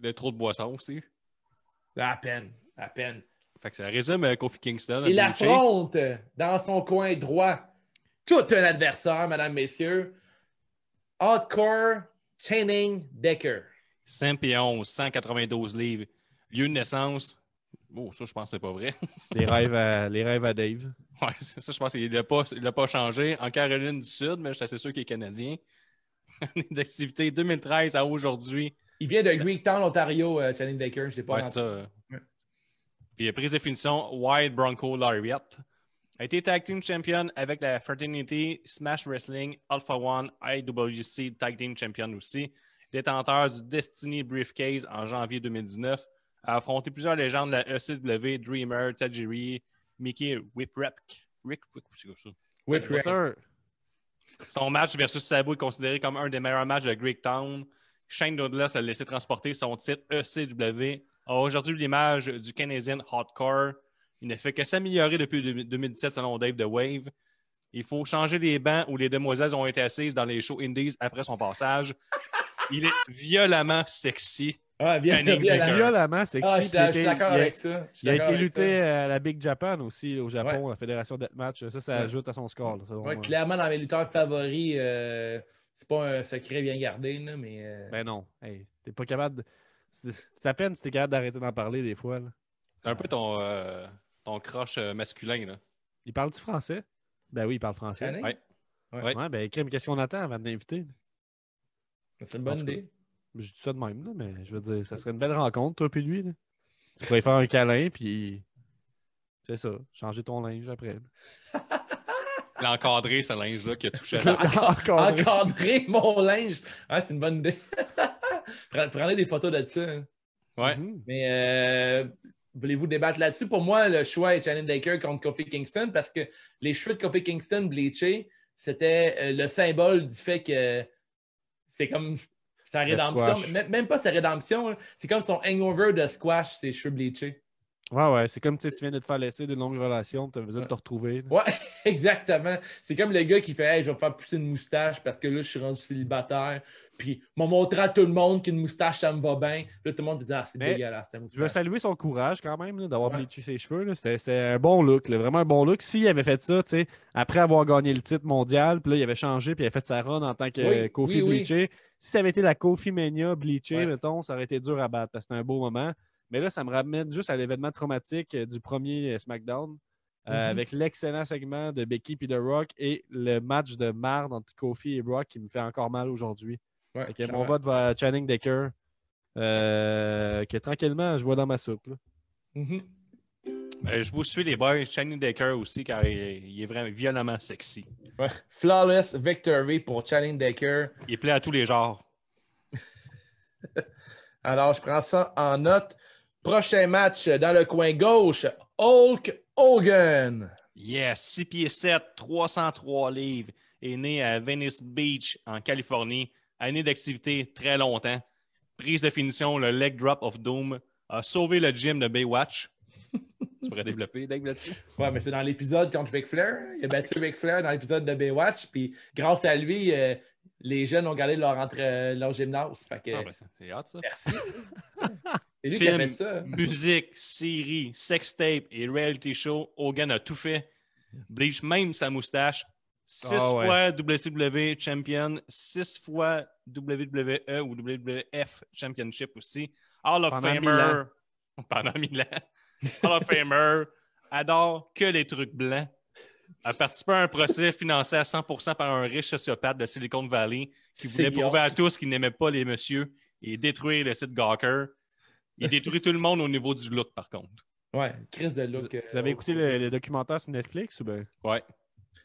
A: Le trop de boissons aussi.
D: À peine, à peine.
A: Fait que ça résume euh, Kofi Kingston.
D: Il
A: à Blue Jay.
D: affronte dans son coin droit tout un adversaire, mesdames, messieurs. Hardcore Channing Decker.
A: 5 pieds 11, 192 livres. Lieu de naissance. Oh, ça, je pense que c'est pas vrai.
E: Les rêves à- les rêves à Dave.
A: Ouais, ça, ça, je pense qu'il l'a pas, il l'a pas changé. En Caroline du Sud, mais je suis assez sûr qu'il est Canadien. Année D'activité 2013 à aujourd'hui.
D: Il vient de Greektown, Ontario, euh, Channing Decker. Je l'ai pas
A: Ouais,
D: rentré.
A: ça. euh.
D: Ouais.
A: Puis euh, prise de finition, Wild Bronco Lariat. A été tag team champion avec la Fraternity Smash Wrestling Alpha One IWC Tag Team Champion aussi. Détenteur du Destiny Briefcase en janvier 2019. A affronté plusieurs légendes de la ECW, Dreamer, Tajiri, Mickey Whiprep. Rick, Rick- c'est quoi ça?
D: Oui,
E: Yes,
D: puis-
E: sir.
A: Son match versus Sabu est considéré comme un des meilleurs matchs de Greektown. Shane Douglas a laissé transporter son titre ECW. A aujourd'hui l'image du Canadien Hardcore. Il ne fait que s'améliorer depuis 2000- 2017 selon Dave The Wave. Il faut changer les bancs où les demoiselles ont été assises dans les shows indies après son passage. Il est violemment sexy.
D: Ah, bien,
A: Channing
D: bien,
A: Decker.
D: bien.
E: Violemment sexy.
D: Ah,
E: puis
D: je suis
E: il
D: je suis
E: était-
D: d'accord
E: il a-
D: avec ça. Je suis
E: Il a
D: d'accord
E: été
D: avec ça.
E: lutté à la Big Japan aussi, au Japon, la fédération Deathmatch. Ça, ça
D: Ouais.
E: ajoute à son score. là, selon
D: Ouais,
E: moi.
D: clairement, dans mes lutteurs favoris, euh, c'est pas un secret bien gardé, là, mais. euh,
E: Ben non. Hey, t'es pas capable de. C'est c'est à peine si t'es capable d'arrêter d'en parler des fois. là.
A: C'est
D: Ah.
A: un peu ton, euh, ton crush euh, masculin. Là.
E: Il parle du français? Ben oui, il parle français.
D: Channing?
A: Ouais. Ouais.
E: Ouais, ben crime, qu'est-ce qu'on attend avant de l'inviter?
D: C'est une bonne
E: En tout cas.
D: idée.
E: Je dis ça de même, là, mais je veux dire, ça serait une belle rencontre, toi puis lui. Là. Tu pourrais faire un câlin, puis. C'est ça, changer ton linge après.
A: L'encadrer, ce linge-là qui a touché à la-
E: Encore.
D: Encadrer mon linge. Ah, c'est une bonne idée. Prenez- Prenez des photos de ça. hein.
A: Ouais.
E: Mhm.
D: Mais euh, voulez-vous débattre là-dessus? Pour moi, le choix est Channing Daker contre Kofi Kingston parce que les cheveux de Kofi Kingston bleachés, c'était euh, le symbole du fait que c'est comme Sa
E: Le
D: rédemption,
E: squash.
D: même, même pas sa rédemption, là. c'est comme son hangover de squash, ses cheveux bleachés.
E: Ouais, ouais, c'est comme tu sais, tu viens de te faire laisser d'une longue relation, tu as besoin de te retrouver. là.
D: Ouais, exactement. C'est comme le gars qui fait Hey, je vais me faire pousser une moustache parce que là, je suis rendu célibataire. Puis, m'a montré à tout le monde qu'une moustache, ça me va bien. Là, tout le monde dit Ah, c'est
E: Mais
D: dégueulasse, ta
E: Je veux
D: moustache.
E: saluer son courage quand même là, d'avoir
D: Ouais.
E: bleaché ses cheveux. là. C'était c'était un bon look, là, vraiment un bon look. S'il avait fait ça, tu sais, après avoir gagné le titre mondial, puis là, il avait changé, puis il avait fait sa run en tant que
D: Oui,
E: euh, Kofi
D: oui, oui.
E: bleaché. Si ça avait été la Kofi Mania bleachée,
D: Ouais.
E: mettons, ça aurait été dur à battre parce que c'était un beau moment. Mais là, ça me ramène juste à l'événement traumatique euh, du premier euh, SmackDown. euh,
D: Mhm.
E: Avec l'excellent segment de Becky puis de Rock et le match de marde entre Kofi et Rock qui me fait encore mal aujourd'hui.
D: Ouais,
E: Fait que
D: clairement.
E: mon vote va à Channing Decker, euh, que tranquillement, je vois dans ma soupe. là.
D: Mhm.
A: Euh, je vous suis les boys. Shane Decker aussi, car il, est- il est vraiment violemment sexy.
D: Ouais. Flawless victory pour Challenge Decker.
A: Il plaît à tous les genres.
D: Alors, je prends ça en note. Prochain match euh, dans le coin gauche, Hulk Hogan.
A: Yes, 6 pieds 7, 303 livres, est né à Venice Beach, en Californie. Année d'activité très longtemps. Prise de finition, le leg drop of doom a sauvé le gym de Baywatch. tu pourrais développer, Dave, là-dessus?
D: Ouais, mais c'est dans l'épisode contre Ric Flair. Il a battu Ric Flair dans l'épisode de Baywatch. Puis, grâce à lui, euh, les jeunes ont gardé leur, entre- euh, leur gymnase. Fait que,
A: Ah, ben, c'est- c'est hot, ça.
D: merci. c'est lui qui a fait
A: Film.
D: ça.
A: Musique, série, sextape et reality show, Hogan a tout fait. Bleach même sa moustache. Six
E: Ah ouais.
A: fois WCW Champion, six fois WWE ou WF Championship aussi. Hall of
E: Pendant mille
A: Famer. Pendant mille ans. Hall of Famer. Adore que les trucs blancs. A participé à un procès financé à 100% par un riche sociopathe de Silicon Valley qui
D: C'est
A: voulait
D: Guillaume.
A: prouver à tous qu'il n'aimait pas les messieurs et détruire le site Gawker. Il détruit tout le monde au niveau du look, par contre.
D: Ouais, crise de look. euh,
E: Vous avez
D: Hulk
E: écouté
D: Hogan.
E: le, le documentaire sur Netflix ou ben
A: Ouais.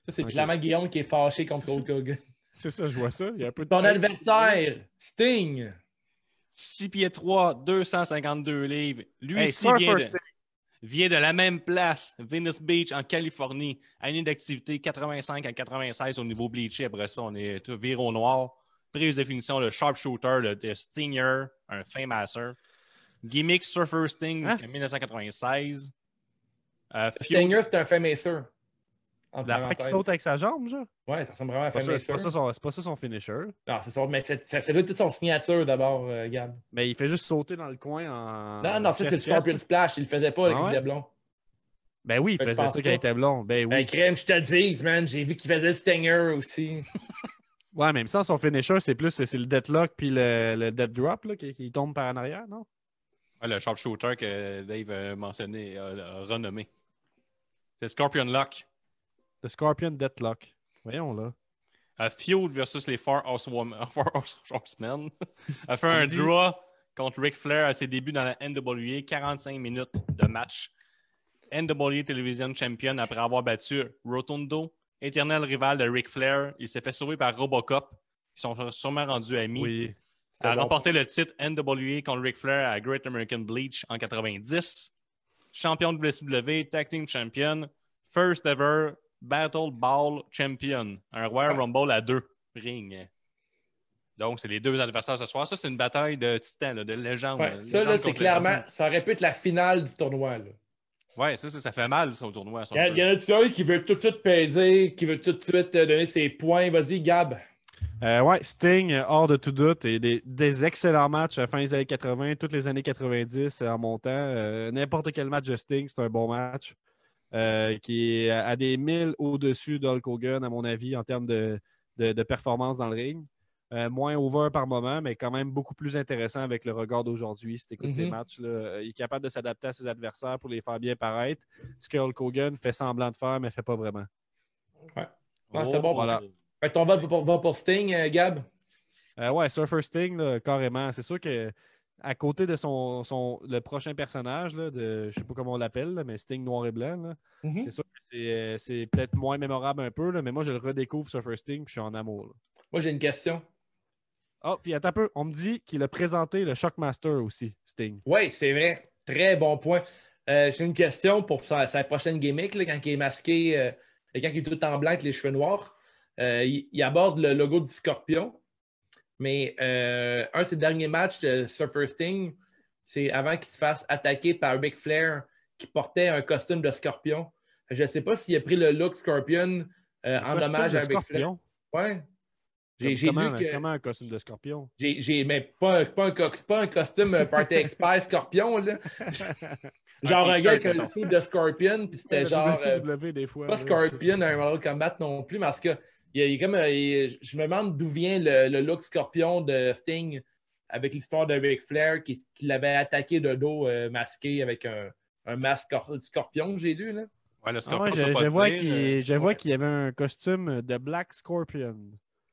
D: Ça, c'est
E: Ok.
D: clairement Guillaume qui est fâché contre Hulk Hogan.
E: C'est ça, je vois ça. Il y a un peu de
D: Ton adversaire, Sting.
A: 6 pieds 3, 252 livres. Lui
E: Hey,
A: aussi
E: Surfer
A: vient, de,
E: Sting.
A: vient de la même place, Venice Beach, en Californie. Année d'activité 85 à 96 au niveau bleaché. Après ça, on est tout viré au noir. Prise de finition, le sharpshooter, le, le stinger, un fin masseur. Gimmick Surfer Sting
E: Hein?
A: jusqu'en 1996. Euh, feud-
D: Stinger, c'est un femaisseur. Entre
E: La fois qui
D: parenthèses.
E: saute avec sa jambe, genre.
D: Ouais, ça ressemble vraiment à un
E: C'est pas, ça- c'est
D: femaisseur.
E: pas ça son- c'est pas ça son finisher.
D: Non, c'est ça, mais c'est- ça fait toute son signature d'abord, euh, Gab.
E: Mais il fait juste sauter dans le coin en.
D: Non, non, ça c'est le Scorpion Splash, il le faisait pas avec
E: Ah ouais?
D: le blond.
E: Ben oui, il
D: Je
E: faisait
D: pense
E: ça quand il
D: pas.
E: était blond. Ben oui.
D: Hey, crème, je te le dis, man, j'ai vu qu'il faisait le Stinger aussi.
E: Ouais, même sans son finisher, c'est plus c'est le deadlock puis le, le dead drop là, qui, qui tombe par en arrière, non?
A: Ouais, le sharpshooter que Dave a mentionné, a, a renommé. C'est Scorpion Lock.
E: Le Scorpion Deadlock. Voyons là.
A: A feud versus les Four Horse Woman- Four Horse- Horsemen. a fait
E: On
A: un
E: dit-
A: draw contre Ric Flair à ses débuts dans la NWA. 45 minutes de match. NWA Television Champion après avoir battu Rotundo, éternel rival de Ric Flair. Il s'est fait sauver par Robocop. Ils sont sûrement rendus amis.
E: Oui.
A: Elle a
D: C'était bon.
A: remporté le titre NWA contre Ric Flair à Great American Bleach en 90. Champion de WCW, Tag Team Champion, First Ever Battle Ball Champion. Un Royal
D: Ouais.
A: Rumble à deux rings. Donc, c'est les deux adversaires ce soir. Ça, c'est une bataille de titans, là, de légende.
D: Ouais, ça, là, c'est clairement, ça aurait pu être la finale du tournoi. Là.
A: Oui, ça, ça, ça fait mal, ça, au tournoi. ça,
D: Il y, a-
A: un peu.
D: il y en a-tu un qui veut tout de suite peser, qui veut tout de suite euh, donner ses points? Vas-y, Gab.
E: Euh, ouais, Sting, euh, hors de tout doute, et des, des excellents matchs à la fin des années 80, toutes les années 90 euh, en montant. Euh, N'importe quel match de Sting, c'est un bon match. euh, qui est à à des milles au-dessus d'Hulk Hogan, à mon avis, en termes de, de- de performance dans le ring. Euh, moins over par moment, mais quand même beaucoup plus intéressant avec le regard d'aujourd'hui. Si tu écoutes ces
D: Mhm.
E: matchs, il est capable de s'adapter à ses adversaires pour les faire bien paraître. Ce que Hulk Hogan fait semblant de faire, mais fait pas vraiment.
D: Ouais, Ah, c'est bon.
E: voilà.
D: Fait que ton vote va pour, va pour Sting, euh, Gab?
E: Euh, ouais, Surfer Sting, là, carrément. C'est sûr que à côté de son, son le prochain personnage, là, de, je sais pas comment on l'appelle, là, mais Sting noir et blanc, là,
D: Mhm.
E: c'est sûr que c'est, euh, c'est peut-être moins mémorable un peu, là, mais moi je le redécouvre Surfer Sting, puis je suis en amour. là.
D: Moi, j'ai une question.
E: Ah, puis attends un peu, on me dit qu'il a présenté le Shockmaster aussi, Sting.
D: Oui, c'est vrai. Très bon point. Euh, j'ai une question pour sa, sa prochaine gimmick, là, quand il est masqué euh, et quand il est tout en blanc avec les cheveux noirs. Euh, il, il aborde le logo du scorpion. Mais euh, un de ses derniers matchs de Surfer Sting, c'est avant qu'il se fasse attaquer par Ric Flair qui portait un costume de scorpion. Je ne sais pas s'il a pris le look scorpion euh, en
E: Costume
D: hommage
E: de
D: à Ric Flair.
E: scorpion.
D: Ouais. J'ai
E: Comme-
D: j'ai
E: Comment,
D: lu que.
E: comment un costume de scorpion?
D: J'ai, j'ai- mais pas, un- pas, un, co- pas un costume euh, Party Express Scorpion, là. genre
A: Un
D: un
A: t-shirt,
D: gars avec un
A: mettons.
D: sou de Scorpion, puis c'était genre. euh,
E: WCW des fois.
D: pas
E: là.
D: Scorpion à Mortal Kombat non plus, mais en tout cas, il y a- il y a comme, euh, il- je me demande d'où vient le, le look Scorpion de Sting avec l'histoire de Ric Flair qui, qui l'avait attaqué de dos euh, masqué avec un, un masque scor- scorpion, j'ai lu, là.
A: Ouais, le
E: Ah
A: scorpion,
E: ouais, je,
A: ça pas
E: je vois
A: dire,
E: qu'il
A: euh,
E: je vois qu'il y avait un costume de Black Scorpion.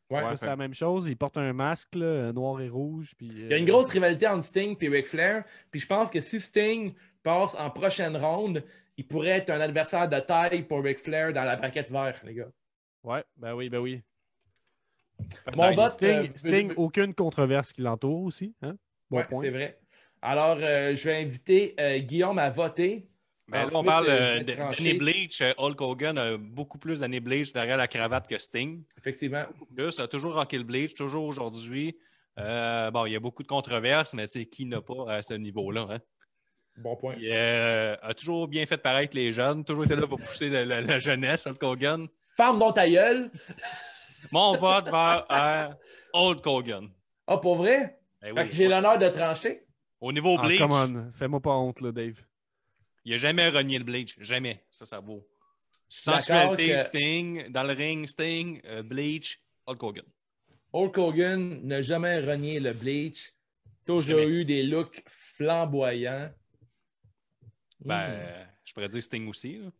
D: Ouais.
E: Ça, C'est la même chose. Il porte un masque là, euh, noir et rouge. Puis, euh,
D: Il y a une grosse rivalité entre Sting et Ric Flair. Puis je pense que si Sting passe en prochaine ronde, il pourrait être un adversaire de taille pour Ric Flair dans la braquette verte, les gars.
E: Ouais, ben oui, ben oui.
D: Mon
A: Peut-être.
D: vote.
E: Sting,
D: euh,
E: Sting,
D: euh,
E: aucune controverse qui l'entoure aussi. Hein? Bon
D: ouais,
E: point.
D: c'est vrai. Alors, euh, je vais inviter euh, Guillaume à voter.
A: Ben, là, on
D: Ensuite,
A: parle
D: euh,
A: euh,
D: je vais
A: de-
D: trancher.
A: d'Annie Bleach. Euh, Hulk Hogan a beaucoup plus d'Annie Bleach derrière la cravate que Sting.
D: Effectivement.
A: Plus, a toujours rocké le Bleach, toujours aujourd'hui. Euh, bon, il y a beaucoup de controverses, mais tu sais, qui n'a pas à ce niveau-là? hein?
D: Bon point.
A: Il euh, a toujours bien fait paraître les jeunes, toujours été là pour pousser la, la- la jeunesse, Hulk Hogan.
D: Ferme donc ta gueule.
A: Mon vote va à Hulk Hogan.
D: Ah, pour vrai?
A: Eh
D: Fait
A: oui.
D: que j'ai l'honneur de trancher.
A: Au niveau
E: Ah,
A: Bleach,
E: come on, fais-moi pas honte, là, Dave.
A: il n'a jamais renié le Bleach. Jamais. Ça, ça vaut.
D: Je suis d'accord
A: Sensualité,
D: que
A: Sting. Dans le ring, Sting. euh, Bleach, Hulk Hogan.
D: Hulk Hogan n'a jamais renié le bleach. Toujours
A: Jamais.
D: eu des looks flamboyants.
A: Ben,
D: Hmm.
A: euh, je pourrais dire Sting aussi. là.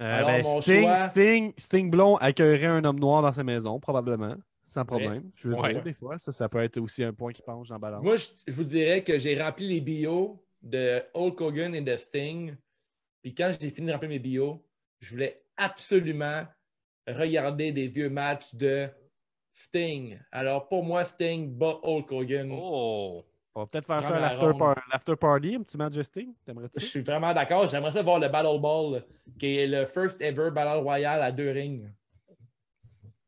E: Euh,
D: Alors,
E: ben,
D: mon
E: Sting,
D: choix-
E: Sting, Sting Blond accueillerait un homme noir dans sa maison, probablement. Sans problème. Je veux
A: Ouais.
E: dire, des fois, ça, ça peut être aussi un point qui penche dans la balance.
D: Hmm. Moi, je, je vous dirais que j'ai rempli les bios de Hulk Hogan et de Sting. Puis quand j'ai fini de remplir mes bios, je voulais absolument regarder des vieux matchs de Sting. Alors pour moi, Sting bat Hulk Hogan.
A: Oh!
E: On va peut-être faire ça à
D: Prends la
E: l'after
D: ronde.
E: par- l'after party, un petit match de Sting. T'aimerais-tu
D: Je
E: ça?
D: suis vraiment d'accord. J'aimerais ça voir le Battle Ball, qui est le first ever Battle Royale à deux rings.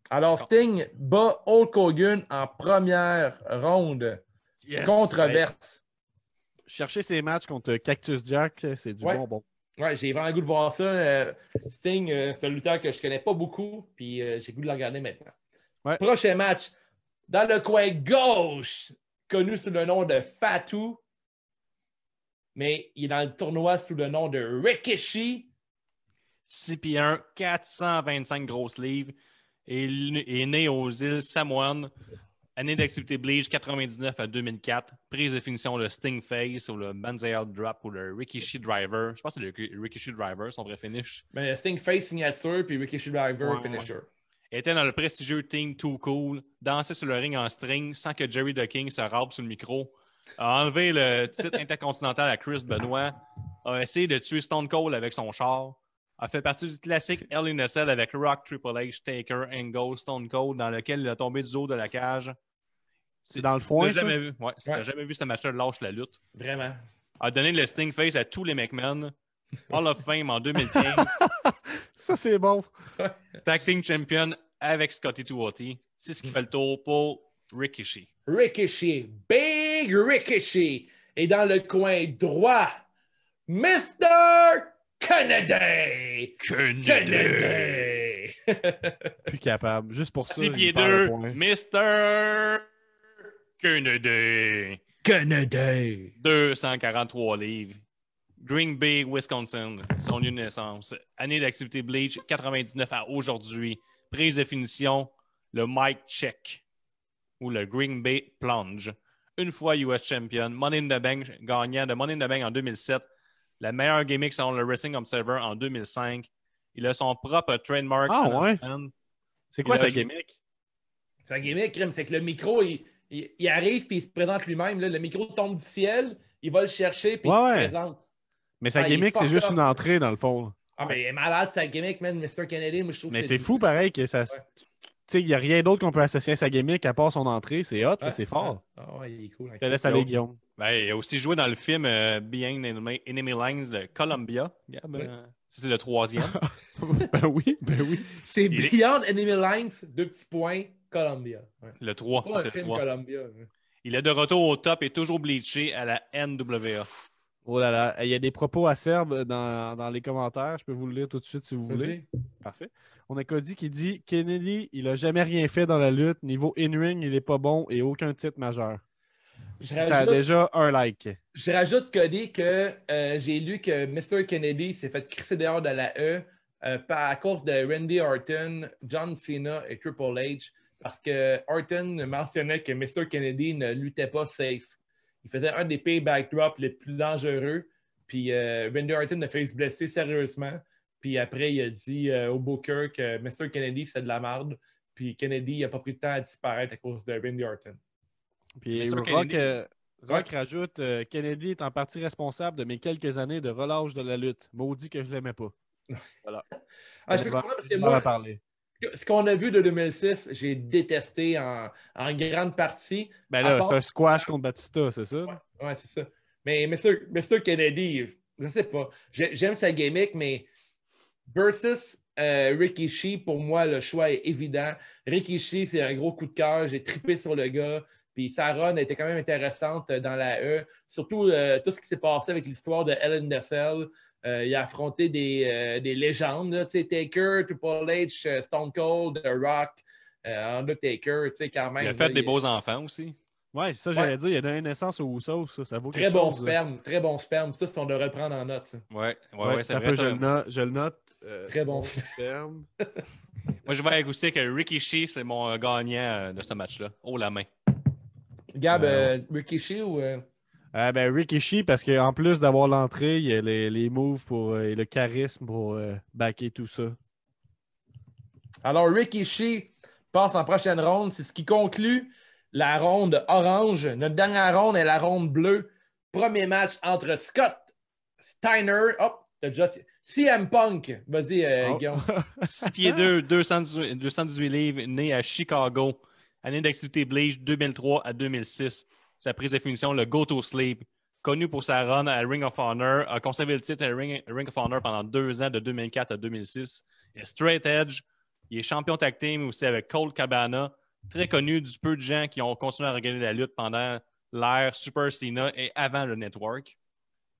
D: Alors, Sting bat Hulk Hogan en première ronde.
E: Yes!
D: Controverse.
E: Hey, chercher ces matchs contre Cactus Jack, c'est du
D: Ouais.
E: bon bon.
D: Ouais, j'ai vraiment le goût de voir ça. Euh, Sting, euh, c'est un lutteur que je connais pas beaucoup, puis euh, j'ai le goût de le regarder maintenant.
E: Ouais.
D: Prochain match, dans le coin gauche, connu sous le nom de Fatou, mais il est dans le tournoi sous le nom de Rikishi.
A: 6 pieds 1, 425 grosses livres. Et l- est né aux îles Samoan. Année d'activité Bleach 99 à 2004. Prise de finition le Sting Face ou le Banzai Drop ou le Rikishi Driver. Je pense que c'est le Ri- Rikishi Driver, son vrai finish.
D: Mais Sting Ben, face signature, puis Rikishi driver
A: Ouais,
D: finisher.
A: Était dans le prestigieux Team Too Cool. Dansait sur le ring en string sans que Jerry the King se râpe sur le micro. A enlevé le titre intercontinental à Chris Benoit. A essayé de tuer Stone Cold avec son char. a fait partie du classique Hell in a Cell avec Rock, Triple H, Taker, Angle, Stone Cold, dans lequel il a tombé du haut de la cage.
E: C'est dans le
A: Si
E: foin,
A: Tu
E: ça?
A: l'as jamais vu. Ouais, si
D: Ouais.
A: t'as jamais vu ce match-là, lâche la lutte.
D: Vraiment.
A: A donné le Sting Face à tous les McMahon. Hall of Fame en 2015.
E: Ça, c'est bon.
A: Tag Team Champion avec Scotty Tuati. C'est ce qui
E: Hmm.
A: fait le tour pour Rikishi.
D: Rikishi, Big Rikishi. Et dans le coin droit, Mr. Canadien. Canadien.
E: Plus capable. Juste pour ça.
A: 6
E: il
A: pieds
E: perd le
A: 2,
E: point.
A: Mr. Kennedy.
D: Canadien.
A: 243 livres. Green Bay, Wisconsin, son lieu de naissance. Année d'activité Bleach, 99 à aujourd'hui. Prise de finition, le Mike Check ou le Green Bay Plunge. Une fois US Champion, Money in the Bank, gagnant de Money in the Bank en 2007. La meilleure gimmick selon le Wrestling Observer en 2005. Il a son propre trademark.
E: Ah,
A: en
E: ouais?
A: Japan.
E: C'est quoi
A: Il a
E: sa
A: joué-
E: gimmick?
D: C'est un gimmick, Crime, c'est que le micro, il, il- il arrive puis il se présente lui-même. là. Le micro tombe du ciel, il va le chercher puis
E: Ouais,
D: il se
E: ouais.
D: présente.
E: Mais sa
D: Ah, il est
E: gimmick, c'est
D: fucked
E: juste
D: up.
E: une entrée, dans le fond.
D: Ah, mais il est malade, sa gimmick, man, Mr. Kennedy. Moi, je trouve
E: Mais
D: que
E: c'est fou, pareil, que ça. se- Tu sais, il n'y a rien d'autre qu'on peut associer à sa gimmick à part son entrée. C'est hot, là,
D: Ouais.
E: c'est fort.
D: Ah, ouais, il est cool. hein.
E: Je te laisse aller, Guillaume.
A: Ben, il a aussi joué dans le film euh, Being Enemy, Enemy Lines de Columbia. Gab,
D: Oui.
A: euh, ça, c'est le troisième.
E: ben oui, ben oui.
D: C'est
A: Il est-
D: Beyond Enemy Lines, deux petits points, Columbia. Ouais.
A: Le 3,
D: Pas
A: Ah, ça
D: un
A: c'est le
D: film
A: 3.
D: Columbia. hein.
A: Il est de retour au top et toujours bleaché à la NWA.
E: Oh là là, il y a des propos acerbes dans, dans les commentaires. Je peux vous le lire tout de suite si vous voulez.
D: Vas-y.
E: Parfait. On a Cody qui dit Kennedy, il a jamais rien fait dans la lutte. Niveau in-ring, il est pas bon et aucun titre majeur.
D: Je
E: Ça a
D: rajoute,
E: déjà un like.
D: je rajoute, Cody, que euh, j'ai lu que Mr. Kennedy s'est fait crisser dehors de la E euh, par, à cause de Randy Orton, John Cena et Triple H parce que Orton mentionnait que Mr. Kennedy ne luttait pas safe. Il faisait un des pay backdrops les plus dangereux. Puis euh, Randy Orton a failli se blesser sérieusement. Puis après, il a dit euh, au Booker que Mr. Kennedy, c'est de la merde. Puis Kennedy n'a pas pris le temps à disparaître à cause de Randy Orton.
E: Puis
A: Mais sur
E: Rock,
A: Kennedy-
E: euh, Rock rajoute euh, Kennedy est en partie responsable de mes quelques années de relâche de la lutte. Maudit que je l'aimais pas. Ben,
D: Ah, je peux
E: On va-
D: comprendre, parce que
E: on
D: moi,
E: va parler.
D: ce qu'on a vu de 2006, j'ai détesté en, en grande partie.
E: Ben là,
D: à part-
E: c'est un squash contre Batista, c'est ça?
D: Ouais, ouais, c'est ça. Mais Mr. Mr. Kennedy, je- je ne sais pas. J'ai- J'aime sa gimmick, mais versus euh, Rikishi, pour moi, le choix est évident. Rikishi, c'est un gros coup de cœur. J'ai tripé sur le gars. Puis sa run était quand même intéressante euh, dans la E. Surtout euh, tout ce qui s'est passé avec l'histoire de Ellen Nessel. Euh, il a affronté des, euh, des légendes, là, tu sais, Taker, Triple H, euh, Stone Cold, The Rock, euh, Undertaker, tu sais, quand même.
A: Il a
D: là,
A: fait des
D: il-
A: beaux enfants aussi.
E: Ouais, c'est ça, j'allais dire. Il a donné naissance au Usos, ça, ça vaut
D: Très
E: quelque
D: bon
E: chose, là.
D: sperme, très bon sperme. Ça, c'est on devrait le prendre en note. ça.
A: Ouais, ouais,
E: Ouais,
A: ouais, c'est
E: un
A: vrai.
E: peu,
A: ça.
E: je, le note, je le note. euh,
D: Très bon.
E: sperme.
A: Moi, je vais avec aussi que Rikishi, c'est mon euh, gagnant euh, de ce match-là. Oh la main.
D: Gab,
E: Ouais,
D: euh, Rikishi ou. euh,
E: Ah ben Rikishi, parce qu'en plus d'avoir l'entrée, il y a les, les moves pour, euh, et le charisme pour euh, backer tout ça.
D: Alors, Rikishi passe en prochaine ronde. C'est ce qui conclut la ronde orange. Notre dernière ronde est la ronde bleue. Premier match entre Scott Steiner. Hop, t'as déjà. CM Punk. Vas-y, euh,
E: Oh.
D: Guillaume.
A: 6 pieds 2, 218, 218 livres, né à Chicago. Année d'activité Bleach 2003 à 2006. Sa prise de finition, le Go to Sleep. Connu pour sa run à Ring of Honor, a conservé le titre à Ring, Ring of Honor pendant deux ans, de 2004 à 2006. Et Straight Edge, il est champion tag team aussi avec Cold Cabana, très connu du peu de gens qui ont continué à regarder la lutte pendant l'ère Super Cena et avant le Network.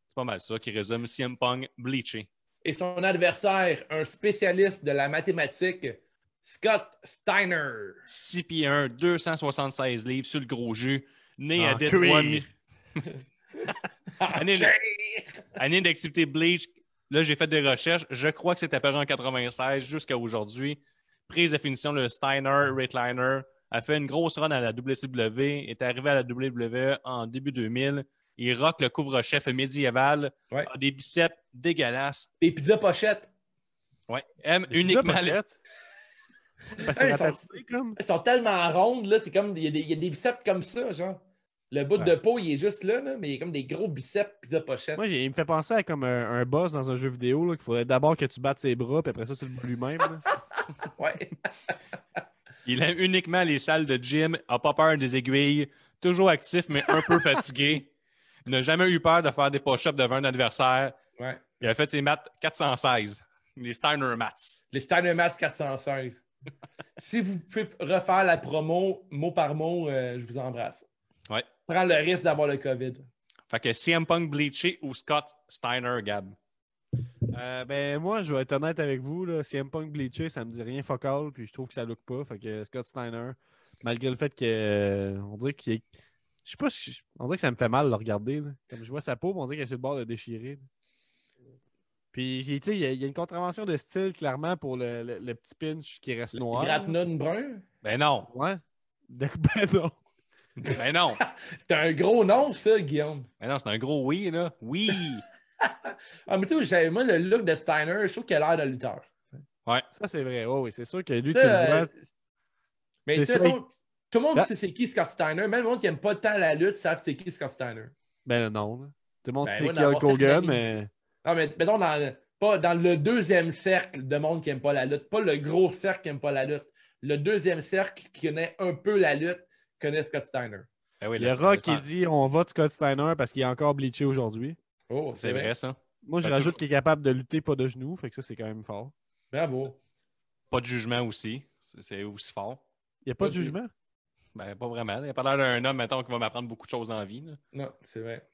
A: C'est pas mal ça qui résume CM Punk bleaché.
D: Et son adversaire, un spécialiste de la mathématique, Scott Steiner.
A: 6 pieds 1, 276 livres sur le gros jus, né à
E: En
A: Detroit.
E: cuir. Ah,
D: Ah,
A: Année, année d'activité Bleach. Là, j'ai fait des recherches. Je crois que c'est apparu en 96 jusqu'à aujourd'hui. Prise de finition, le Steiner, Rateliner, a fait une grosse run à la WCW, est arrivé à la WWE en début 2000. Il rock le couvre-chef médiéval,
D: Ouais.
A: a des biceps dégueulasses,
D: Et pizza pochette.
A: ouais. aime
E: Des
A: uniquement
E: petites
A: les-
E: pochettes. Parce que c'est
D: Hey, ils sont-
E: ratatiné, comme.
D: Ils sont tellement rondes, là, c'est comme. Il y, a des- il y a des biceps comme ça, genre. Le bout de
E: Ouais.
D: peau, il est juste là, là, mais il y a comme des gros biceps pizza pochette.
E: Moi, j'ai- il me fait penser à comme un, un boss dans un jeu vidéo, là, qu'il faudrait d'abord que tu battes ses bras, puis après ça, tu le bats lui-même. là.
D: Ouais.
A: Il aime uniquement les salles de gym, a pas peur des aiguilles, toujours actif mais un peu fatigué. N'a jamais eu peur de faire des push-ups devant un adversaire.
D: ouais.
A: Il a fait ses maths 416, les Steiner maths.
D: Les Steiner Mask 416. si vous pouvez refaire la promo mot par mot, euh, je vous embrasse.
A: Ouais.
D: Prends le risque d'avoir le COVID.
A: Fait que CM Punk bleaché ou Scott Steiner, Gab.
E: Euh, ben, moi, je vais être honnête avec vous. Là, CM Punk bleaché, ça me dit rien focal, puis je trouve que ça look pas. Fait que Scott Steiner, malgré le fait que. euh, on dirait qu'il est. Je sais pas si. On dirait que ça me fait mal de le regarder. là. Comme je vois sa peau, on dirait qu'elle est sur le bord de déchirer. là. Puis, tu sais, il y, a- il y a une contravention de style, clairement, pour le, le- le petit pinch qui reste noir. là.
D: Gratnon brun.
A: Ben non,
E: Ouais. De- ben non.
A: ben non,
D: C'est un gros nom, ça, Guillaume.
A: ben non, c'est un gros oui, là. Oui!
D: Ah, mais tu sais, j'avais- moi, le look de Steiner, je trouve qu'il a l'air de lutteur.
E: Ça, c'est vrai. Oh, oui, c'est sûr que lui, tu
D: Tu sais,
E: le vois.
D: euh, Mais
E: C'est
D: tu sais,
E: sûr,
D: mettons, tout le monde
E: Ah.
D: sait c'est qui Scott Steiner. Même le monde qui n'aime pas tant la lutte savent c'est qui Scott Steiner.
E: Ben non. là. Tout le monde
D: Ben,
E: sait
D: moi,
E: qui est Hulk
D: d'avoir
E: Hogan,
D: cette
E: mais.
D: Non, Ah, mais mettons dans le, pas dans le deuxième cercle de monde qui n'aime pas la lutte, pas le gros cercle qui n'aime pas la lutte. Le deuxième cercle qui connaît un peu la lutte connaît Scott Steiner.
A: Ben oui,
E: Le
A: là,
E: Rock,
A: c'est-
E: il dit on va de Scott Steiner parce qu'il est encore bleaché aujourd'hui.
D: Oh,
A: C'est vrai, ça.
E: Moi, je
A: Ben,
E: rajoute
A: toujours.
E: qu'il est capable de lutter pas de genoux, fait que ça, c'est quand même fort.
D: Bravo.
A: Pas de jugement aussi. C'est- C'est aussi fort.
E: Il n'y a pas
D: Pas
E: de
D: du-
E: jugement.
A: Ben, pas vraiment. Il a pas l'air d'un homme, mettons, qui va m'apprendre beaucoup de choses en vie. là.
D: Non, c'est vrai.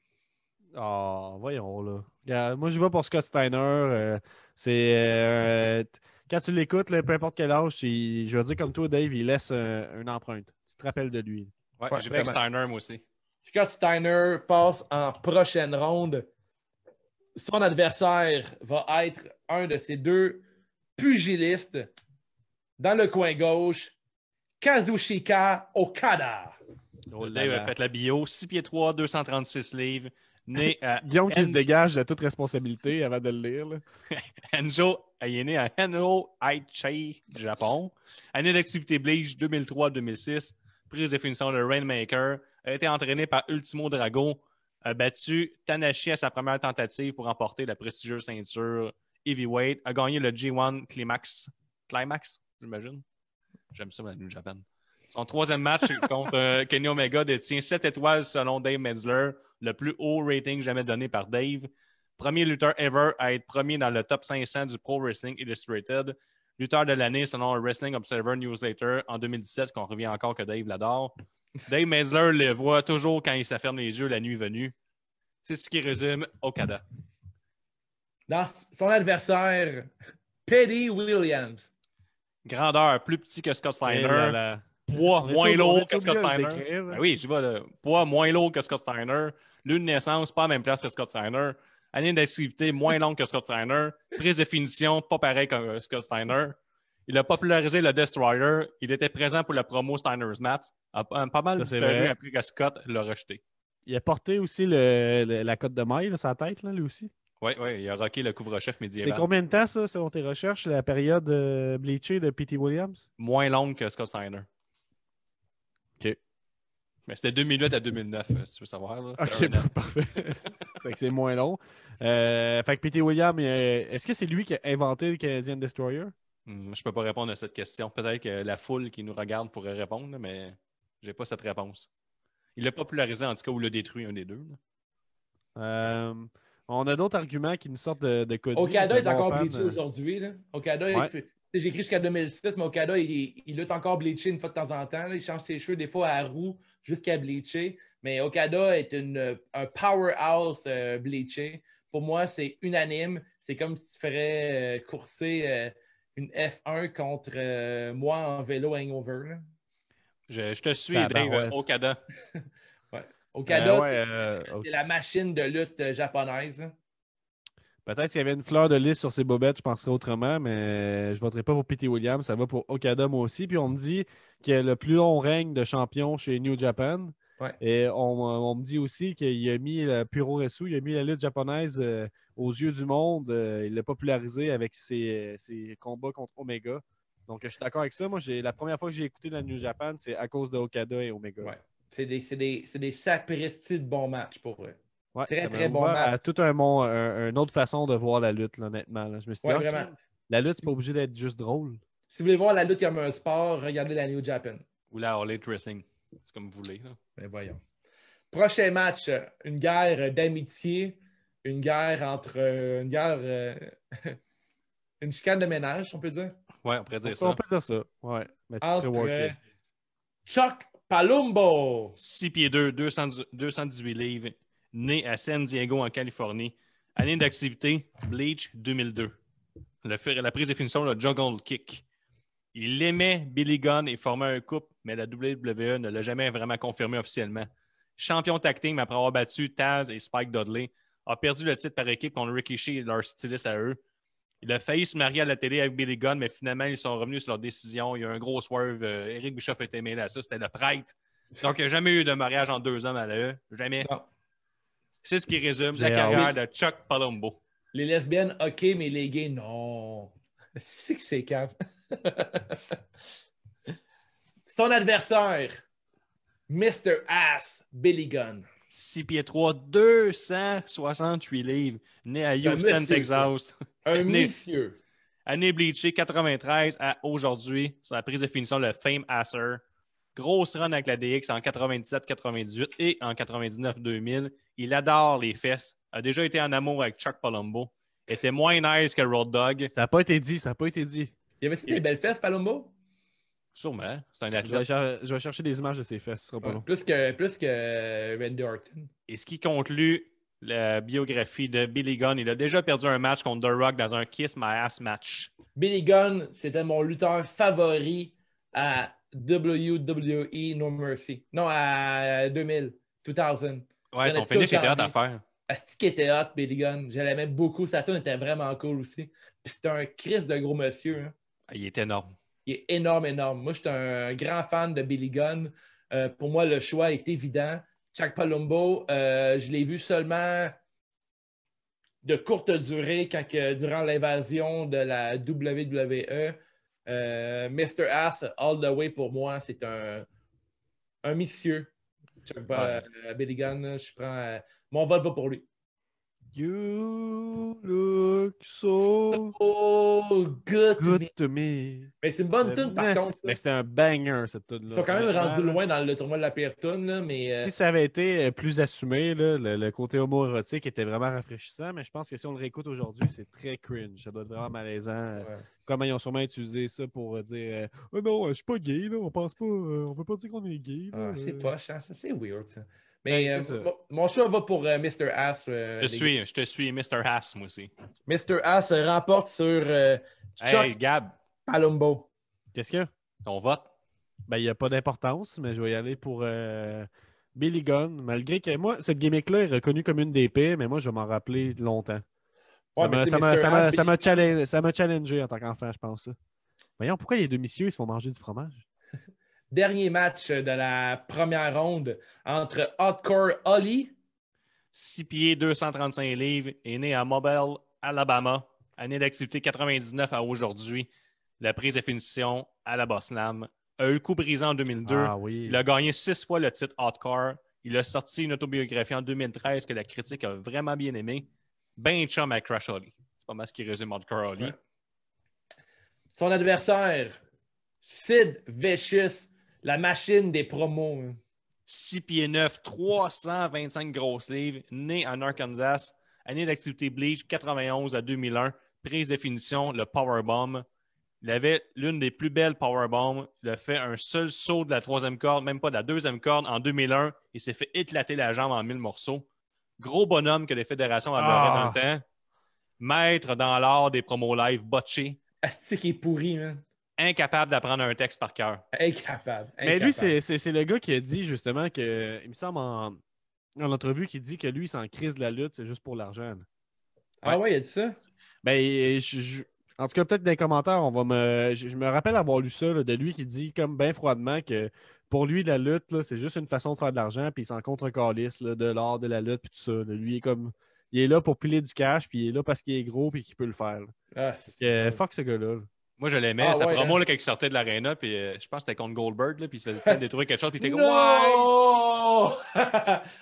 E: Ah, voyons là. Regarde, moi, je vais pour Scott Steiner. euh, c'est. euh, t- quand tu l'écoutes, là, peu importe quel âge, il- je vais dire comme toi, Dave, il laisse euh, une empreinte. Tu te rappelles de lui.
A: Ouais,
D: Ouais,
A: j'ai pris avec
D: vraiment.
A: Steiner, moi aussi.
D: Scott Steiner passe en prochaine ronde. Son adversaire va être un de ces deux pugilistes dans le coin gauche, Kazushika Okada.
A: Dave a fait la bio, 6 pieds 3, 236 livres, né à
E: Guillaume qui se
A: And-
E: dégage de toute responsabilité avant de le lire. là.
A: Enjo, il est né à Enro Aichi, du Japon. Année d'activité Bleach 2003-2006, prise de finition de Rainmaker, a été entraîné par Ultimo Drago, a battu Tanashi à sa première tentative pour emporter la prestigieuse ceinture Heavyweight, a gagné le G1 Climax, Climax, j'imagine. J'aime ça, la New Japan. Son troisième match contre euh, Kenny Omega détient 7 étoiles selon Dave Metzler, le plus haut rating jamais donné par Dave premier lutteur ever à être premier dans le top 500 du Pro Wrestling Illustrated, lutteur de l'année selon le Wrestling Observer Newsletter en 2017, qu'on revient encore que Dave l'adore. Dave Mazler le voit toujours quand il s'afferme les yeux la nuit venue. C'est ce qui résume Okada.
D: Dans son adversaire, Petty Williams.
A: Grandeur, plus petit que Scott
E: Eh
A: Steiner.
E: là là.
A: Poids
E: On est
A: moins
E: tout- on
A: lourd
E: est
A: que
E: tout
A: Scott
E: obligé de le
A: Steiner.
E: décrire, là.
A: Ben oui, je vois le poids moins lourd que Scott Steiner, lieu de naissance, pas à la même place que Scott Steiner, année d'activité moins longue que Scott Steiner, prise de finition pas pareil que euh, Scott Steiner. Il a popularisé le Destroyer. Il était présent pour la promo Steiner's Match. A- a- pas mal
E: Ça, c'est
A: disparu
E: vrai.
A: après que Scott l'a rejeté.
E: Il a porté aussi le- le- la cote de maille, là, sa tête, là, lui aussi.
A: Oui, oui, il a rocké le couvre-chef
E: C'est
A: médiéval.
E: combien de temps, ça, selon tes recherches, la période euh, bleachée de P.T. Williams?
A: Moins longue que Scott Steiner.
E: OK.
A: Mais c'était 2008 à 2009, euh, si tu veux savoir. là. C'est
E: Ok,
A: un an.
E: bon, parfait. fait que c'est moins long. Euh, fait que P.T. Williams, euh, est-ce que c'est lui qui a inventé le Canadian Destroyer?
A: Hmm, Je peux pas répondre à cette question. Peut-être que la foule qui nous regarde pourrait répondre, mais j'ai pas cette réponse. Il l'a popularisé en tout cas ou l'a détruit un des deux. là.
E: Euh, on a d'autres arguments qui nous sortent de, de Cody.
D: Okada
E: de
D: est
E: bons
D: encore
E: fans,
D: bleaché
E: euh,
D: aujourd'hui. là. Okada,
E: Ouais.
D: il- j'ai écrit jusqu'à 2006, mais Okada, il, il lutte encore bleaché une fois de temps en temps. là. Il change ses cheveux des fois à roux jusqu'à bleaché. Mais Okada est une, un powerhouse euh, bleaché. Pour moi, c'est unanime. C'est comme si tu ferais euh, courser euh, une F1 contre euh, moi en vélo hangover. là.
A: Je, je te suis,
E: Tabarouette.
A: Dave Okada.
D: Okada,
E: euh, ouais,
D: c'est-
E: euh,
D: c'est la machine de lutte euh, japonaise.
E: Peut-être s'il y avait une fleur de lys sur ses bobettes, je penserais autrement, mais je voterai pas pour P.T. Williams. Ça va pour Okada, moi aussi. Puis on me dit qu'il a le plus long règne de champion chez New Japan.
D: Ouais.
E: Et on, on me dit aussi qu'il a mis le Puro Resu, il a mis la lutte japonaise euh, aux yeux du monde. Euh, il l'a popularisé avec ses, euh, ses combats contre Omega. Donc je suis d'accord avec ça. Moi, j'ai la première fois que j'ai écouté la New Japan, c'est à cause de Okada et Omega.
D: Ouais. C'est des, c'est des, c'est des sapristis de bons matchs pour eux.
E: Ouais,
D: Très,
E: ça m'a
D: très bon
E: ouvert
D: match.
E: à tout un, monde, une autre façon de voir la lutte, là, honnêtement. là. Je me suis dit,
D: Ouais,
E: Ah,
D: vraiment.
E: La lutte, c'est pas obligé d'être juste drôle.
D: Si vous voulez voir la lutte comme un sport, regardez la New Japan.
A: Ou la All Elite Wrestling. C'est comme vous voulez. là.
D: Mais voyons. Prochain match, euh, une guerre d'amitié, une guerre entre. euh, Une guerre. euh, une chicane de ménage, on peut dire.
A: Ouais, on pourrait dire
E: On
A: ça.
E: peut dire ça. Ouais. Mais c'est très
D: Entre euh,
E: worké.
D: Chuck Palumbo.
A: 6 pieds 2, 200 218 livres, né à San Diego en Californie. Année d'activité, Bleach 2002. Le, fait- la prise de finition, le juggle kick. Il aimait Billy Gunn et formait un couple, mais la WWE ne l'a jamais vraiment confirmé officiellement. Champion tag team après avoir battu Taz et Spike Dudley, a perdu le titre par équipe contre Rikishi et leur styliste à eux. Il a failli se marier à la télé avec Billy Gunn, mais finalement, ils sont revenus sur leur décision. Il y a eu un gros swerve. Euh, Eric Bischoff était mêlé à ça. C'était le prêtre donc, il n'y a jamais eu de mariage en deux hommes à l'AE. Jamais.
D: Non.
A: C'est ce qui résume la
E: J'ai
A: carrière
E: hâte.
A: de Chuck Palumbo.
D: Les lesbiennes, ok, mais les gays, non. C'est que c'est cave. Son adversaire, Mr. Ass Billy Gunn.
A: 6 pieds 3, 268 livres. Né à
D: un
A: Houston,
D: monsieur, ça.
A: Texas.
D: Un
A: Né-
D: monsieur.
A: Année bleachée, 93 à aujourd'hui. Sur la prise de finition, le Fame Asser. Grosse run avec la DX en 97-98 et en 99-2000. Il adore les fesses. A déjà été en amour avec Chuck Palumbo. Était moins nice que Road Dog.
E: Ça n'a pas été dit, ça n'a pas été dit.
D: Il y avait-tu des belles fesses, Palumbo?
A: Sûrement. C'est un
E: Je vais,
A: athlète.
E: cher- je vais chercher des images de ses fesses, ce sera pas long.
D: Plus que, plus que Randy Orton.
A: Et ce qui conclut la biographie de Billy Gunn, il a déjà perdu un match contre The Rock dans un Kiss My Ass match.
D: Billy Gunn, c'était mon lutteur favori à WWE No Mercy. Non, à 2000. 2000.
A: Ouais,
D: Je
A: son
D: connais
A: finish
D: tout
A: était hot
D: en
A: à
D: vie.
A: faire.
D: Asti qui était hot, Billy Gunn. Je l'aimais beaucoup. Sa tune était vraiment cool aussi. Puis c'était un Chris de gros monsieur. hein.
A: Ah, Il est énorme.
D: Il est énorme, énorme. Moi, j'étais un grand fan de Billy Gunn. Euh, pour moi, le choix est évident. Chuck Palumbo, euh, je l'ai vu seulement de courte durée quand que- durant l'invasion de la WWE. Euh, Mr. Ass, all the way pour moi, c'est un, un messieurs. Chuck Pa- euh, Billy Gunn, je prends. euh, mon vote va pour lui.
E: You look so
D: Oh, good.
E: good
D: mais-
E: to me.
D: Mais c'est une bonne tune par contre.
E: Mais c'était un banger, cette tune
D: Ils
E: là
D: sont quand même rendus loin dans le tournoi de la pire tune, là, mais. euh,
E: Si ça avait été euh, plus assumé, là, le, le côté homoérotique était vraiment rafraîchissant, mais je pense que si on le réécoute aujourd'hui, c'est très cringe. Ça doit être vraiment malaisant. euh,
D: Ouais.
E: Comment ils ont sûrement utilisé ça pour euh, dire euh, Oh non, euh, je suis pas gay, là, on pense pas, euh, on veut pas dire qu'on est gay. là,
D: Ah, c'est
E: euh.
D: poche, hein? ça, c'est weird, ça. Mais
E: Ouais,
D: euh,
E: c'est ça.
D: mon- mon choix va pour euh, Mr. Ass. euh,
A: Je
D: les gars.
A: suis, je te suis, Mr. Ass, moi aussi.
D: Mr. Ass remporte sur euh, Chuck
A: Hey, Gab,
D: Palumbo.
E: Qu'est-ce qu'il y a
A: ton vote.
E: Ben, il n'y a pas d'importance, mais je vais y aller pour euh, Billy Gunn. Malgré que moi, cette gimmick-là est reconnue comme une des pires, mais moi, je vais m'en rappeler longtemps.
D: Ouais,
E: Ça
D: mais
E: m'a-
D: c'est
E: ça m'a-
D: Mr.
E: ça m'a-
D: Ass,
E: ça m'a challenge- ça m'a challengé en tant qu'enfant, je pense. ça. Voyons, pourquoi les deux messieurs ils se font manger du fromage?
D: Dernier match de la première ronde entre Hardcore Holly.
A: 6 pieds, 235 livres, est né à Mobile, Alabama, année d'activité 99 à aujourd'hui. La prise de finition à la Boslam. A eu le coup brisant en 2002.
E: Ah oui.
A: Il a gagné six fois le titre Hardcore. Il a sorti une autobiographie en 2013 que la critique a vraiment bien aimée. Ben chum à Crash Holly. C'est pas mal ce qui résume Hardcore Holly.
D: Ouais. Son adversaire, Sid Vicious, la machine des promos. hein.
A: 6 pieds 9, 325 grosses livres, né en Arkansas, année d'activité Bleach 91 à 2001, prise de finition, le Powerbomb. Il avait l'une des plus belles Powerbombs. Il a fait un seul saut de la troisième corde, même pas de la deuxième corde, en 2001. Il s'est fait éclater la jambe en mille morceaux. Gros bonhomme que les fédérations adoraient
E: Ah.
A: dans le temps. Maître dans l'art des promos live, botché,
D: Asti qui est pourri, man.
A: incapable d'apprendre un texte par cœur.
D: Incapable.
E: Mais
D: incapable.
E: lui, c'est c'est- c'est le gars qui a dit justement que, il me semble en, en entrevue, qu'il dit que lui, il s'en crise de la lutte, c'est juste pour l'argent.
D: Ah ouais, il a dit ça?
E: Ben, je- je- en tout cas, peut-être dans les commentaires, on va me. Je, je me rappelle avoir lu ça là, de lui qui dit comme bien froidement que pour lui, la lutte, là, c'est juste une façon de faire de l'argent, puis il s'en contre calice là, de l'art, de la lutte, puis tout ça. là. Lui, il est comme. Il est là pour piler du cash, puis il est là parce qu'il est gros, puis qu'il peut le faire. là.
D: Ah,
E: Euh,
D: c'est-
E: fuck ce gars-là. là.
A: Moi, je l'aimais.
D: Ah
A: sa
D: ouais,
A: promo,
D: hein?
A: là, quand il sortait de l'aréna, puis euh, je pense que c'était contre Goldberg, là, puis il se faisait peut-être détruire quelque chose, puis il était comme Ouais!
D: Non!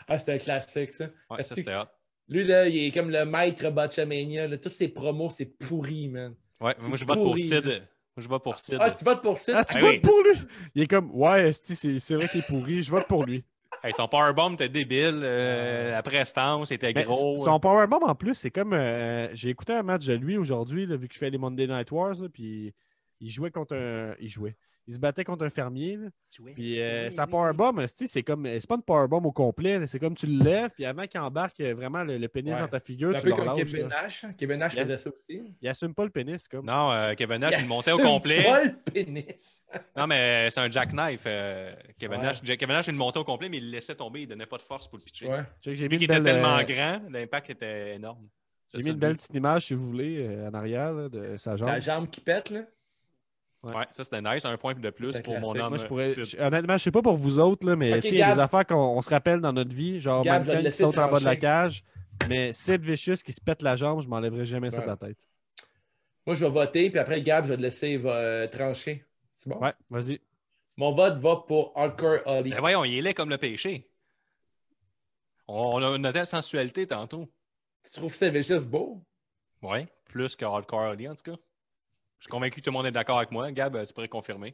D: ah, c'est un classique, ça.
A: Ouais, ça, c'était hot.
D: Lui, là, il est comme le maître Botchamania. là. Tous ses promos, c'est pourri, man.
A: Ouais,
D: C'est
A: moi, je vote pour
D: pourri,
A: Sid.
D: là.
A: Moi, je vote pour Sid.
D: Ah, tu votes pour ça?
E: Ah, tu
A: Ah
E: votes
A: oui.
E: pour lui! Il est comme, ouais, esti, c'est c'est vrai qu'il est pourri, je vote pour lui.
A: Hey, son powerbomb était débile. euh, la prestance était
E: Mais
A: gros. hein.
E: s- Ben, Son powerbomb en plus, c'est comme. euh, J'ai écouté un match de lui aujourd'hui, là, vu que je fais les Monday Night Wars, là, puis il jouait contre un. Il jouait. Il se battait contre un fermier. là, Puis euh, sa powerbomb, esti, c'est comme. euh, C'est pas une powerbomb au complet. là, C'est comme tu le lèves, puis avant qu'il embarque euh, vraiment le, le pénis
D: Ouais.
E: dans ta
D: C'est
E: figure,
D: un
E: tu
D: peu
E: le
D: comme
E: relâches,
D: Kevin
E: là.
D: Nash. hein. Kevin Nash
E: Yeah.
D: faisait ça aussi.
E: Il assume pas le pénis, comme.
A: Non, euh, Kevin Nash, il
D: Yes!
A: montait au complet.
D: Pas le pénis.
A: Non, mais c'est un jackknife. euh, Kevin,
D: Ouais.
A: Nash, Kevin Nash, il montait au complet, mais il le laissait tomber. Il donnait pas de force pour le pitcher.
D: Ouais.
E: Check, J'ai
A: Vu
E: mis,
A: qu'il
E: une
A: était
E: belle,
A: tellement
E: euh,
A: grand, l'impact était énorme. Ça, c'est
E: j'ai mis une
A: lui.
E: belle petite image, si vous voulez, euh, en arrière là, de sa jambe.
D: La jambe qui pète, là.
A: Ouais, ça, c'était nice. Un point de plus
D: C'était
A: pour mon
D: classique.
A: homme.
E: Moi, je pourrais.
A: Sid.
E: je- honnêtement, je sais pas pour vous autres, là, mais
D: Ok,
E: tu sais, il y a des
D: Gab.
E: affaires qu'on on se rappelle dans notre vie, genre
D: Gab,
E: même
D: je vais
E: quand
D: te
E: ils
D: laisser
E: sautent en bas de la
D: trancher.
E: cage. Mais Sid Vicious qui se pète la jambe, je m'enlèverai jamais ça de
D: Ouais.
E: la tête.
D: Moi, je vais voter, puis après, Gab, je vais le laisser euh, trancher. C'est bon?
E: Ouais, vas-y.
D: Mon vote va pour Hardcore Holly.
A: Ben voyons, il est laid comme le péché. On, on a une telle sensualité tantôt.
D: Tu trouves ça juste beau?
A: Ouais, plus que Hardcore Holly en tout cas. Je suis convaincu que tout le monde est d'accord avec moi. Gab, euh, tu pourrais confirmer.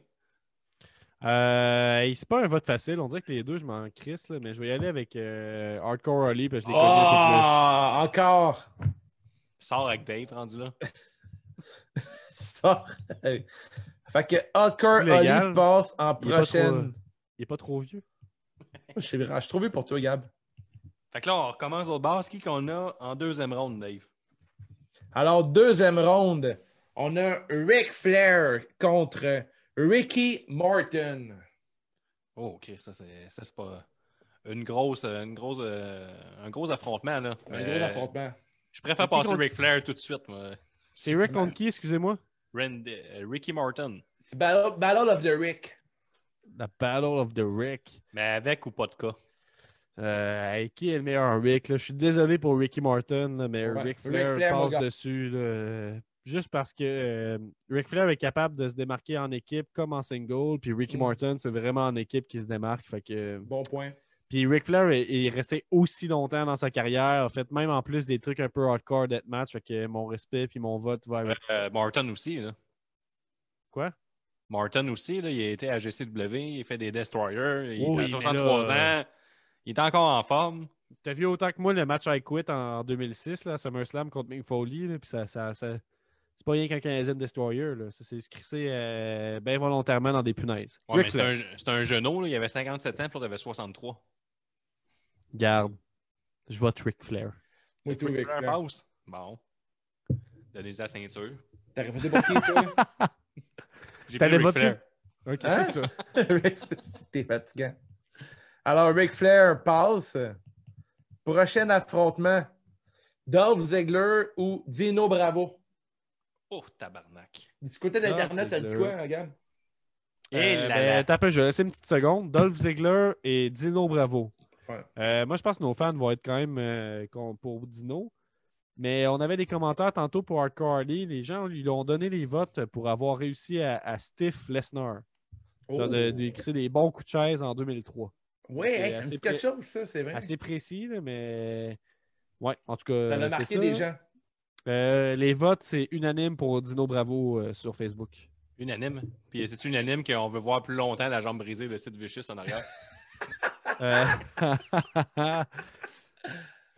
E: Euh, hey, c'est pas un vote facile. On dirait que les deux, je m'en crisse, là, mais je vais y aller avec euh, Hardcore Holly parce que je l'ai connu un
D: Ah, encore!
A: Sors avec Dave rendu là.
D: Sors. Fait Fait que Hardcore
E: Légal.
D: Holly passe en
E: Il est pas
D: prochaine.
E: trop- Il est pas trop vieux.
D: Je suis je suis trop vieux pour toi, Gab.
A: Fait que là, on recommence au base. Qui qu'on a en deuxième ronde, Dave?
D: Alors, deuxième ronde, on a Ric Flair contre Ricky Morton.
A: Oh, OK. Ça, c'est ça, c'est pas une grosse, une grosse, euh, un gros affrontement. Là.
D: Un
A: Euh,
D: gros affrontement.
A: Je préfère
E: C'est qui
A: passer
E: contre-
A: Ric Flair tout de suite. moi.
E: C'est Rick contre qui, excusez-moi?
A: Randy- euh, Ricky Martin.
D: C'est Battle, Battle of the Rick.
E: La Battle of the Rick.
A: Mais avec ou pas de cas?
E: Euh, hey, qui est le meilleur Rick? là? Je suis désolé pour Ricky Martin, là, mais
D: Ouais.
E: Ric Flair,
D: Ric Flair, mon
E: passe
D: gars.
E: dessus. là. Juste parce que euh, Ric Flair est capable de se démarquer en équipe comme en single, puis Ricky
D: Mm.
E: Martin, c'est vraiment en équipe qui se démarque. Fait que...
D: Bon point.
E: Puis Ric Flair est, est resté aussi longtemps dans sa carrière, en fait, même en plus des trucs un peu hardcore deathmatch. Fait que mon respect puis mon vote va avec.
A: Euh, Martin aussi. Là.
E: Quoi?
A: Martin aussi, là, il a été à GCW, il fait des Destroyers, il
E: Oui,
A: a
E: mais
A: 63
E: là,
A: ans, il est encore en forme.
E: T'as vu autant que moi le match I Quit en 2006, là, SummerSlam contre Mick Foley, là, puis ça, ça, ça- c'est pas rien qu'un Canadian Destroyer, là. Ça s'est crissé bien volontairement dans des punaises.
A: Ouais, mais
E: Ric
A: c'est
E: Flair,
A: un, c'est un genou, là, il avait 57 ans, puis l'autre avait 63.
E: garde. Je vote Ric Flair.
D: Moi, tout
A: Ric
D: Ric
A: Flair
D: Flair.
A: passe. Bon. Donnez la ceinture.
D: T'as répondu pour qui, toi?
A: J'ai
E: T'allais
A: pris Ric
E: voter?
A: Flair.
E: Ok,
D: Hein?
E: c'est ça.
D: Ric- T'es fatigant. Alors, Ric Flair passe. Prochain affrontement. Dolph Ziggler ou Dino Bravo.
A: Oh, tabarnak.
D: Du côté
E: Dolph
D: d'Internet, ça dit
E: Ziggler.
D: quoi, hein, Gab?
A: Et
E: Euh,
A: Eh là,
E: ben,
A: là.
E: T'as un peu, je vais laisser une petite seconde. Dolph Ziggler et Dino Bravo.
D: Ouais.
E: Euh, moi, je pense que nos fans vont être quand même euh, con- pour Dino. Mais on avait des commentaires tantôt pour Hardcore Harley. Les gens lui ont donné les votes pour avoir réussi à, à stiff Lesnar. Genre de,
D: Oh.
E: de crisser des bons coups de chaise en 2003.
D: Oui,
E: C'est
D: Oh. hey, ça me
E: assez
D: dit
E: pré-
D: quelque chose, ça, c'est vrai.
E: Assez précis, là, mais. Ouais, en tout cas.
D: ça
E: c'est
D: l'a marqué des gens.
E: Euh, les votes, c'est unanime pour Dino Bravo euh, sur Facebook.
A: Unanime. Puis c'est unanime qu'on veut voir plus longtemps la jambe brisée de Sid Vicious en arrière.
E: Euh,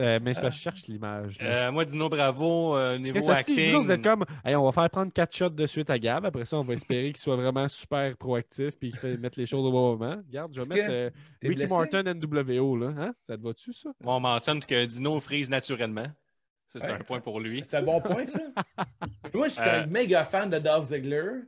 E: Euh, mais je, je cherche l'image. là.
A: Euh, moi, Dino Bravo, euh, niveau
E: Chris, hostie,
A: acting.
E: vous autres, vous êtes comme, Hey, on va faire prendre quatre shots de suite à Gab. Après ça, on va espérer qu'il soit vraiment super proactif puis qu'il fait mettre les choses au bon moment. Regarde, je vais
D: Est-ce
E: mettre
D: que
E: euh,
D: T'es
E: Ricky
D: blessé?
E: Martin NWO. Là. Hein? Ça te va-tu, ça?
A: On mentionne que Dino frise naturellement. Ça, c'est
D: Ouais.
A: un point pour lui.
D: C'est un bon point, ça. moi, je suis
A: Euh,
D: un méga fan de Dolph Ziggler.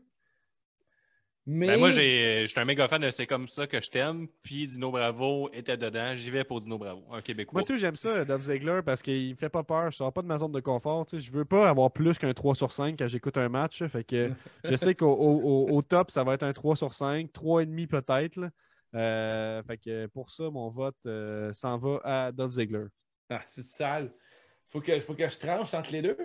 D: Mais
A: Ben, moi, j'ai- je suis un méga fan de C'est comme ça que je t'aime. Puis Dino Bravo était dedans. J'y vais pour Dino Bravo, un Québécois.
E: Moi, tout, j'aime ça, Dove Ziegler, parce qu'il me fait pas peur. Je sors pas de ma zone de confort. tu sais. Je veux pas avoir plus qu'un 3 sur 5 quand j'écoute un match. Fait que je sais qu'au au- au- au top, ça va être un 3 sur 5, 3,5 peut-être. là. Euh, fait que pour ça, mon vote euh, s'en va à Dove Ziegler.
D: Ah, c'est sale. Faut que, faut que je tranche entre les deux.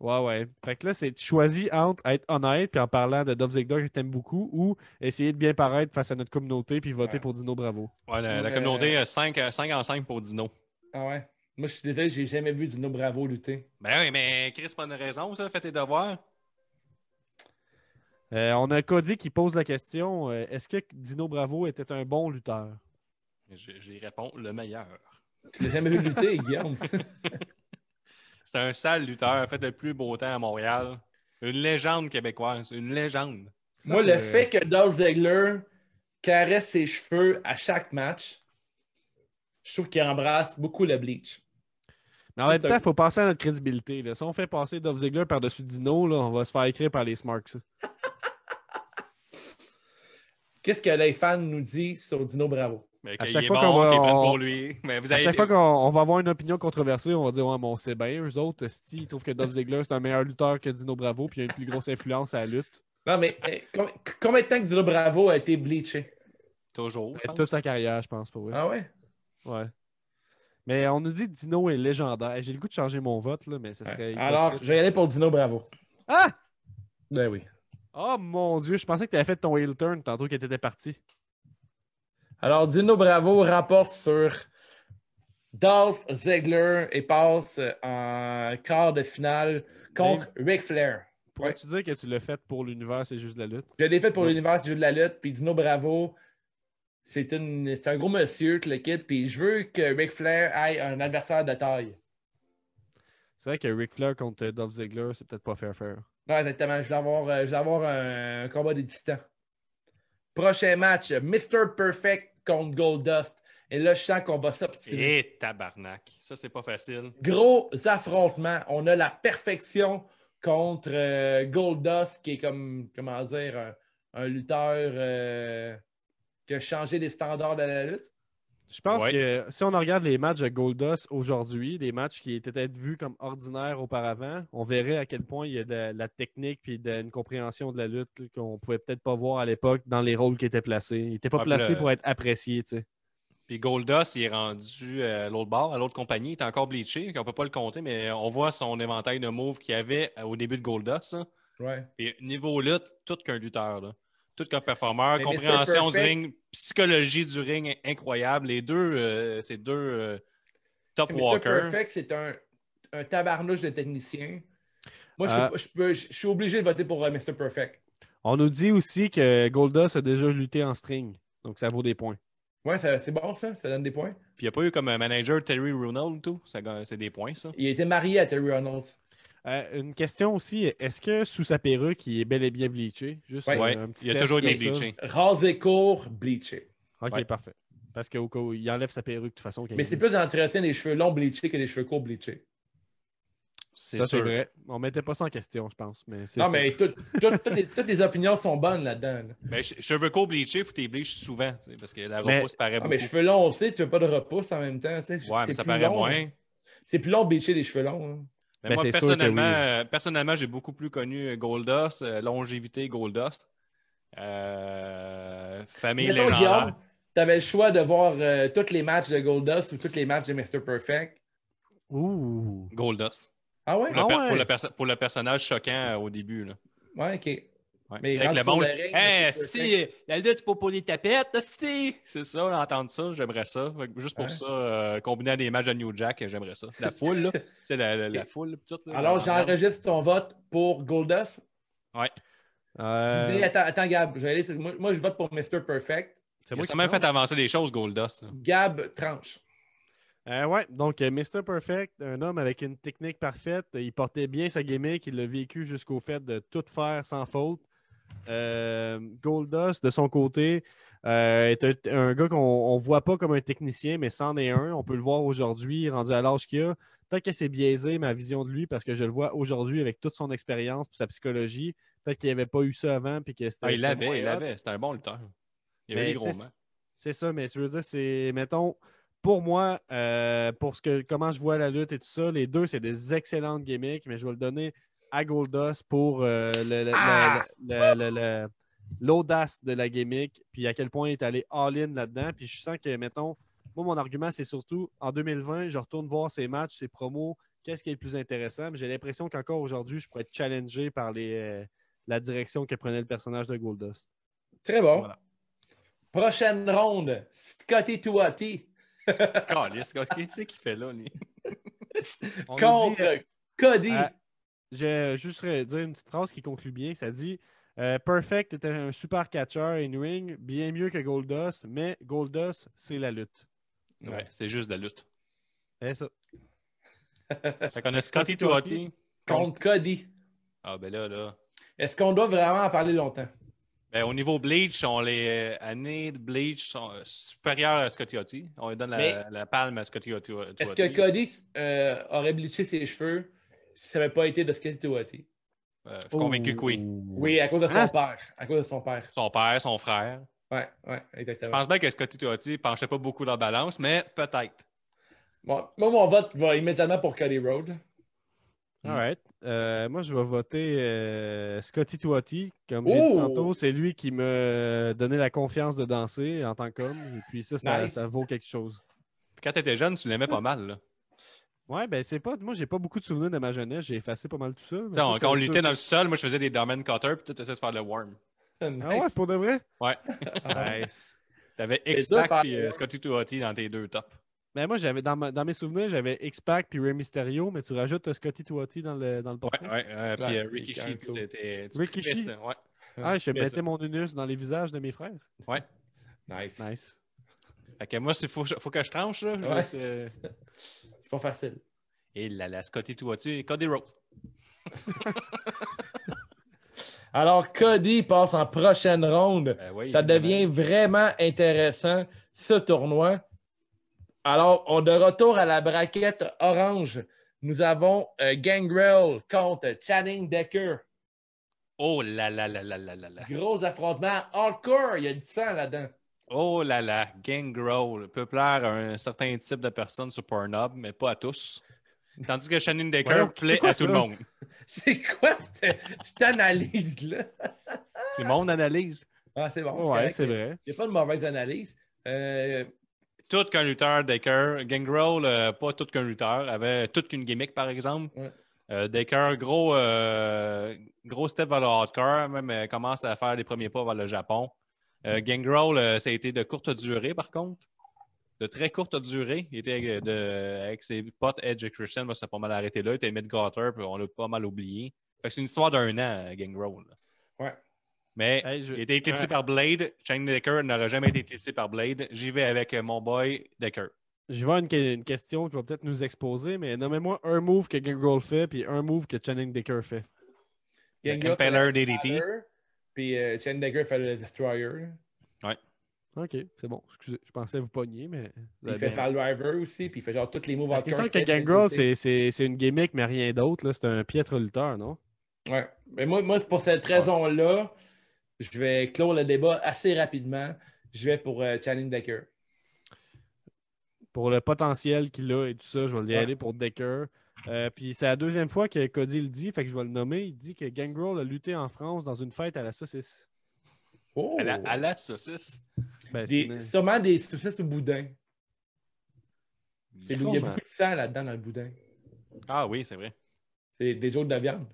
E: Ouais, ouais. Fait que là, c'est tu choisis entre être honnête puis en parlant de Dove Ziggler que t'aimes beaucoup ou essayer de bien paraître face à notre communauté puis voter
D: Ouais.
E: pour Dino Bravo.
A: Ouais, la, la
D: Euh,
A: communauté 5, en 5 pour Dino.
D: Ah ouais. Moi, je suis désolé, j'ai jamais vu Dino Bravo lutter.
A: Ben oui, mais Chris, pas de raison, ça. Fais tes devoirs.
E: Euh, on a Cody qui pose la question euh, est-ce que Dino Bravo était un bon lutteur
A: J- J'y réponds le meilleur.
D: Je l'ai jamais vu lutter, Guillaume.
A: C'est un sale lutteur. a fait le plus beau temps à Montréal. Une légende québécoise. Une légende.
E: Ça,
D: moi,
E: c'est- euh,
D: le fait que Dolph Ziggler caresse ses cheveux à chaque match, je trouve qu'il embrasse beaucoup le bleach.
E: Mais en même
D: c'est
E: temps,
D: un-
E: il faut passer à notre crédibilité. là. Si on fait passer Dove Ziggler par-dessus Dino, là, on va se faire écrire par les Smarks.
D: Qu'est-ce que les fans nous disent sur Dino Bravo?
A: Mais
E: À
A: qu'il
E: chaque
A: est
E: fois
A: bon,
E: qu'on va-
A: qu'il est prêt
E: on-
A: pour lui. Mais vous
E: À
A: avez-
E: chaque fois qu'on on va avoir une opinion controversée, on va dire Ouais, mais on sait bien, eux autres, si ils trouvent que Dove Ziggler c'est un meilleur lutteur que Dino Bravo puis il a une plus grosse influence à la lutte,
D: Non, mais eh, com- combien de temps que Dino Bravo a été bleaché?
A: Toujours. je pense.
E: toute sa carrière, je pense, pas vrai.
D: Ah ouais?
E: Ouais. Mais on nous dit Dino est légendaire. J'ai le goût de changer mon vote, là, mais ça serait.
D: Ouais. Alors, je vais y aller pour Dino Bravo.
E: Ah!
D: Ben oui.
E: Oh mon dieu, je pensais que tu avais fait ton heel turn tantôt que t'étais parti.
D: Alors, Dino Bravo remporte sur Dolph Ziggler et passe en quart de finale contre Ric Flair.
E: Pourrais-tu dire que tu l'as fait pour l'univers, c'est juste la lutte?
D: Je l'ai fait pour
E: Ouais.
D: l'univers du jeu de la lutte, puis Dino Bravo, c'est une- c'est un gros monsieur, le kid, puis je veux que Ric Flair aille un adversaire de taille.
E: C'est vrai que Ric Flair contre Dolph Ziggler, c'est peut-être pas fair-fair.
D: Non, exactement. Je vais avoir, euh, je vais avoir un, un combat des titans. Prochain match, Mr. Perfect contre Goldust. Et là, je sens qu'on va
A: Et
D: s'obstiner.
A: Eh, tabarnak. Ça, c'est pas facile.
D: Gros affrontement. On a la perfection contre euh, Goldust, qui est comme, comment dire, un, un lutteur euh, qui a changé les standards de la lutte.
E: Je pense
A: Ouais.
E: que si on regarde les matchs de Goldust aujourd'hui, des matchs qui étaient peut-être vus comme ordinaires auparavant, on verrait à quel point il y a de la, de la technique puis de, une compréhension de la lutte là, qu'on pouvait peut-être pas voir à l'époque dans les rôles qui étaient placés. Il n'était pas
A: Ouais, Ah, puis
E: placé
A: le-
E: pour être apprécié, tu sais.
A: Puis Goldust, il est rendu euh, à l'autre bord, à l'autre compagnie. Il est encore bleaché. On peut pas le compter, mais on voit son éventail de moves qu'il avait euh, au début de Goldust. hein.
D: Ouais.
A: Puis niveau lutte, tout qu'un lutteur. Là. Tout qu'un performeur.
D: Mais Mr.
A: compréhension du
D: Perfect-
A: ring, psychologie du ring incroyable. Les deux, euh, c'est deux euh, top
D: Mr.
A: walkers.
D: Perfect, c'est un, un tabarnouche de technicien. Moi, je
A: Euh.
E: Ah.
D: peux pas- je peux- je- je suis obligé de voter pour euh, Mr. Perfect.
E: On nous dit aussi que Goldust a déjà lutté en string, donc ça vaut des points.
D: Ouais, ça- c'est bon, ça. Ça donne des points.
A: Puis il n'y a pas eu comme un manager Terry Ronald, tout. Ça gagne- C'est des points, ça.
D: Il a été marié à Terry Reynolds.
E: Euh, une question aussi, est-ce que sous sa perruque, il est bel et bien bleaché? Juste
D: Ouais.
E: euh,
A: Ouais,
E: un petit
A: il a
E: test
A: toujours été
E: comme ça.
A: bleaché.
D: Rasé court, bleaché.
E: Ok,
A: Ouais.
E: parfait. Parce qu'au cas où il enlève sa perruque de toute façon. quand
A: Mhm.
D: Mais
E: il
D: c'est
E: vit.
D: plus d'entretien des cheveux longs bleachés que des cheveux courts bleachés.
A: C'est
E: Ça, c'est
A: sûr.
E: vrai. On mettait pas ça en question, je pense. Mais c'est
D: Non,
E: ça.
D: mais tout- tout- toutes les- toutes les opinions sont bonnes là-dedans. là.
A: Ben, che- cheveux courts bleachés, faut que tu bleaches souvent, tu sais, parce que la
E: Mais-
A: repousse paraît
D: Ah,
A: beaucoup.
D: mais cheveux longs aussi, tu veux pas de repousse en même temps. tu sais.
A: ouais, mais
D: C'est
A: ça
D: plus
A: paraît
D: long,
A: moins.
D: hein. C'est plus long de bleacher les cheveux longs. hein.
A: Mais
E: Ben,
A: moi,
E: c'est sûr que
A: personnellement,
E: oui.
A: euh, personnellement j'ai beaucoup plus connu euh, Goldust, euh, longévité Goldust, euh, famille
D: Mettons, Guillaume,
A: légendaire.
D: tu avais le choix de voir euh, tous les matchs de Goldust ou tous les matchs de Mr. Perfect.
E: Ouh.
A: Goldust.
D: Ah ouais?
A: Pour, le
E: Ah
A: per- pour
E: ouais.
A: le perso- pour le personnage choquant euh, au début. Là.
D: Ouais, ok.
A: Ouais.
D: Mais
A: Tu sais, avec
D: rendu
A: le
D: sur
A: monde.
D: le ring,
A: Hey,
D: c'est
A: si, la lutte pour pour les tapettes, si! C'est ça, d'entendre ça, j'aimerais ça. Fait que Juste pour
D: Hein?
A: ça, euh, combiné à des matchs de New Jack, j'aimerais ça. La foule, là. C'est la, la, la foule, pis tout. là.
D: Alors,
A: Ah,
D: j'enregistre ton vote pour Goldust.
E: Euh,
D: Mais Attends, attends, Gab. je vais aller sur- moi, moi, je vote pour Mr. Perfect.
E: c'est
A: Il a
E: moi qui
A: sûrement fait
E: commence.
A: avancer les choses, Goldust. là.
D: Gab tranche.
E: Euh, ouais, donc euh, Mr. Perfect, un homme avec une technique parfaite. Il portait bien sa gimmick. Il l'a vécu jusqu'au fait de tout faire sans faute. Euh, Goldust, de son côté, euh, est un, un gars qu'on ne voit pas comme un technicien, mais c'en est un. On peut le voir aujourd'hui, rendu à l'âge qu'il a. Peut-être que c'est biaisé ma vision de lui parce que je le vois aujourd'hui avec toute son expérience et sa psychologie. Peut-être qu'il n'avait pas eu ça avant. Puis que c'était-
A: Ah, il
E: c'était moins
A: l'avait, il
E: hot.
A: l'avait. C'était un bon lutteur. Il y avait
E: Mais
A: des gros
E: tu sais,
A: matchs.
E: C'est ça, mais je veux dire, c'est, mettons, pour moi, euh, pour ce que, comment je vois la lutte et tout ça, les deux, c'est des excellentes gimmicks, mais je vais le donner à Goldust pour euh, le- le-
D: Ah!
E: le- le- le- le- le- l'audace de la gimmick, puis à quel point il est allé all-in là-dedans. Puis je sens que, mettons, moi, mon argument, c'est surtout en 2020, je retourne voir ses matchs, ses promos, qu'est-ce qui est le plus intéressant. Mais j'ai l'impression qu'encore aujourd'hui, je pourrais être challengé par les, euh, la direction que prenait le personnage de Goldust.
D: Très bon.
E: Voilà.
D: Prochaine ronde, Scotty Tuati
A: Caliste, qu'est-ce qu'il fait là, lui?
E: On nous dit-
D: contre Cody.
E: Ah, Je juste re- dire une petite phrase qui conclut bien. Ça dit euh, Perfect était un super catcheur in-ring, bien mieux que Goldust, mais Goldust, c'est la lutte.
D: Ouais.
A: Ouais, c'est juste de la lutte.
E: C'est ça.
A: Fait qu'on a Scotty Tuati.
D: contre Cody.
A: Ah, ben là, là.
D: Est-ce qu'on doit vraiment en parler longtemps?
A: Ben, au niveau Bleach, on les euh, années de Bleach sont euh, supérieures à Scotty Hotty. On lui donne la,
D: Mais-
A: la palme à Scotty Hotty.
D: Est-ce que Cody euh, aurait bleaché ses cheveux si ça n'avait pas été de Scotty Tuati?
A: Euh,
E: Oh.
A: je suis convaincu que oui.
D: Oui, à cause de son
E: Hein?
D: père. À cause de son père.
A: Son père, son frère.
D: Ouais, ouais,
A: Je
D: exactement.
A: pense bien que Scotty Hotty penchait pas beaucoup dans la balance, mais peut-être.
D: Bon, moi, mon vote va immédiatement pour Cody Rhodes.
E: All right. Euh, moi, je vais voter euh, Scotty Tuati. Comme j'ai
D: Oh!
E: dit tantôt, c'est lui qui m'a donné la confiance de danser en tant qu'homme. Et puis ça, ça,
D: Nice.
E: ça vaut quelque chose.
A: Puis quand t'étais jeune, tu l'aimais pas mal. Là.
E: Ouais, ben c'est pas. Moi, j'ai pas beaucoup de souvenirs de ma jeunesse. J'ai effacé pas mal tout ça.
A: Tu
E: mais
A: sais, on-
E: tout,
A: quand on
E: euh,
A: luttait dans le sol, moi je faisais des Dorman Cutter, puis toi t'essayais de faire le worm.
E: Ah ouais, pour de vrai?
A: Ouais.
E: Nice.
A: T'avais
D: deux
A: X-Pac
D: par-
A: puis euh, Scotty Tuati dans tes deux tops.
E: Ben moi, j'avais dans, ma- dans mes souvenirs, j'avais X-Pac puis Rey Mysterio, mais tu rajoutes euh, Scotty Tuati dans le, dans le portrait.
A: Ouais, ouais. euh, puis
D: Ouais,
A: euh,
D: c'est un
A: Rikishi,
D: coup.
A: t'étais.
E: Rikishi?
A: Rikishi? Ouais.
E: Ah, je
A: Bien
E: mettais
A: sûr.
E: mon unus dans les visages de mes frères.
D: Nice.
E: Nice.
A: Fait que moi, il faut, faut que je tranche, là.
D: Ouais.
A: Juste, euh,
D: C'est pas facile.
A: Et là, la Scotty Tuati et Cody Rhodes.
D: Alors, Cody passe en prochaine ronde.
A: Ben oui,
D: Ça
A: évidemment.
D: devient vraiment intéressant, ce tournoi. Alors, on de retour à la braquette orange. Nous avons euh, Gangrel contre Channing Decker.
A: Oh là là là là là là là.
D: Gros affrontement hardcore. Il y a du sang là-dedans.
A: Oh là là. Gangrel peut plaire à un certain type de personnes sur Pornhub, mais pas à tous. Tandis que Shannon Decker
E: Voyons, c'est
A: plaît
E: quoi
A: à tout le
E: ça?
A: monde.
D: C'est quoi cette, cette analyse-là?
A: C'est mon analyse.
D: Ah, c'est bon.
E: Oh, Ouais, c'est
D: correct.
E: vrai.
D: Il n'y a pas de mauvaise analyse. Euh,
A: Tout qu'un lutteur, Decker. Gangrel, euh, pas tout qu'un lutteur. Avait toute qu'une gimmick, par exemple.
D: Ouais.
A: Euh, Decker, gros, euh, gros step vers le hardcore. Même euh, commence à faire les premiers pas vers le Japon. Euh, Gangrel, euh, ça a été de courte durée, par contre. De très courte durée. Il était avec, de- avec ses potes Edge et Christian. Moi, ça a pas mal arrêté là. Il était Mid Garter, puis on l'a pas mal oublié. Fait que c'est une histoire d'un an, euh, Gangrel. là.
D: Ouais.
A: Mais
E: Hey, je-
A: il a été éclipsé
E: Ouais.
A: par Blade. Shane Decker n'aurait jamais été éclipsé par Blade. J'y vais avec euh, mon boy Decker.
E: Je vois une, que- une question qui va peut-être nous exposer, mais nommez-moi un move que Gangrel fait puis un move que Channing Decker fait. Ben,
D: Gangrel fait
A: Impeller
D: le
A: DDT.
D: Impaler, Puis euh, Chen Decker fait le Destroyer.
E: Ok, c'est bon. Excusez, je pensais vous pogner, mais. vous
D: Il
E: avez
D: fait
E: bien
D: Fall Driver aussi. Puis il fait genre toutes les moves
E: Parce que
D: hardcore
E: c'est que
D: qu'il fait,
E: Gangrel,
D: DDT.
E: c'est- c'est c'est une gimmick, mais rien d'autre. là. C'est un piètre lutteur, non?
D: Ouais. Mais moi, moi pour cette raison-là, je vais clore le débat assez rapidement. Je vais pour euh, Channing Decker.
E: Pour le potentiel qu'il a et tout ça, je vais y
D: Ouais.
E: aller pour Decker. Euh, puis c'est la deuxième fois que Cody le dit, fait que je vais le nommer. Il dit que Gangrel a lutté en France dans une fête à la saucisse.
D: Oh!
A: À la, à la saucisse.
E: Ben,
D: Des-
E: c'est-
D: sûrement des saucisses au boudin. C'est- Il y a
E: Sûrement.
D: beaucoup de sang là-dedans dans le boudin.
A: Ah oui, c'est vrai.
D: C'est des jokes de viande.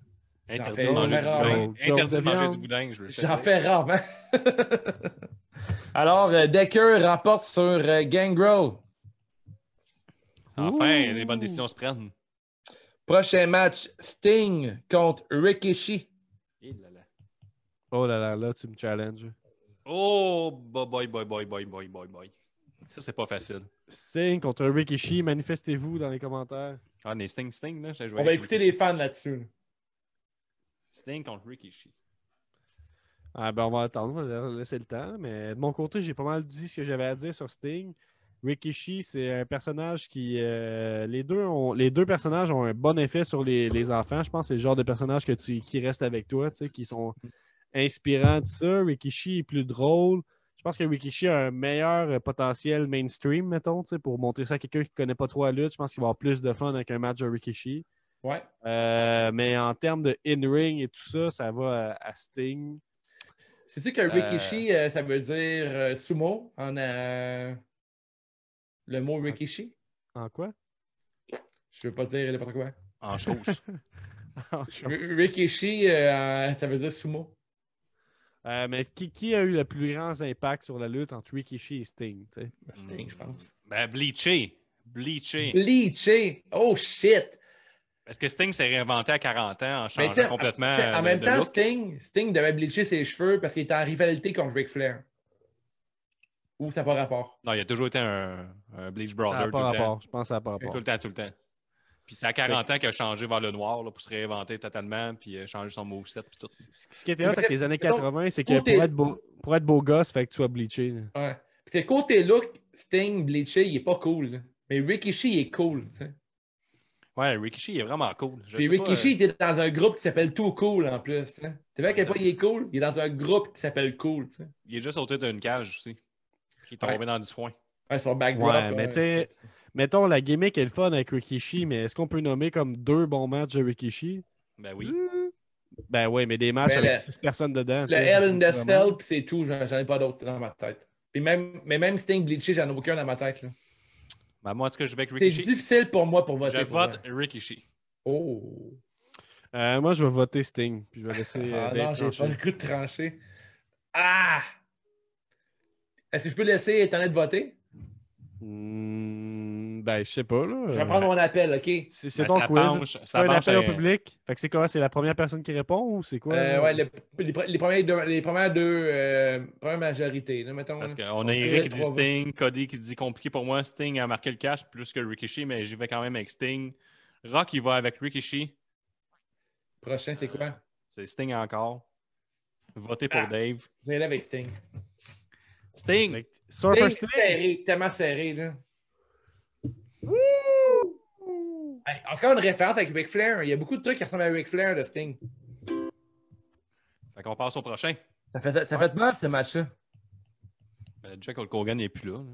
D: J'en
A: Interdit
D: fais
A: de manger du
D: rarement.
A: boudin.
E: Genre
A: Interdit
E: de
A: de manger
E: viande.
A: du boudin, je veux le
D: J'en
A: faire.
D: fais rarement. Alors, euh, Decker remporte sur euh, Gangrel.
A: Enfin, les bonnes décisions se prennent.
D: Prochain match, Sting contre Rikishi.
E: Oh là là, là, tu me challenges.
A: Oh, boy, boy, boy, boy, boy, boy, boy, boy. Ça, c'est pas facile.
E: Sting contre Rikishi, manifestez-vous dans les commentaires.
A: Ah, les Sting Sting, là, j'ai joué.
D: On va
A: avec
D: écouter les
A: Rikishi.
D: fans là-dessus.
A: Sting contre Rikishi.
E: Ah ben on va attendre, on va leur laisser le temps. Mais de mon côté, j'ai pas mal dit ce que j'avais à dire sur Sting. Rikishi, c'est un personnage qui. euh, les, deux ont- les deux personnages ont un bon effet sur les, les enfants. Je pense que c'est le genre de personnage que tu, qui reste avec toi, tu sais, qui sont inspirants, tout ça. Rikishi est plus drôle. Je pense que Rikishi a un meilleur euh, potentiel mainstream, mettons, tu sais, pour montrer ça à quelqu'un qui connaît pas trop la lutte. Je pense qu'il va avoir plus de fun avec un match de Rikishi.
D: Ouais.
E: Euh, mais en termes de in-ring et tout ça, ça va à, à Sting.
D: C'est sûr que Rikishi, euh, ça veut dire euh, sumo en euh, le mot Rikishi.
E: En quoi?
D: Je veux pas dire n'importe quoi.
A: En chose.
E: En chose.
D: R- Rikishi, euh, ça veut dire sumo.
E: Euh, mais qui, qui a eu le plus grand impact sur la lutte entre Rikishi et Sting? tu sais?
A: Hmm.
D: Sting, je pense.
A: ben, bleaché. Bleaché.
D: Bleaché. Oh shit.
A: Parce que Sting s'est réinventé à 40 ans en
D: Mais tu sais,
A: changeant complètement.
D: tu sais,
A: euh,
D: en même
A: de
D: temps,
A: look.
D: Sting, Sting devait bleacher ses cheveux parce qu'il était en rivalité contre Ric Flair. Ou ça n'a pas rapport.
A: Non, il a toujours été un, un Bleach
E: Ça n'a
A: Brother tout
E: pas
A: le temps.
E: rapport. Je pense que ça n'a pas
A: Tout
E: rapport.
A: le temps, tout le temps. Puis c'est à 40 ans qu'il a changé vers le noir là, pour se réinventer totalement, puis euh, changer son moveset. Puis tout.
E: Ce qui était hot avec les années
D: Mettons,
E: 80, c'est que
D: côté-
E: pour être, beau, pour être beau gosse, fait que tu sois bleaché. là.
D: Ouais. Parce que côté look, Sting, bleaché, il est pas cool. là. Mais Rikishi, il est cool. tu sais.
A: Ouais, Rikishi, il est vraiment cool. Je
D: Puis
A: sais pas,
D: Rikishi,
A: euh,
D: il était dans un groupe qui s'appelle Too Cool en plus. hein. Tu vois à quel point il est cool? Il est dans un groupe qui s'appelle Cool. tu sais.
A: euh, il est juste sauté d'une cage aussi. Puis Il est tombé
D: Ouais.
A: dans du foin.
D: Ouais, son backdrop.
E: Ouais, mais
D: hein,
E: tu sais-
D: c'est-
E: Mettons, la gimmick est le fun avec Rikishi, mais est-ce qu'on peut nommer comme deux bons matchs de Rikishi?
A: Ben oui.
E: Ben oui, mais des matchs
D: Mais
E: avec
D: le-
E: six personnes dedans.
D: Le Hell in the Cell, puis c'est tout. J'en j'en ai pas d'autres dans ma tête. Puis même, mais même Sting Bleaché, j'en ai aucun dans ma tête. là.
A: Ben, moi, en tout cas, je vais avec
D: C'est
A: Rikishi.
D: difficile pour moi pour voter.
A: Je
D: pour
A: vote
D: vrai.
A: Rikishi.
D: Oh.
E: Euh, moi, je vais voter Sting. Puis je vais laisser. euh,
D: Ah
E: Dave
D: non, j'ai
E: trancher.
D: pas le goût de trancher. Ah! Est-ce que je peux laisser Internet voter?
E: Hmm, ben, je sais pas. Là.
D: Je vais prendre mon appel, OK?
E: C'est c'est
A: Ben,
E: ton
A: ça
E: quiz.
A: penche-
E: C'est
A: ça
E: un
A: penche euh,
E: appel
A: à-
E: au public. Fait que c'est quoi? C'est la première personne qui répond ou c'est quoi?
D: hein. Euh,
E: là?
D: ouais, le- les, pre- les premières deux, les premières deux euh, premières majorités, là, mettons.
A: Parce
D: là.
A: qu'on a
D: dirait
A: Eric qui dit
D: trois votes.
A: Sting, Cody qui dit compliqué pour moi. Sting a marqué le cash plus que Rikishi, mais j'y vais quand même avec Sting. Rock, il va avec Rikishi.
D: Prochain, c'est quoi?
A: C'est Sting encore. Votez pour Dave.
D: J'ai l'air avec Sting.
A: Sting!
E: Fait que Surfer
D: Sting,
E: Sting!
D: serré, tellement serré, là. Hey, encore une référence avec Ric Flair. Il y a beaucoup de trucs qui ressemblent à Ric Flair, le Sting.
A: Fait qu'on passe au prochain.
D: Ça fait, ça fait mal, ce match-là.
A: Ben, Jack Hulk Hogan n'est plus là. là.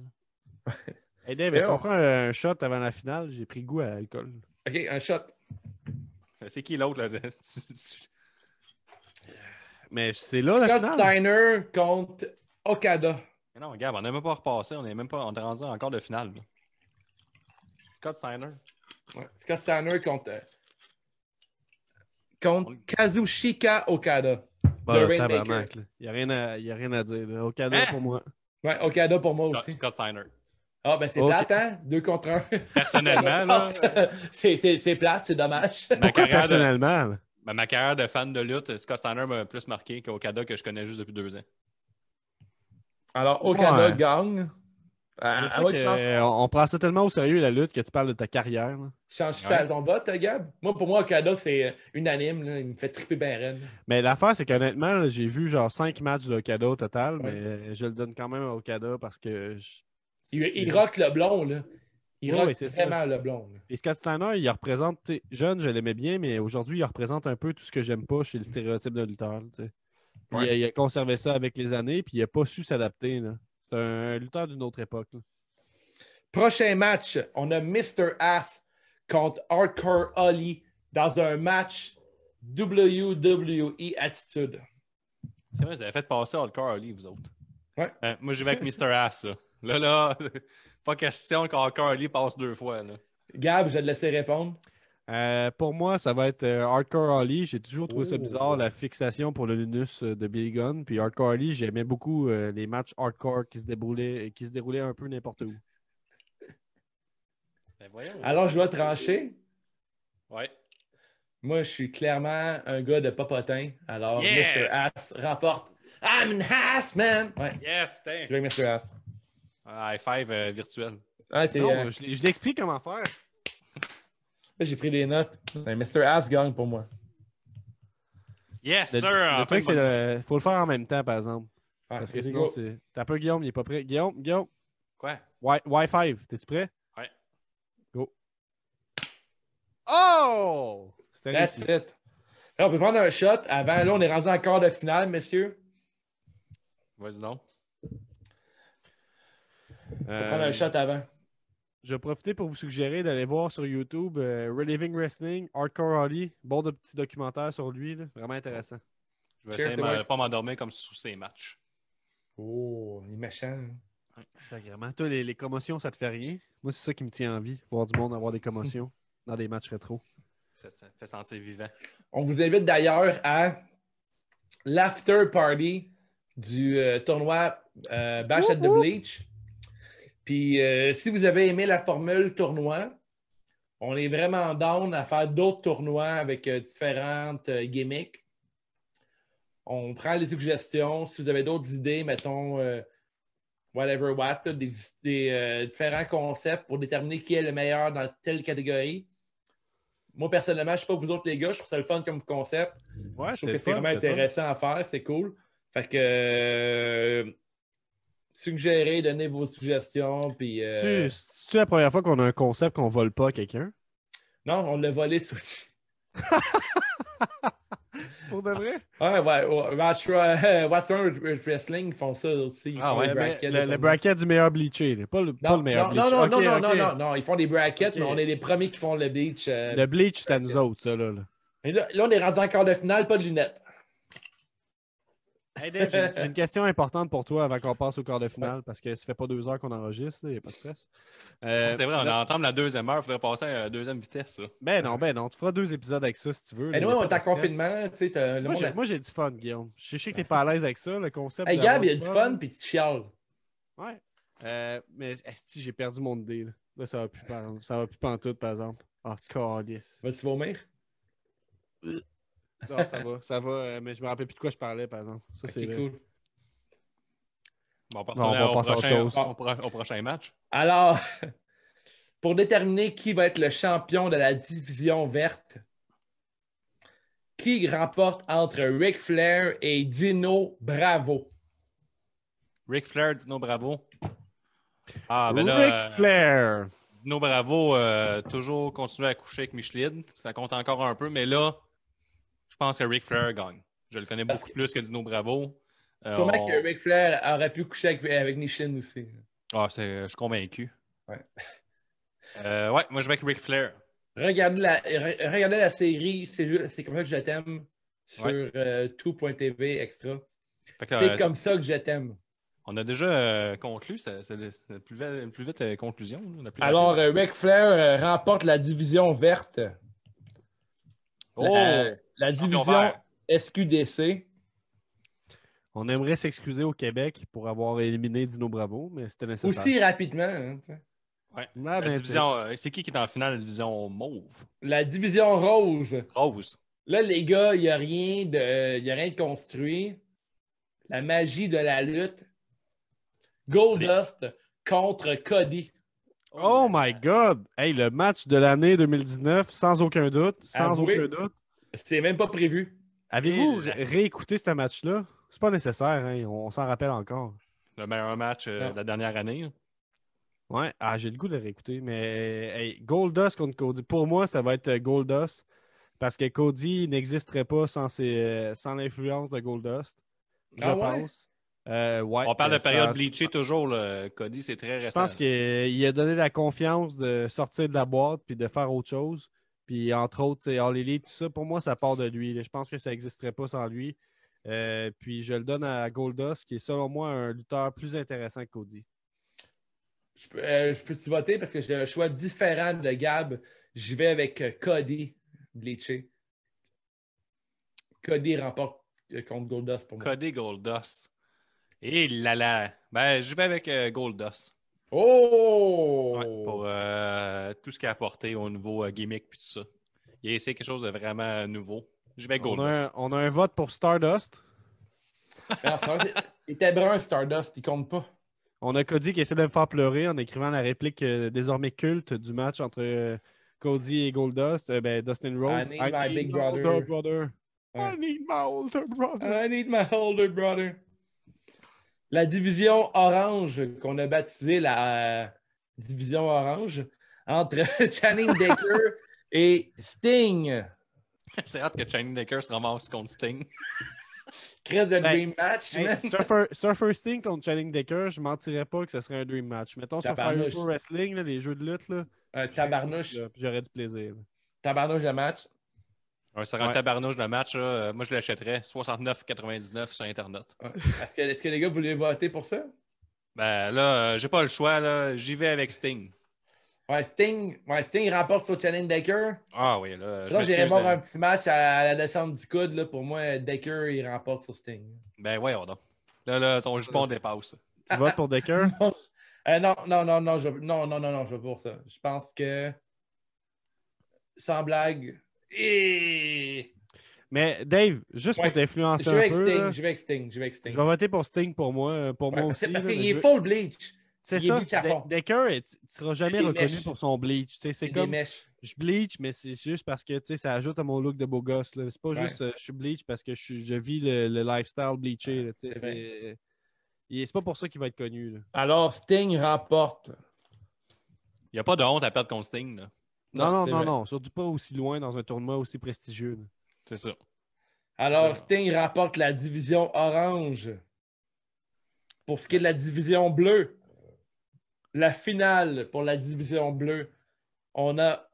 E: Hey Dave, est-ce
D: Voyons.
E: qu'on prend un shot avant la finale? J'ai pris goût à l'alcool.
D: OK, un shot.
A: Fait, Euh, C'est qui l'autre? là? Tu- tu-
E: Mais c'est là la
D: Scott
E: finale.
D: Steiner contre Okada.
A: Mais Non, regarde, on n'a même pas repassé. On est même pas on est rendu encore de finale. là. Scott Steiner.
D: Ouais, Scott Steiner contre, euh, contre Kazushika Okada.
E: Bah,
D: de
E: le
D: Rainmaker.
E: tabarnak, là. Il n'y a, rien à- il y a rien à dire. là. Au
D: Ah!
E: cadeau
A: Hein?
E: pour moi.
D: Ouais, Okada pour moi
A: Scott-
D: aussi.
A: Scott Steiner.
D: Ah, ben c'est
E: Ok.
D: plate, hein? Deux contre un.
A: Personnellement, là,
D: c'est, c'est, c'est plate, c'est dommage.
A: ma, carrière de,
E: Personnellement, là.
A: ben, ma carrière de fan de lutte, Scott Steiner m'a plus marqué qu'Okada que je connais juste depuis deux ans.
D: Alors, Okada
E: Ouais. Le
D: gagne. Ah, ah
E: fait
D: ouais,
E: que,
D: tu changes,
E: euh, on on prend ça tellement au sérieux la lutte que tu parles de ta carrière. là.
D: tu changes
A: Ouais.
D: ton vote, euh, Gab? Moi, pour moi, Okada, c'est euh, unanime. là. Il me fait triper bien raide.
E: Mais l'affaire, c'est qu'honnêtement, là, j'ai vu genre 5 matchs de Okada au total,
D: Ouais.
E: mais euh, je le donne quand même à Okada parce que. je-
D: Il,
E: c'est-
D: il rock le blond, là. Il
E: Ouais,
D: rock
E: ouais, c'est ça.
D: vraiment le blond. là.
E: Et Scott Steiner, il représente, tu sais, jeune, je l'aimais bien, mais aujourd'hui, il représente un peu tout ce que j'aime pas chez le stéréotype de lutteur. tu sais. Puis
D: Ouais.
E: Il, a, il a conservé ça avec les années, puis il a pas su s'adapter. là. C'est un lutteur d'une autre époque. là.
D: Prochain match, on a Mr. Ass contre Hardcore Holly dans un match WWE Attitude.
A: C'est vrai, vous avez fait passer Hardcore Holly, vous autres.
D: Ouais.
A: Euh, moi, j'y vais avec Mr. Ass. Là, là, là, pas question qu'Hardcore Holly passe deux fois. Là.
D: Gab, je vais te laisser répondre.
E: Euh, pour moi, ça va être euh, Hardcore Holly. J'ai toujours trouvé ça
D: Oh.
E: bizarre, la fixation pour le Lunus euh, de Billy Gunn. Puis Hardcore Holly, j'aimais beaucoup euh, les matchs hardcore qui se déroulaient, qui se déroulaient un peu n'importe où.
A: Ben, voyons.
D: Alors, je dois trancher.
A: Ouais.
D: Moi, je suis clairement un gars de papotin. Alors,
A: Yes!
D: Mr. Ass remporte. I'm an ass, man! Ouais,
A: Yes, tiens.
D: je vais avec Mr. Ass.
A: Ah, high five euh, virtuel.
D: Ouais, c'est,
E: Non,
D: euh,
E: je, l'ai- je l'explique comment faire.
D: j'ai pris des notes. Mais Mr. Ass gagne pour moi.
A: Yes,
E: Le,
A: sir.
E: le
A: enfin,
E: truc, c'est
A: bonne-
E: le- faut le faire en même temps, par exemple.
D: Ouais,
A: Ah,
E: Parce que
D: let's
E: sinon,
D: go.
E: c'est. T'as peu Guillaume, il est pas prêt. Guillaume, Guillaume,
A: Quoi?
E: Wi- Wi-Fi, t'es-tu prêt?
A: Ouais.
E: Go. Oh! C'était
D: That's
E: réussi.
D: it. Là, on peut prendre un shot avant. Là, on est rendu en quart de finale, messieurs.
A: Vas-y donc.
D: On peut
E: Euh,
D: prendre un shot avant.
E: Je vais profiter pour vous suggérer d'aller voir sur YouTube euh, Reliving Wrestling, Hardcore Holly. Bon de petit documentaire sur lui, là. vraiment intéressant.
A: Je vais
D: Cheers,
A: essayer de
D: c'est
A: m'en-
D: moi.
A: pas m'endormir comme sous ces matchs.
D: Oh, il est méchant. hein.
E: Sacrément. Toi, les, les commotions, ça te fait rien. Moi, c'est ça qui me tient en vie, voir du monde avoir des commotions dans des matchs rétro.
A: Ça, ça fait sentir vivant.
D: On vous invite d'ailleurs à l'after party du euh, tournoi euh, Bash at the Bleach. Puis euh, si vous avez aimé la formule tournoi, on est vraiment down à faire d'autres tournois avec euh, différentes euh, gimmicks. On prend les suggestions. Si vous avez d'autres idées, mettons euh, whatever what, là, des, des, euh, différents concepts pour déterminer qui est le meilleur dans telle catégorie. Moi, personnellement, je ne sais pas vous autres, les gars, je trouve ça le fun comme concept.
E: Ouais,
D: Je trouve que c'est vraiment intéressant à faire, c'est cool. Fait que euh, suggérez, donnez vos suggestions. Puis, euh,
E: C'est la première fois qu'on a un concept qu'on vole pas à quelqu'un.
D: Non, on l'a volé ça aussi.
E: Pour de vrai?
D: Ouais, Ah, ouais, ouais, Watch euh, What's Wrong with Wrestling ils font ça aussi. Ils
A: Ah
D: font
A: ouais,
D: des
E: le,
D: brackets,
E: le-
D: des
E: le
D: tournois.
E: bracket du meilleur bleaché, là. pas le, pas
D: Non,
E: le meilleur
D: non,
E: bleacher.
D: non, non,
E: Ok,
D: non,
E: ok.
D: non, non, non, ils font des brackets,
E: Ok.
D: mais on est les premiers qui font le beach. euh.
E: Le bleach, c'est à nous autres, ça, là. là.
D: Mais là, là, on est rendu en quart de finale, pas de lunettes.
E: Hey, Dave, j'ai une- j'ai une question importante pour toi avant qu'on passe au quart de finale, parce que ça fait pas deux heures qu'on enregistre, il n'y a pas de stress. Euh,
A: c'est vrai, on
E: non,
A: entame la deuxième heure. Il faudrait passer à la deuxième vitesse. là.
E: Ben non, ben non, tu feras deux épisodes avec ça si tu veux.
D: Mais
E: là,
D: nous,
E: y a
D: Ben on
E: pas
D: est
E: de
D: en
E: stress.
D: confinement, tu sais, t'as- le
E: Moi,
D: monde
E: j'ai-
D: a-
E: moi, j'ai du fun, Guillaume. Je sais que t'es pas à l'aise avec ça, le concept.
D: Hey,
E: d'avoir
D: Gab, il y a du fun, puis tu chiales.
E: Ouais. Euh, mais esti, j'ai perdu mon dé. Là, Là, ça va plus par ça va plus pantoute, par exemple. Ah, calice.
D: Vas-tu vomir?
E: Non, ça va, ça va, euh, mais je me rappelle plus de quoi je parlais, par exemple. Ça, c'est
D: Ok,
E: vrai.
D: cool.
A: Bon, on va
E: Non,
A: retourner
E: on va
A: au,
E: passer à autre
A: prochain,
E: chose.
A: au pro- au prochain match.
D: Alors, pour déterminer qui va être le champion de la division verte, qui remporte entre Ric Flair et Dino Bravo?
B: Ric Flair, Dino Bravo. Ah, ben là,
E: Ric
B: euh,
E: Flair.
B: Dino Bravo, euh, toujours continuer à coucher avec Micheline. Ça compte encore un peu, mais là, je pense que Ric Flair gagne. Je le connais
D: Parce
B: beaucoup
D: que-
B: plus que Dino Bravo. Euh,
D: Sûrement
B: on-
D: que Ric Flair aurait pu coucher avec, avec Micheline aussi.
B: Ah, c'est- je suis convaincu.
D: Ouais.
B: Euh, ouais, moi, je vais avec Ric Flair.
D: Regardez la, re- regardez la série, c'est ju- c'est comme ça que je t'aime sur
B: Ouais.
D: euh, tout.tv extra.
B: Fait que,
D: C'est
B: euh,
D: comme ça que je t'aime.
B: On a déjà euh, conclu, c'est c'est le- c'est la plus, ve- la plus vite euh, conclusion. là, la plus
D: Alors,
B: rapide.
D: euh, Ric Flair euh, remporte la division verte, la, Ah,
B: oh,
D: la
B: champion
D: division
B: vert.
D: SQDC.
E: On aimerait s'excuser au Québec pour avoir éliminé Dino Bravo, mais c'était nécessaire.
D: Aussi rapidement. hein, tu sais.
E: Ah,
B: La
E: ben,
B: division, euh, c'est qui qui est en finale de la division mauve?
D: la division rose.
B: Rose.
D: Là, les gars, il n'y a, rien de- il y a rien de construit. La magie de la lutte. Goldust contre Cody.
E: Oh
B: euh,
E: my God! Hey, le match de l'année 2019, sans aucun doute, sans
D: Avouez.
E: aucun doute.
D: C'est même pas prévu.
E: Avez-vous
B: Et la-
E: ré- réécouté ce match-là? C'est pas nécessaire, hein, on s'en rappelle encore.
B: Le meilleur match euh,
D: Non.
B: de la dernière année. là.
E: Ouais, ah, j'ai le goût de le réécouter, mais hey, Goldust contre Cody. Pour moi, ça va être euh, Goldust parce que Cody n'existerait pas sans, ses, euh, sans l'influence de Goldust. Je
D: Ah ouais?
E: pense. Euh, ouais,
B: On parle
E: euh,
B: de période
E: ça-
B: bleachée toujours. là. Cody, c'est très
E: Je
B: récent.
E: pense qu'il a donné la confiance de sortir de la boîte puis de faire autre chose. Puis entre autres, c'est All Elite, tout ça, pour moi, ça part de lui. là. Je pense que ça n'existerait pas sans lui. Euh, puis je le donne à Goldust, qui est selon moi un lutteur plus intéressant que Cody.
D: Je peux, euh, je peux-tu voter parce que j'ai un choix différent de Gab. J'y vais avec euh, Cody Bleaché. Cody remporte euh, contre Goldust pour moi.
B: Cody Goldust. Et là là. Ben, je vais avec euh, Goldust.
D: Oh!
B: Ouais, pour euh, tout ce qu'il a apporté au niveau euh, gimmick puis tout ça. Il a essayé quelque chose de vraiment euh, nouveau. Je vais avec
E: On a,
B: Goldust.
E: un, on a un vote pour Stardust.
D: Mais en ce moment, c'est- il était brun, Stardust, il compte pas.
E: On a Cody qui essaie de me faire pleurer en écrivant la réplique euh, désormais culte du match entre euh, Cody et Goldust. Euh, ben, Dustin Rhodes.
D: need my big brother.
E: older brother.
D: Ouais.
E: I need my older brother.
D: I need my older brother. La division orange qu'on a baptisée la euh, division orange entre Channing Baker et Sting.
B: C'est hâte que Channing Decker se ramasse contre Sting.
D: Crête de
E: Ben,
D: Dream Match.
E: Hey,
D: man.
E: Surfer, Surfer Sting contre Channing Decker, je mentirais pas que ce serait un dream match. Mettons sur Fire
D: Tabarnouche.
E: Pro Wrestling, là, les jeux de lutte, là,
D: Un tabarnouche.
E: là, puis euh, j'aurais du plaisir. là.
D: Tabarnouche de match.
B: Ouais, ça rend
E: Ouais.
B: tabarnouche de match. là. Euh, Moi, je l'achèterais 69,99 sur Internet.
D: Ouais. Est-ce que, est-ce que les gars voulaient voter pour ça?
B: Ben là, euh, j'ai pas le choix. là. J'y vais avec Sting.
D: Ouais, Sting, ouais, Sting remporte sur Channing Baker.
B: Ah oui, là. je
D: Là, j'irai
B: m'excuse
D: voir
B: de-
D: un petit match à, à la descente du coude. là. pour moi, Baker, il remporte sur Sting.
B: Ben voyons donc. Là, là, ton jupon dépasse.
E: Tu votes pour Decker?
D: non, Euh, non, non, non, non, je, non, non, non, non, je vais pour ça. Je pense que. Sans blague. Et...
E: Mais Dave, juste
D: Ouais.
E: pour t'influencer
D: Je vais
E: un
D: avec
E: peu, là,
D: Sting, je vais avec Sting, je vais avec
E: je
D: Sting.
E: vais voter pour Sting pour moi, euh, pour
D: Ouais,
E: moi
D: parce
E: aussi.
D: parce
E: là,
D: qu'il
E: mais
D: est
E: je-
D: full bleach.
E: C'est
D: il est
E: ça,
D: bleach à fond.
E: De- Decker, est- tu ne seras jamais
D: Il est
E: reconnu
D: mèche.
E: pour son bleach. Tu sais,
D: C'est
E: C'est
D: des
E: comme
D: mèches.
E: je bleach, mais c'est juste parce que tu sais, ça ajoute à mon look de beau gosse. là. C'est pas
D: Ouais.
E: juste euh, je suis bleach parce que je, suis- je vis le, le lifestyle bleaché. là, tu sais,
D: c'est vrai.
E: C'est il- c'est pas pour ça qu'il va être connu. là.
D: Alors, Sting remporte.
B: Il n'y a pas de honte à perdre contre Sting. là.
E: Non,
D: Non,
E: non,
D: c'est
E: non,
D: vrai.
E: non. Surtout pas aussi loin dans un tournoi aussi prestigieux. là.
B: C'est ça.
D: Alors, Sting remporte la division orange. Pour ce qui est de la division bleue, la finale pour la division bleue, on a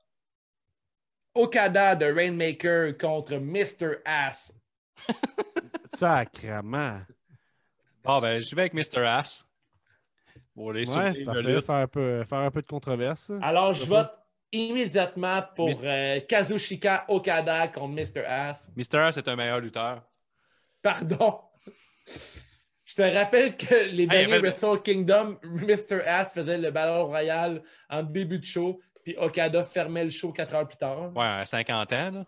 D: Okada de Rainmaker contre Mr. Ass.
E: Sacrement.
B: Ah ben, j'y vais avec Mr. Ass. Pour les
E: Ouais,
B: surprises de
E: parfait.
B: lutte.
E: Faire un peu, faire un peu de controverse. là.
D: Alors, je vote immédiatement pour
B: Mis-
D: euh, Kazushika Okada contre Mr. Ass.
B: Mr. Ass est un meilleur lutteur.
D: Pardon. Je te rappelle que les derniers
B: rappelle-
D: Wrestle Kingdom, Mr. Ass faisait le Battle Royal en début de show, puis Okada fermait le show quatre heures plus tard.
B: Ouais, à 50 ans, là.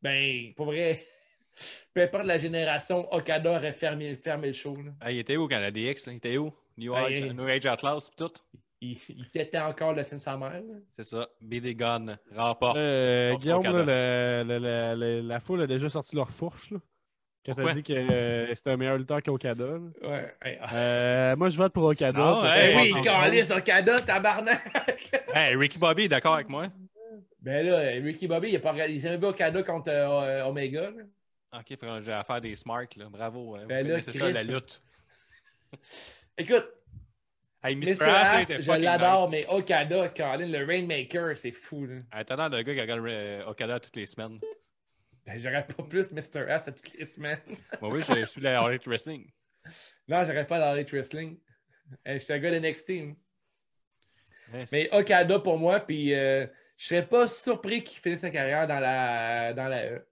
D: Ben, pour vrai, peu importe la génération, Okada aurait fermé, fermé le show. là.
B: Ah, il était où quand la DX? là? Il était où? New Age,
D: Ah, il-
B: New Age Atlas pis tout.
D: Il, il tétait encore le film de sa mère. là.
A: C'est ça. BD Gun remporte.
E: Euh,
A: Porte
E: Guillaume,
A: ton
E: là,
A: cadeau.
E: le- le- le- le- la foule a déjà sorti leur fourche. Là, quand t'as
A: Pourquoi?
E: dit que euh, c'était un meilleur lutteur qu'Okada. là.
D: Ouais. Hey, ah.
E: Euh, moi, je vote pour Okada.
A: Ah,
E: peut-être
A: hey,
D: Ben
E: pas
D: oui,
E: grand-chose.
D: Carlis Okada, tabarnak!
A: Hey, Ricky Bobby est d'accord avec moi.
D: ben là, Ricky Bobby, il n'a pas regardé- il s'est jamais vu Okada contre euh, Omega. là.
A: Ok, fait que j'ai affaire des smarts, là. Bravo. hein.
D: Ben
A: Vous
D: là,
A: connaissez ça,
D: Chris.
A: la lutte.
D: Écoute,
A: Hey, Mr.
D: Mr.
A: Ass, là,
D: Ass,
A: était
D: je
A: fucking nice.
D: l'adore, mais Okada, Carlin, le Rainmaker, c'est fou. là.
A: Hey, Attendant, le gars qui regarde euh, Okada toutes les semaines.
D: Ben, j'aurais pas plus Mr. Ass à toutes les semaines.
A: Moi, oui, je, je suis de la All Elite Wrestling.
D: Non, j'aurais pas dans les wrestling. Euh, Je suis un gars de NXT. hein.
A: Yes.
D: Mais Okada pour moi, puis euh, je serais pas surpris qu'il finisse sa carrière dans la, dans la E.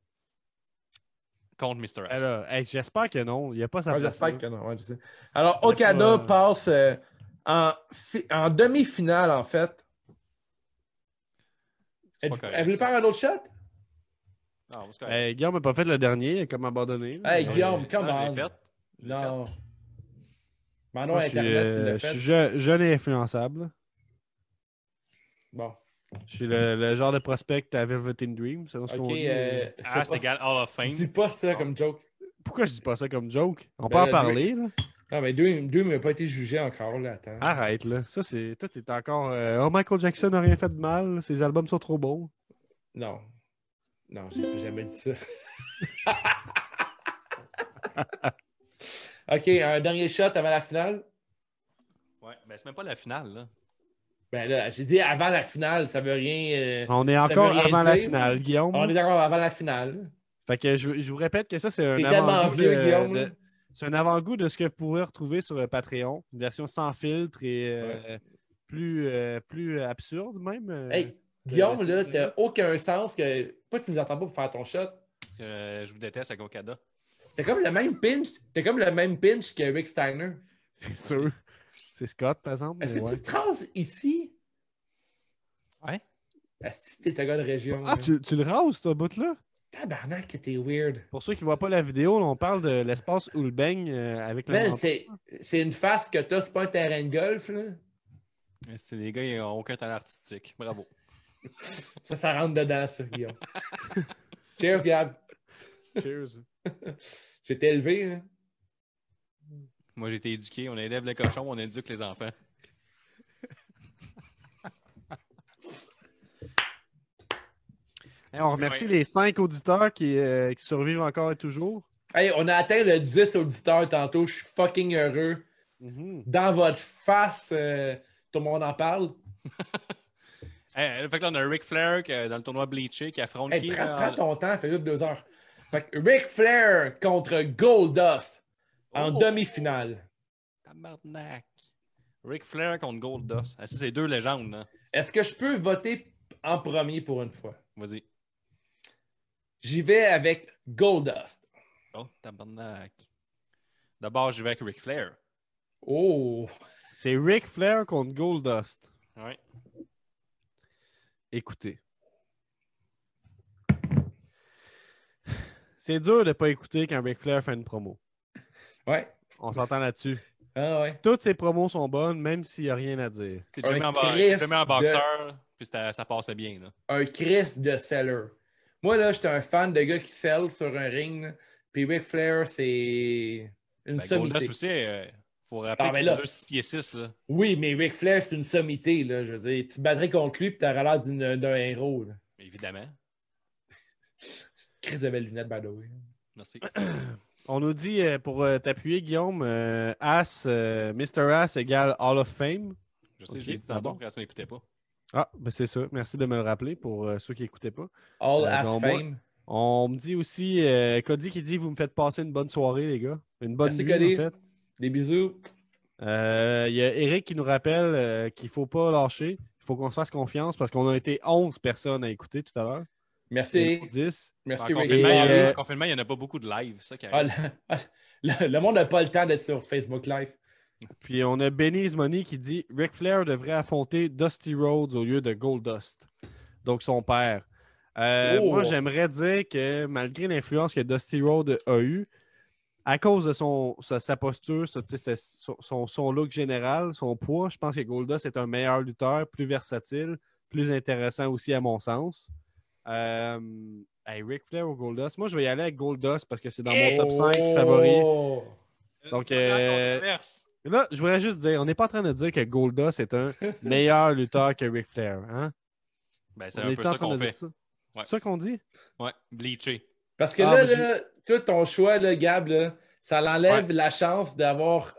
A: Contre Mr.
E: Hey,
A: Ass.
E: ah, là, hey, J'espère que non. Il n'y a pas sa
D: Ouais,
E: place,
D: J'espère
E: là.
D: que non. ouais, je sais. Alors,
E: Il y a
D: Okada
E: pas, euh,
D: passe euh, en, fi- en demi-finale, en fait. Êtes-vous-
A: correct,
D: Avez-vous faire un autre shot?
A: Non, c'est correct.
E: Hey, Guillaume n'a pas fait le dernier. Il a comme abandonné. là.
D: Hey,
E: Mais-
D: Guillaume,
A: Ben Non,
D: come
A: Ah, je l'ai
D: on.
A: fait.
D: Non. Manon
E: Moi, je suis,
D: Internet, il
E: euh,
D: l'a
E: je
D: fait.
E: suis je- jeune et influençable.
D: Bon.
E: Je suis le, le genre de prospect à Velvet in Dream. selon ce
D: Ok.
E: qu'on dit.
D: euh,
E: Ah,
D: c'est
A: Ass
D: pas-
A: égale Hall of Fame.
D: Dis pas ça comme joke.
E: Pourquoi je dis pas ça comme joke? Euh, On
D: Ben,
E: peut en
D: le-
E: parler. Là.
D: Non, mais Dream Dream n'a pas été jugé encore, là. Attends.
E: Arrête, là. Ça, c'est. Toi, t'es encore. euh, Oh, Michael Jackson n'a rien fait de mal. Ses albums sont trop bons.
D: Non. Non, j'ai jamais dit ça. OK, un dernier shot avant la finale.
A: Ouais, ben c'est même pas la finale, là.
D: Ben là, j'ai dit avant la finale, ça veut rien. euh,
E: On est
D: Ça veut
E: encore
D: rien
E: avant la
D: dire.
E: finale, Guillaume.
D: On est d'accord avant la finale.
E: Fait que je, je vous répète que ça, c'est un
D: T'es tellement
E: avant-goût.
D: vieux,
E: de-
D: Guillaume.
E: de-
D: là.
E: C'est un avant-goût de ce que vous pourrez retrouver sur euh, Patreon. Une version sans filtre et euh, plus, euh, plus absurde, même. euh,
D: Hey, Guillaume,
E: c'est-
D: là, t'as aucun sens que. Pas que tu nous entends pas pour faire ton shot.
A: Parce que euh, je vous déteste avec Okada.
D: T'as comme le même pinch. T'as comme le même pinch que Rick Steiner.
E: C'est sûr. C'est Scott, par exemple.
D: Est-ce
E: mais
D: que
E: Mm, ouais.
D: tu traces ici?
A: Ouais.
D: Est-ce que t'es un gars de région?
E: Ah,
D: là?
E: tu, tu le rases, ce bout-là?
D: Tabarnak, que t'es weird.
E: Pour ceux qui ne voient pas la vidéo, là, on parle de l'espace où le baigne euh, avec le.
D: Man,
E: menton.
D: Ben, c'est c'est une face que t'as, c'est pas un terrain de golf, là.
A: C'est les gars, ils n'ont aucun talent artistique. Bravo.
D: Ça, ça rentre dedans, ça, Guillaume. Cheers, Gab.
E: Cheers.
D: J'étais élevé, hein.
A: Moi, j'ai été éduqué. On élève les cochons, on éduque les enfants.
E: Hey, Eh, on remercie les cinq auditeurs qui, euh, qui survivent encore et toujours.
D: Hey, on a atteint le 10 auditeurs tantôt. Je suis fucking heureux.
E: Mm-hmm.
D: Dans votre face, euh, tout le monde en parle.
A: Hey, fait que là, on a Ric Flair qui, euh, dans le tournoi Bleacher qui affronte
D: Hey,
A: qui?
D: prends,
A: là, euh,
D: prends
A: en-
D: ton temps, ça fait juste deux heures. Fait que Ric Flair contre Goldust en
A: Oh!
D: demi-finale.
A: Tabarnak. Ric Flair contre Goldust. Ah, ça, c'est deux légendes, hein?
D: Est-ce que je peux voter en premier pour une fois?
A: Vas-y.
D: J'y vais avec Goldust.
A: Oh, tabarnak. D'abord, je vais avec Ric Flair.
D: Oh!
E: C'est Ric Flair contre Goldust.
A: Ouais.
E: Écoutez. C'est dur de ne pas écouter quand Ric Flair fait une promo.
D: Ouais.
E: On s'entend là-dessus.
D: Ah ouais.
E: Toutes ses promos sont bonnes, même s'il n'y a rien à dire.
A: C'est
D: Un
A: jamais en, bo-
D: Christ
A: c'est jamais en
D: de-
A: boxeur, puis ça, ça passait bien, là.
D: un Chris de seller. Moi, là, j'étais un fan de gars qui sell sur un ring. là. Puis Ric Flair, c'est une
A: Ben,
D: sommité.
A: Goldust aussi, euh, faut
D: Ah, mais
A: rappeler
D: là-
A: qu'il est 6 pieds 6, là.
D: Oui, mais Ric Flair, c'est une sommité. Là, je veux dire, tu te battrais contre lui, puis t'aurais l'air d'une- d'un héros. Là.
A: Évidemment.
D: Chris de belles lunettes, by the way.
A: Merci.
E: On nous dit, euh, pour euh, t'appuyer, Guillaume, euh, As, euh, Mr. As égale Hall of Fame.
A: Je sais,
E: Ok,
A: je l'ai dit
E: ah bon.
A: tantôt, parce que ça m'écoutait pas.
E: Ah, ben c'est ça. Merci de me le rappeler pour euh, ceux qui n'écoutaient pas.
D: All
E: Euh,
D: as
E: donc, moi-
D: fame.
E: On me dit aussi, euh, Cody qui dit Vous me faites passer une bonne soirée, les gars. Une bonne
D: Merci,
E: nuit,
D: Cody.
E: en fait.
D: Des bisous.
E: Euh, Il y a Eric qui nous rappelle euh, qu'il ne faut pas lâcher. Il faut qu'on se fasse confiance parce qu'on a été 11 personnes à écouter tout à l'heure.
D: Merci.
E: Ou 10.
D: Merci,
A: En confinement,
D: Ric
A: il y a-
D: Flair.
E: euh,
A: en confinement, il n'y en a pas beaucoup de live, ça qui
D: Ah,
A: arrive.
D: le, ah, le- le monde n'a pas le temps d'être sur Facebook Live.
E: Puis on a Benny Money qui dit Ric Flair devrait affronter Dusty Rhodes au lieu de Goldust. Donc son père. Euh,
D: Oh.
E: Moi, j'aimerais dire que malgré l'influence que Dusty Rhodes a eue, à cause de son, sa, sa posture, sa- tu sais, sa- son, son- son look général, son poids, je pense que Golda, c'est un meilleur lutteur, plus versatile, plus intéressant aussi à mon sens. Euh, hey, Ric Flair ou Goldust? Moi, je vais y aller avec Goldust parce que c'est dans mon top 5 favori.
D: Oh!
E: Donc,
A: Euh,
E: euh,
A: controverse.
E: Là, je voudrais juste dire, on n'est pas en train de dire que Goldust est un meilleur lutteur que Ric Flair. Hein?
A: Ben, c'est
E: On
A: un
E: est
A: peu
E: en
A: ça
E: train
A: qu'on
E: de dire
A: fait.
E: ça?
A: Ouais.
E: C'est ça qu'on dit?
A: Ouais, bleaché.
D: Parce que
E: Ah,
D: là,
E: ben,
D: là, tout ton choix, là, Gab, là, ça l'enlève la chance d'avoir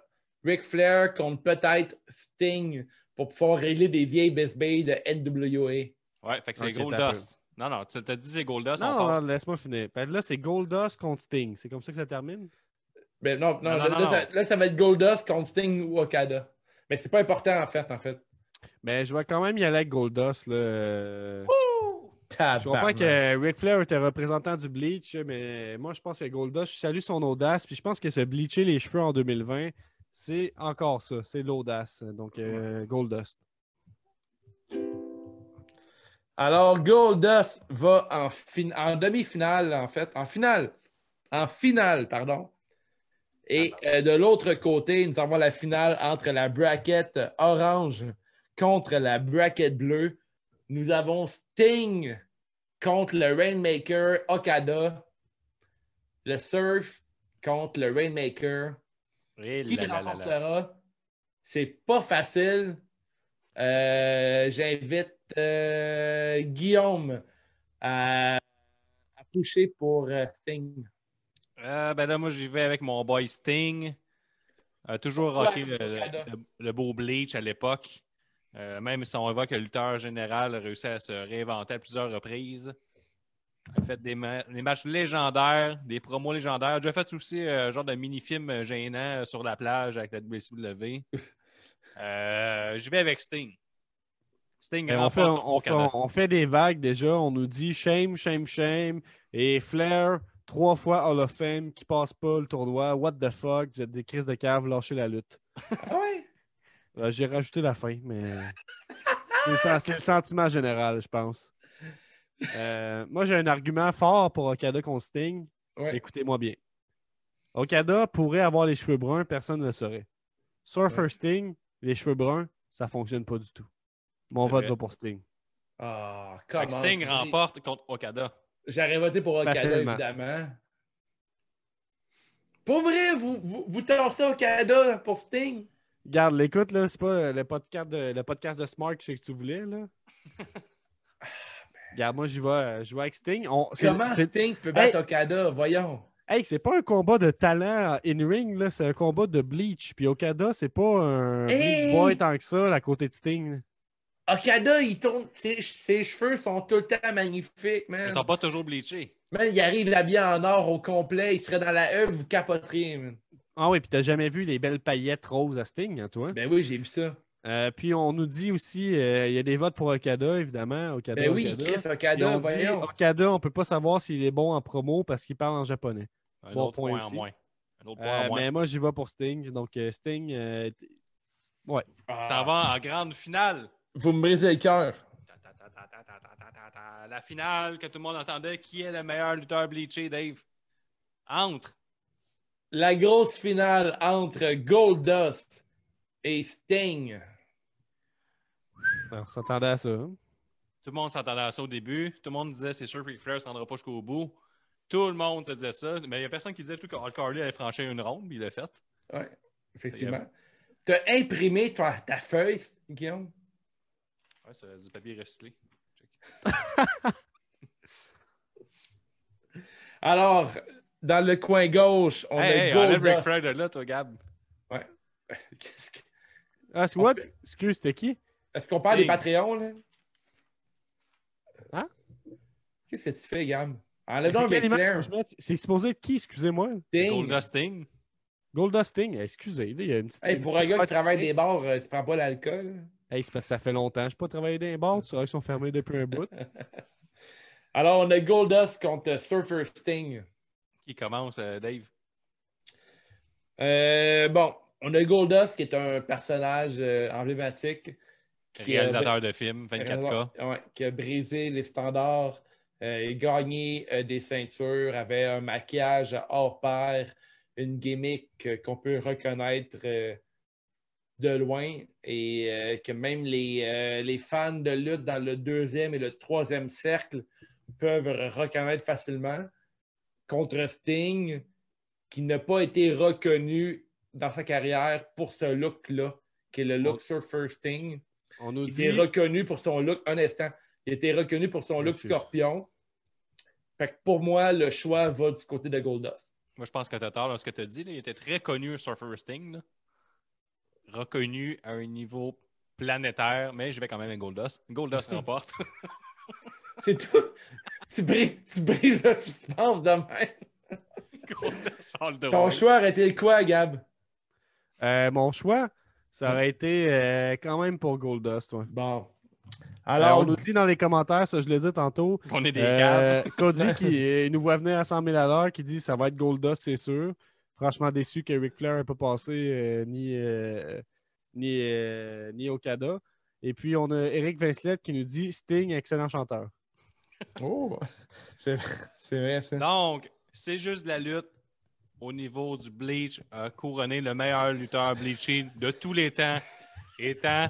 D: Ric Flair contre peut-être Sting pour pouvoir régler des vieilles Best Bay de NWA.
A: Ouais, fait que c'est
E: Ok,
A: Goldust. Non, non, tu t'as dit c'est Goldust, on
E: Non,
A: passe.
E: non, laisse-moi finir. Ben là, c'est Goldust contre Sting. C'est comme ça que ça termine?
D: Mais Ben, non, non,
A: Non, non,
D: là,
A: non,
D: là,
A: non.
D: Ça, là, ça va être Goldust contre Sting ou Okada. Mais c'est pas important en fait, en fait.
E: Mais Ben, je vais quand même y aller avec Goldust. Là. Euh, Je comprends
D: Tabarnak.
E: que Ric Flair était représentant du Bleach, mais moi, je pense que Goldust, je salue son audace. Puis je pense que se bleacher les cheveux en 2020, c'est encore ça. C'est l'audace. Donc, euh, Goldust.
D: Alors, Goldust va en, fin- en demi-finale, en fait. En finale. En finale, pardon. Et
A: Ah
D: euh, de l'autre côté, nous avons la finale entre la bracket orange contre la bracket bleue. Nous avons Sting contre le Rainmaker Okada. Le Surf contre le Rainmaker.
A: Eh
D: Qui
A: là là là là.
D: remportera? C'est pas facile. Euh, J'invite euh, Guillaume à, à toucher pour euh, Sting.
A: Euh, ben là, moi, j'y vais avec mon boy Sting. Euh, toujours
D: Pourquoi
A: rocké le, le-
D: Okada?
A: le- le beau Bleach à l'époque. Euh, même si on voit que le lutteur général a réussi à se réinventer à plusieurs reprises. Il a fait des, ma- des matchs légendaires, des promos légendaires. Il a déjà fait aussi euh, un genre de mini-film euh, gênant euh, sur la plage avec la WCW. Euh, j'y vais avec Sting. Sting,
E: Ben, on,
A: remporte
E: fait, on,
A: son
E: fait,
A: cadeau.
E: on fait des vagues déjà. On nous dit shame, shame, shame. Et Flair, trois fois Hall of Fame, qui passe pas le tournoi. What the fuck? Vous êtes des crises de cave, lâchez la lutte.
D: Ah ouais?
E: Euh, J'ai rajouté la fin, mais. c'est le sen- C'est le sentiment général, je pense. Euh, moi, j'ai un argument fort pour Okada contre Sting.
D: Ouais.
E: Écoutez-moi bien. Okada pourrait avoir les cheveux bruns, personne ne le saurait. Surfer Sting, les cheveux bruns, ça fonctionne pas du tout. Mon
A: C'est
E: vote
A: vrai.
E: va pour Sting.
D: Ah,
A: Fait que
D: comment
A: Sting
D: tu dis?
A: remporte contre Okada.
D: J'aurais voté pour Okada,
E: Facilement.
D: évidemment. Pour vrai, vous, vous, vous tancez Okada pour Sting?
E: Garde, l'écoute, là, c'est pas euh, le podcast de, le podcast de Smart que tu voulais, là. Garde, moi, j'y vais, euh, je vais avec Sting. On- c'est-
D: Comment
E: c'est-
D: Sting peut battre Okada? Voyons.
E: hey, c'est pas un combat de talent in-ring, là, c'est un combat de bleach. Puis Okada, c'est pas un
D: Hey!
E: bleach boy tant que ça, là, à côté de Sting.
D: Okada, il tourne. Ses, ses cheveux sont tout le temps magnifiques, man.
A: Ils sont pas toujours bleachés.
D: Man, il arrive habillé en or au complet, il serait dans la œuvre, vous capoteriez, man.
E: Ah oui, puis t'as jamais vu les belles paillettes roses à Sting, hein, toi?
D: Ben oui, j'ai vu ça.
E: Euh, puis on nous dit aussi, euh, il y a des votes pour Okada, évidemment. Okada,
D: Ben oui,
E: Okada.
D: Chris
E: Puis
D: Okada,
E: on dit,
D: voyons.
E: Okada, on peut pas savoir s'il est bon en promo parce qu'il parle en japonais.
A: Un
E: Bon
A: autre
E: point
A: point, en
E: aussi.
A: moins. Un autre point
E: Euh,
A: en moins.
E: mais moi, j'y vais pour Sting. Donc, euh, Sting, euh, t-
D: Ah,
A: Ça va en grande finale.
D: Vous me brisez le cœur.
A: Ta, ta, ta, ta, ta, ta, ta, ta, ta, ta. La finale que tout le monde entendait. Qui est le meilleur lutteur bleaché, Dave? Entre.
D: La grosse finale entre Goldust et Sting.
E: ben, on s'attendait à ça. hein.
A: Tout le monde s'attendait à ça au début. Tout le monde disait c'est sûr que Ric Flair ne se rendra pas jusqu'au bout. Tout le monde se disait ça. Mais il n'y a personne qui disait tout que Hulk Harley allait franchir une ronde. puis Il l'a fait.
D: Ouais, effectivement. T'as imprimé ta, ta feuille, Guillaume?
A: Ouais, c'est du papier recyclé.
D: Alors, dans le coin gauche, on
A: Hey,
D: a
A: hey, enlève Ric
D: Goldust.
A: Flair de là, toi, Gab.
D: Qu'est-ce que-
E: Ah, c'est
D: On
E: what?
D: fait-
E: Excuse, c'était qui?
D: Est-ce qu'on parle des
A: Sting.
D: Patreons, là?
E: Hein?
D: Qu'est-ce que tu fais, Gam?
E: C'est
D: Enlève donc
E: quel
D: Ric
E: image
D: Flair.
E: que je mette? C'est supposé être qui? Excusez-moi.
D: Sting.
A: Goldust Sting.
E: Goldust Sting. Eh, Excusez, là, il y a une petite.
D: Hey,
E: une
D: pour
E: petite
D: un gars qui
E: note.
D: travaille des bars, euh, tu prends pas l'alcool.
E: Hey, c'est parce que ça fait longtemps. Je n'ai pas travaillé dans les bars. Tu sais, ils sont fermés depuis un bout.
D: Alors, on a Goldust contre Surfer Sting.
A: Qui commence, euh, Dave?
D: Euh, bon, on a Goldust qui est un personnage euh, emblématique. Qui, euh,
A: Réalisateur de film, 24K.
D: Ouais, qui a brisé les standards euh, et gagné euh, des ceintures, avait un maquillage hors pair, une gimmick euh, qu'on peut reconnaître euh, de loin et euh, que même les, euh, les fans de lutte dans le deuxième et le troisième cercle peuvent reconnaître facilement contre Sting qui n'a pas été reconnu dans sa carrière pour ce look-là, qui est le look Surfer Sting.
E: On nous
D: Il
E: dit.
D: était reconnu pour son look, un instant, il était reconnu pour son look
E: Merci.
D: scorpion. Fait que pour moi, le choix va du côté de Goldust.
A: Moi, je pense que t'as tort dans ce que t'as dit. là. Il était très connu sur First Thing. là. Reconnu à un niveau planétaire, mais je vais quand même à Goldust. Goldust remporte.
D: C'est tout. tu, brises, tu brises le suspense de même.
A: Goldust all the
D: Ton
A: way.
D: choix aurait été quoi, Gab?
E: Euh, mon choix,
D: Mm.
E: ça aurait été euh, quand même pour Goldust. ouais.
D: Bon.
E: Alors,
D: Alors,
E: on nous dit dans les commentaires, ça je l'ai dit tantôt.
A: Qu'on est des
E: euh,
A: caves.
E: Cody qui euh, il nous voit venir à 100 000 à l'heure, qui dit ça va être Goldust, c'est sûr. Franchement déçu que Ric Flair n'ait pas passé euh, ni, euh, ni, euh, ni Okada. Et puis on a Eric Vincelette qui nous dit Sting, excellent chanteur.
D: oh, c'est c'est vrai, ça.
A: Donc, c'est juste de la lutte au niveau du Bleach a couronné le meilleur lutteur bleaché de tous les temps, étant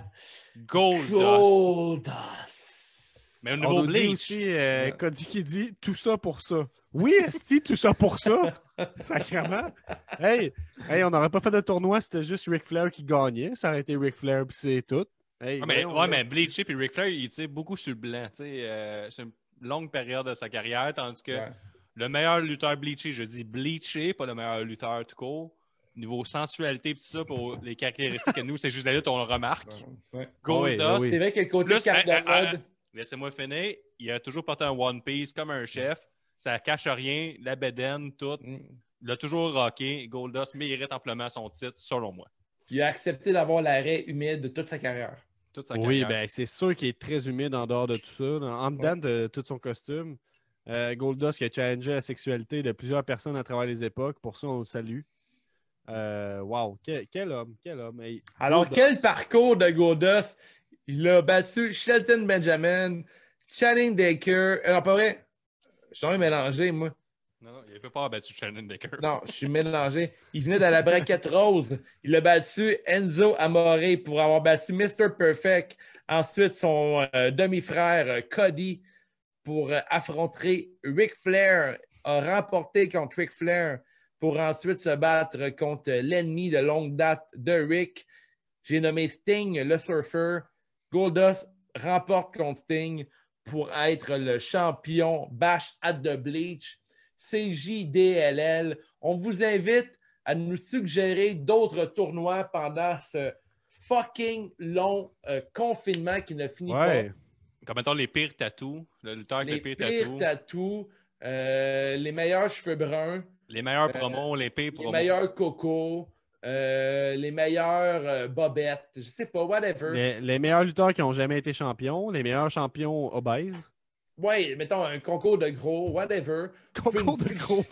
A: Goldust.
D: Goldust.
A: Mais au
E: On
A: niveau
E: nous dit
A: Bleach,
E: aussi euh, Cody qui dit tout ça pour ça. Oui, Esti, tout ça pour ça. Sacrement. Hey, hey on n'aurait pas fait de tournoi, c'était juste Ric Flair qui gagnait. Ça aurait été Ric Flair, puis c'est tout. Hey,
A: Ah, mais,
E: voyons,
A: ouais,
E: là.
A: mais Bleacher et Ric Flair, ils tirent beaucoup sur le blanc. tu sais, euh, c'est une longue période de sa carrière, tandis que
D: Ouais.
A: le meilleur lutteur bleaché, je dis bleaché, pas le meilleur lutteur tout court. Niveau sensualité et tout ça, pour les caractéristiques que nous, c'est juste la lutte, on le remarque.
D: Ouais.
A: Goldust,
E: Ah oui.
D: C'est vrai que le côté
A: Plus-
D: carte
A: ah, ah,
D: de mode,
A: laissez-moi finir, il a toujours porté un One Piece comme un chef. Ça cache rien, la bédaine, tout.
D: mm,
A: Il a toujours rocké. Goldust mérite amplement son titre, selon moi.
D: il a accepté d'avoir l'arrêt humide de toute sa carrière.
A: Toute sa
E: Oui,
A: carrière.
E: ben c'est sûr qu'il est très humide en dehors de tout ça, là, en dedans de tout son costume. Euh, Goldust qui a challengé la sexualité de plusieurs personnes à travers les époques. Pour ça, on le salue. Euh, wow, quel, quel homme, quel homme. Hey,
D: Alors,
E: Goldust.
D: quel parcours de Goldust! Il a battu Shelton Benjamin, Channing Dacre. euh, Non, pas vrai. Je suis en train de mélanger, moi.
A: Non, non, il ne peut pas avoir battu Shannon Decker.
D: Non, je suis mélangé. Il venait de la braquette rose. Il a battu Enzo Amore pour avoir battu Mr. Perfect. Ensuite, son euh, demi-frère euh, Cody pour euh, affronter Ric Flair a remporté contre Ric Flair pour ensuite se battre contre l'ennemi de longue date de Rick. J'ai nommé Sting, le surfeur. Goldust remporte contre Sting pour être le champion Bash at the Bleach. CJDLL. On vous invite à nous suggérer d'autres tournois pendant ce fucking long euh, confinement qui ne finit pas
E: Ouais.
A: Comme mettons les pires tatous, le lutteur avec
D: les
A: le pire
D: pires
A: tatou,
D: tatous, euh, les meilleurs cheveux bruns,
A: les meilleurs promos, les pires
D: Euh, les
A: promos.
D: meilleurs cocos, euh, les meilleurs euh, bobettes, je sais pas, whatever.
E: Les, les meilleurs lutteurs qui n'ont jamais été champions, les meilleurs champions obèses.
D: Ouais, mettons un concours de gros, whatever.
E: Concours de gros.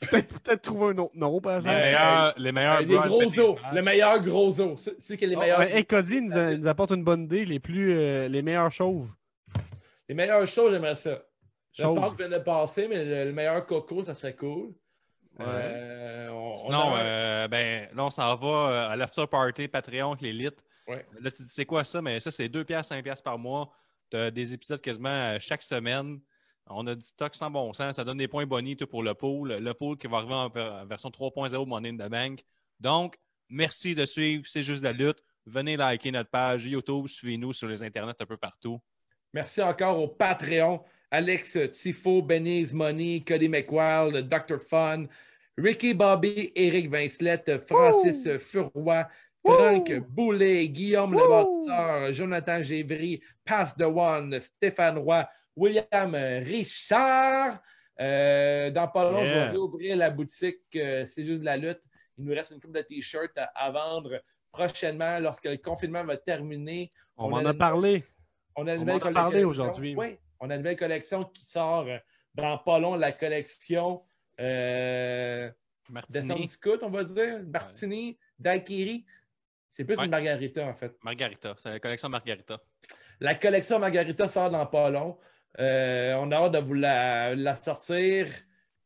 E: Peut-être peut trouver un autre nom, par
A: Les
E: exemple.
A: meilleurs, les meilleurs
D: Euh, des
A: Braun
D: gros
A: Strowman
D: os,
A: match.
D: le meilleur gros os, ceux ceux qui ont les
E: Oh,
D: meilleurs.
E: ben, hey, Cody nous, a- nous apporte une bonne idée, les, plus, euh, les meilleurs chauves.
D: Les meilleures choses, j'aimerais ça. Je
E: Chauves.
D: pense que je viens de passer, mais le, le meilleur coco, ça serait cool.
E: Ouais.
D: Euh, on- on
A: Sinon,
D: a-
A: euh, ben, là, on s'en va euh, à l'after party Patreon avec l'élite.
D: Ouais.
A: Là, tu dis, c'est quoi ça? Mais ça, c'est 2 piastres, 5 piastres par mois. Tu as des épisodes quasiment euh, chaque semaine. On a du stock sans bon sens. Ça donne des points bonus tout pour le pool. Le pool qui va arriver en ver- en version 3.0 Money in the Bank. Donc, merci de suivre. C'est juste la lutte. Venez liker notre page YouTube. Suivez-nous sur les internets un peu partout.
D: Merci encore au Patreon. Alex Tifo, Beniz Money, Cody McWild, Dr. Fun, Ricky Bobby, Eric Vincelette, Francis Furoy, Franck Boulet, Guillaume Le Bâtisseur, Jonathan Gévry, Pass de One, Stéphane Roy, William Richard. Euh, dans pas long, je vais
E: Yeah.
D: réouvrir la boutique euh, C'est juste de la lutte. Il nous reste une coupe de t-shirts à, à vendre prochainement lorsque le confinement va terminer.
E: On,
D: On
E: m'en
D: a-
E: a parlé.
D: On a une
E: On
D: nouvelle
E: en a
D: colle-
E: parlé
D: collection.
E: aujourd'hui.
D: Oui, on a une nouvelle collection qui sort euh, dans pas long, la collection euh, de
A: Martini,
D: Soundcut, on va dire. Martini, Daiquiri. C'est plus
A: Ouais.
D: une margarita, en fait.
A: Margarita. C'est la collection Margarita.
D: La collection margarita sort dans pas long. Euh, on a hâte de vous la, la sortir.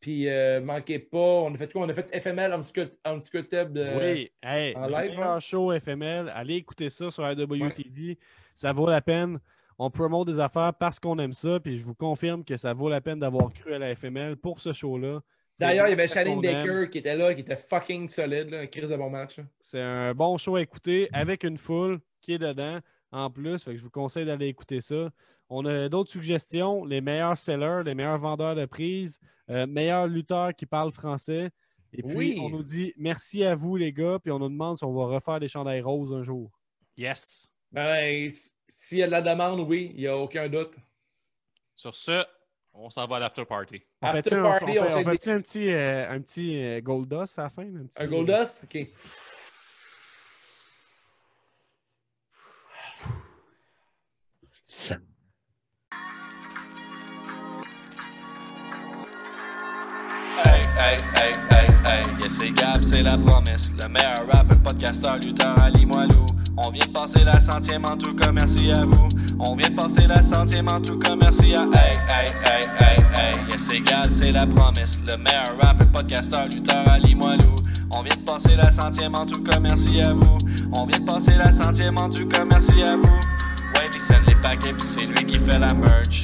D: Puis, euh, manquez pas, on a fait quoi? On a fait FML Unscut- Unscutable. euh,
E: Oui, hey,
D: en
E: le
D: live,
E: meilleur
D: hein?
E: show FML, allez écouter ça sur RWTV, ça vaut la peine. On promote des affaires parce qu'on aime ça, puis je vous confirme que ça vaut la peine d'avoir cru à la FML pour ce show-là. C'est
D: D'ailleurs, il y avait
E: parce
D: Shannon
E: qu'on aime.
D: Baker qui était là, qui était fucking solide, là, un crise de bon match. là.
E: C'est un bon show à écouter avec une foule qui est dedans en plus. Fait que je vous conseille d'aller écouter ça. On a d'autres suggestions. Les meilleurs sellers, les meilleurs vendeurs de prises, euh, meilleurs lutteurs qui parlent français. Et puis,
D: Oui.
E: on nous dit merci à vous, les gars. Puis, on nous demande si on va refaire des chandails roses un jour.
A: Yes.
D: Ben, s- s'il y a de la demande, oui, il n'y a aucun doute.
A: Sur ce, on s'en va à l'after party.
E: On
D: After
E: fait-tu un, on
D: party,
E: fait-
D: on
E: on
D: check
E: fait-tu un petit, euh, un petit euh, gold dust à la fin? Un, petit-
D: Un Goldust? OK.
G: Hey, hey, hey, hey, hey, yes, c'est Gab, c'est la promesse. Le meilleur rapper, podcasteur, lutteur, Ali Moilou. On vient de passer la centième en tout cas, merci à vous. On vient de passer la centième en tout cas, merci à. Hey, hey, hey, hey, hey, yes, c'est Gab, c'est la promesse. Le meilleur rapper, podcasteur, lutteur, Ali Moilou. On vient de passer la centième en tout cas, merci à vous. On vient de passer la centième en tout cas, merci à vous. Ouais, il send les paquets, pis c'est lui qui fait la merch.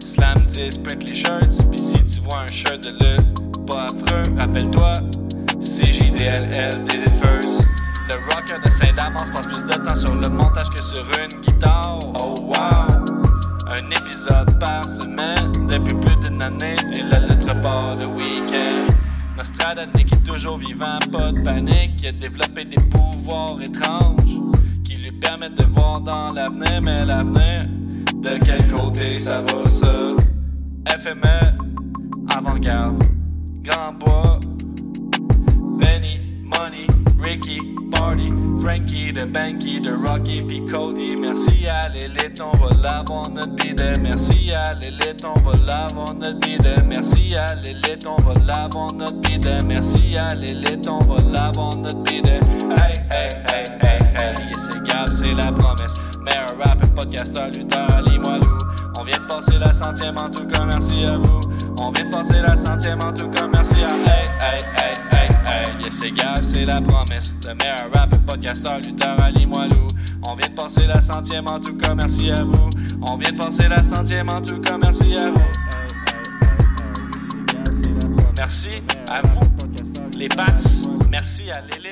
G: Slam 10, print les shirts, pis si tu vois un shirt de lutte, pas affreux, rappelle-toi, CJDLL, did it first. Le rocker de Saint-Damas passe plus de temps sur le montage que sur une guitare, oh wow! Un épisode par semaine, depuis plus d'une année, et la lutte repart le week-end. Nostradamus est toujours vivant, pas de panique, il a développé des pouvoirs étranges qui lui permettent de voir dans l'avenir, mais l'avenir, de quel côté ça va ça? FME, avant-garde, Grand Bois, Benny, Money, Ricky, Party, Frankie, de Banky, de Rocky, puis Cody. Merci à l'élite, on va l'avoir notre bidet. Merci à l'élite, on va l'avoir notre bidet. Merci à l'élite, on va l'avoir notre bidet. Merci à l'élite, on va l'avoir notre bidet. Hey, hey, hey, hey, hey, yes, c'est Gab, c'est la promesse. Meilleur rapper, podcasteur, lutteur, Ali Moilou. On vient de passer la centième, en tout cas, merci à vous. On vient de passer la centième, en tout cas, merci à Hey, hey, hey, hey, hey, yes, c'est Gab, c'est la promesse. Le meilleur rapper, podcasteur, lutteur, Ali Moilou. On vient de passer la centième, en tout cas, merci à vous. On vient de passer la centième, en tout cas, merci à
E: euh,
G: vous. Merci à vous, les Pats. Merci à l'élite.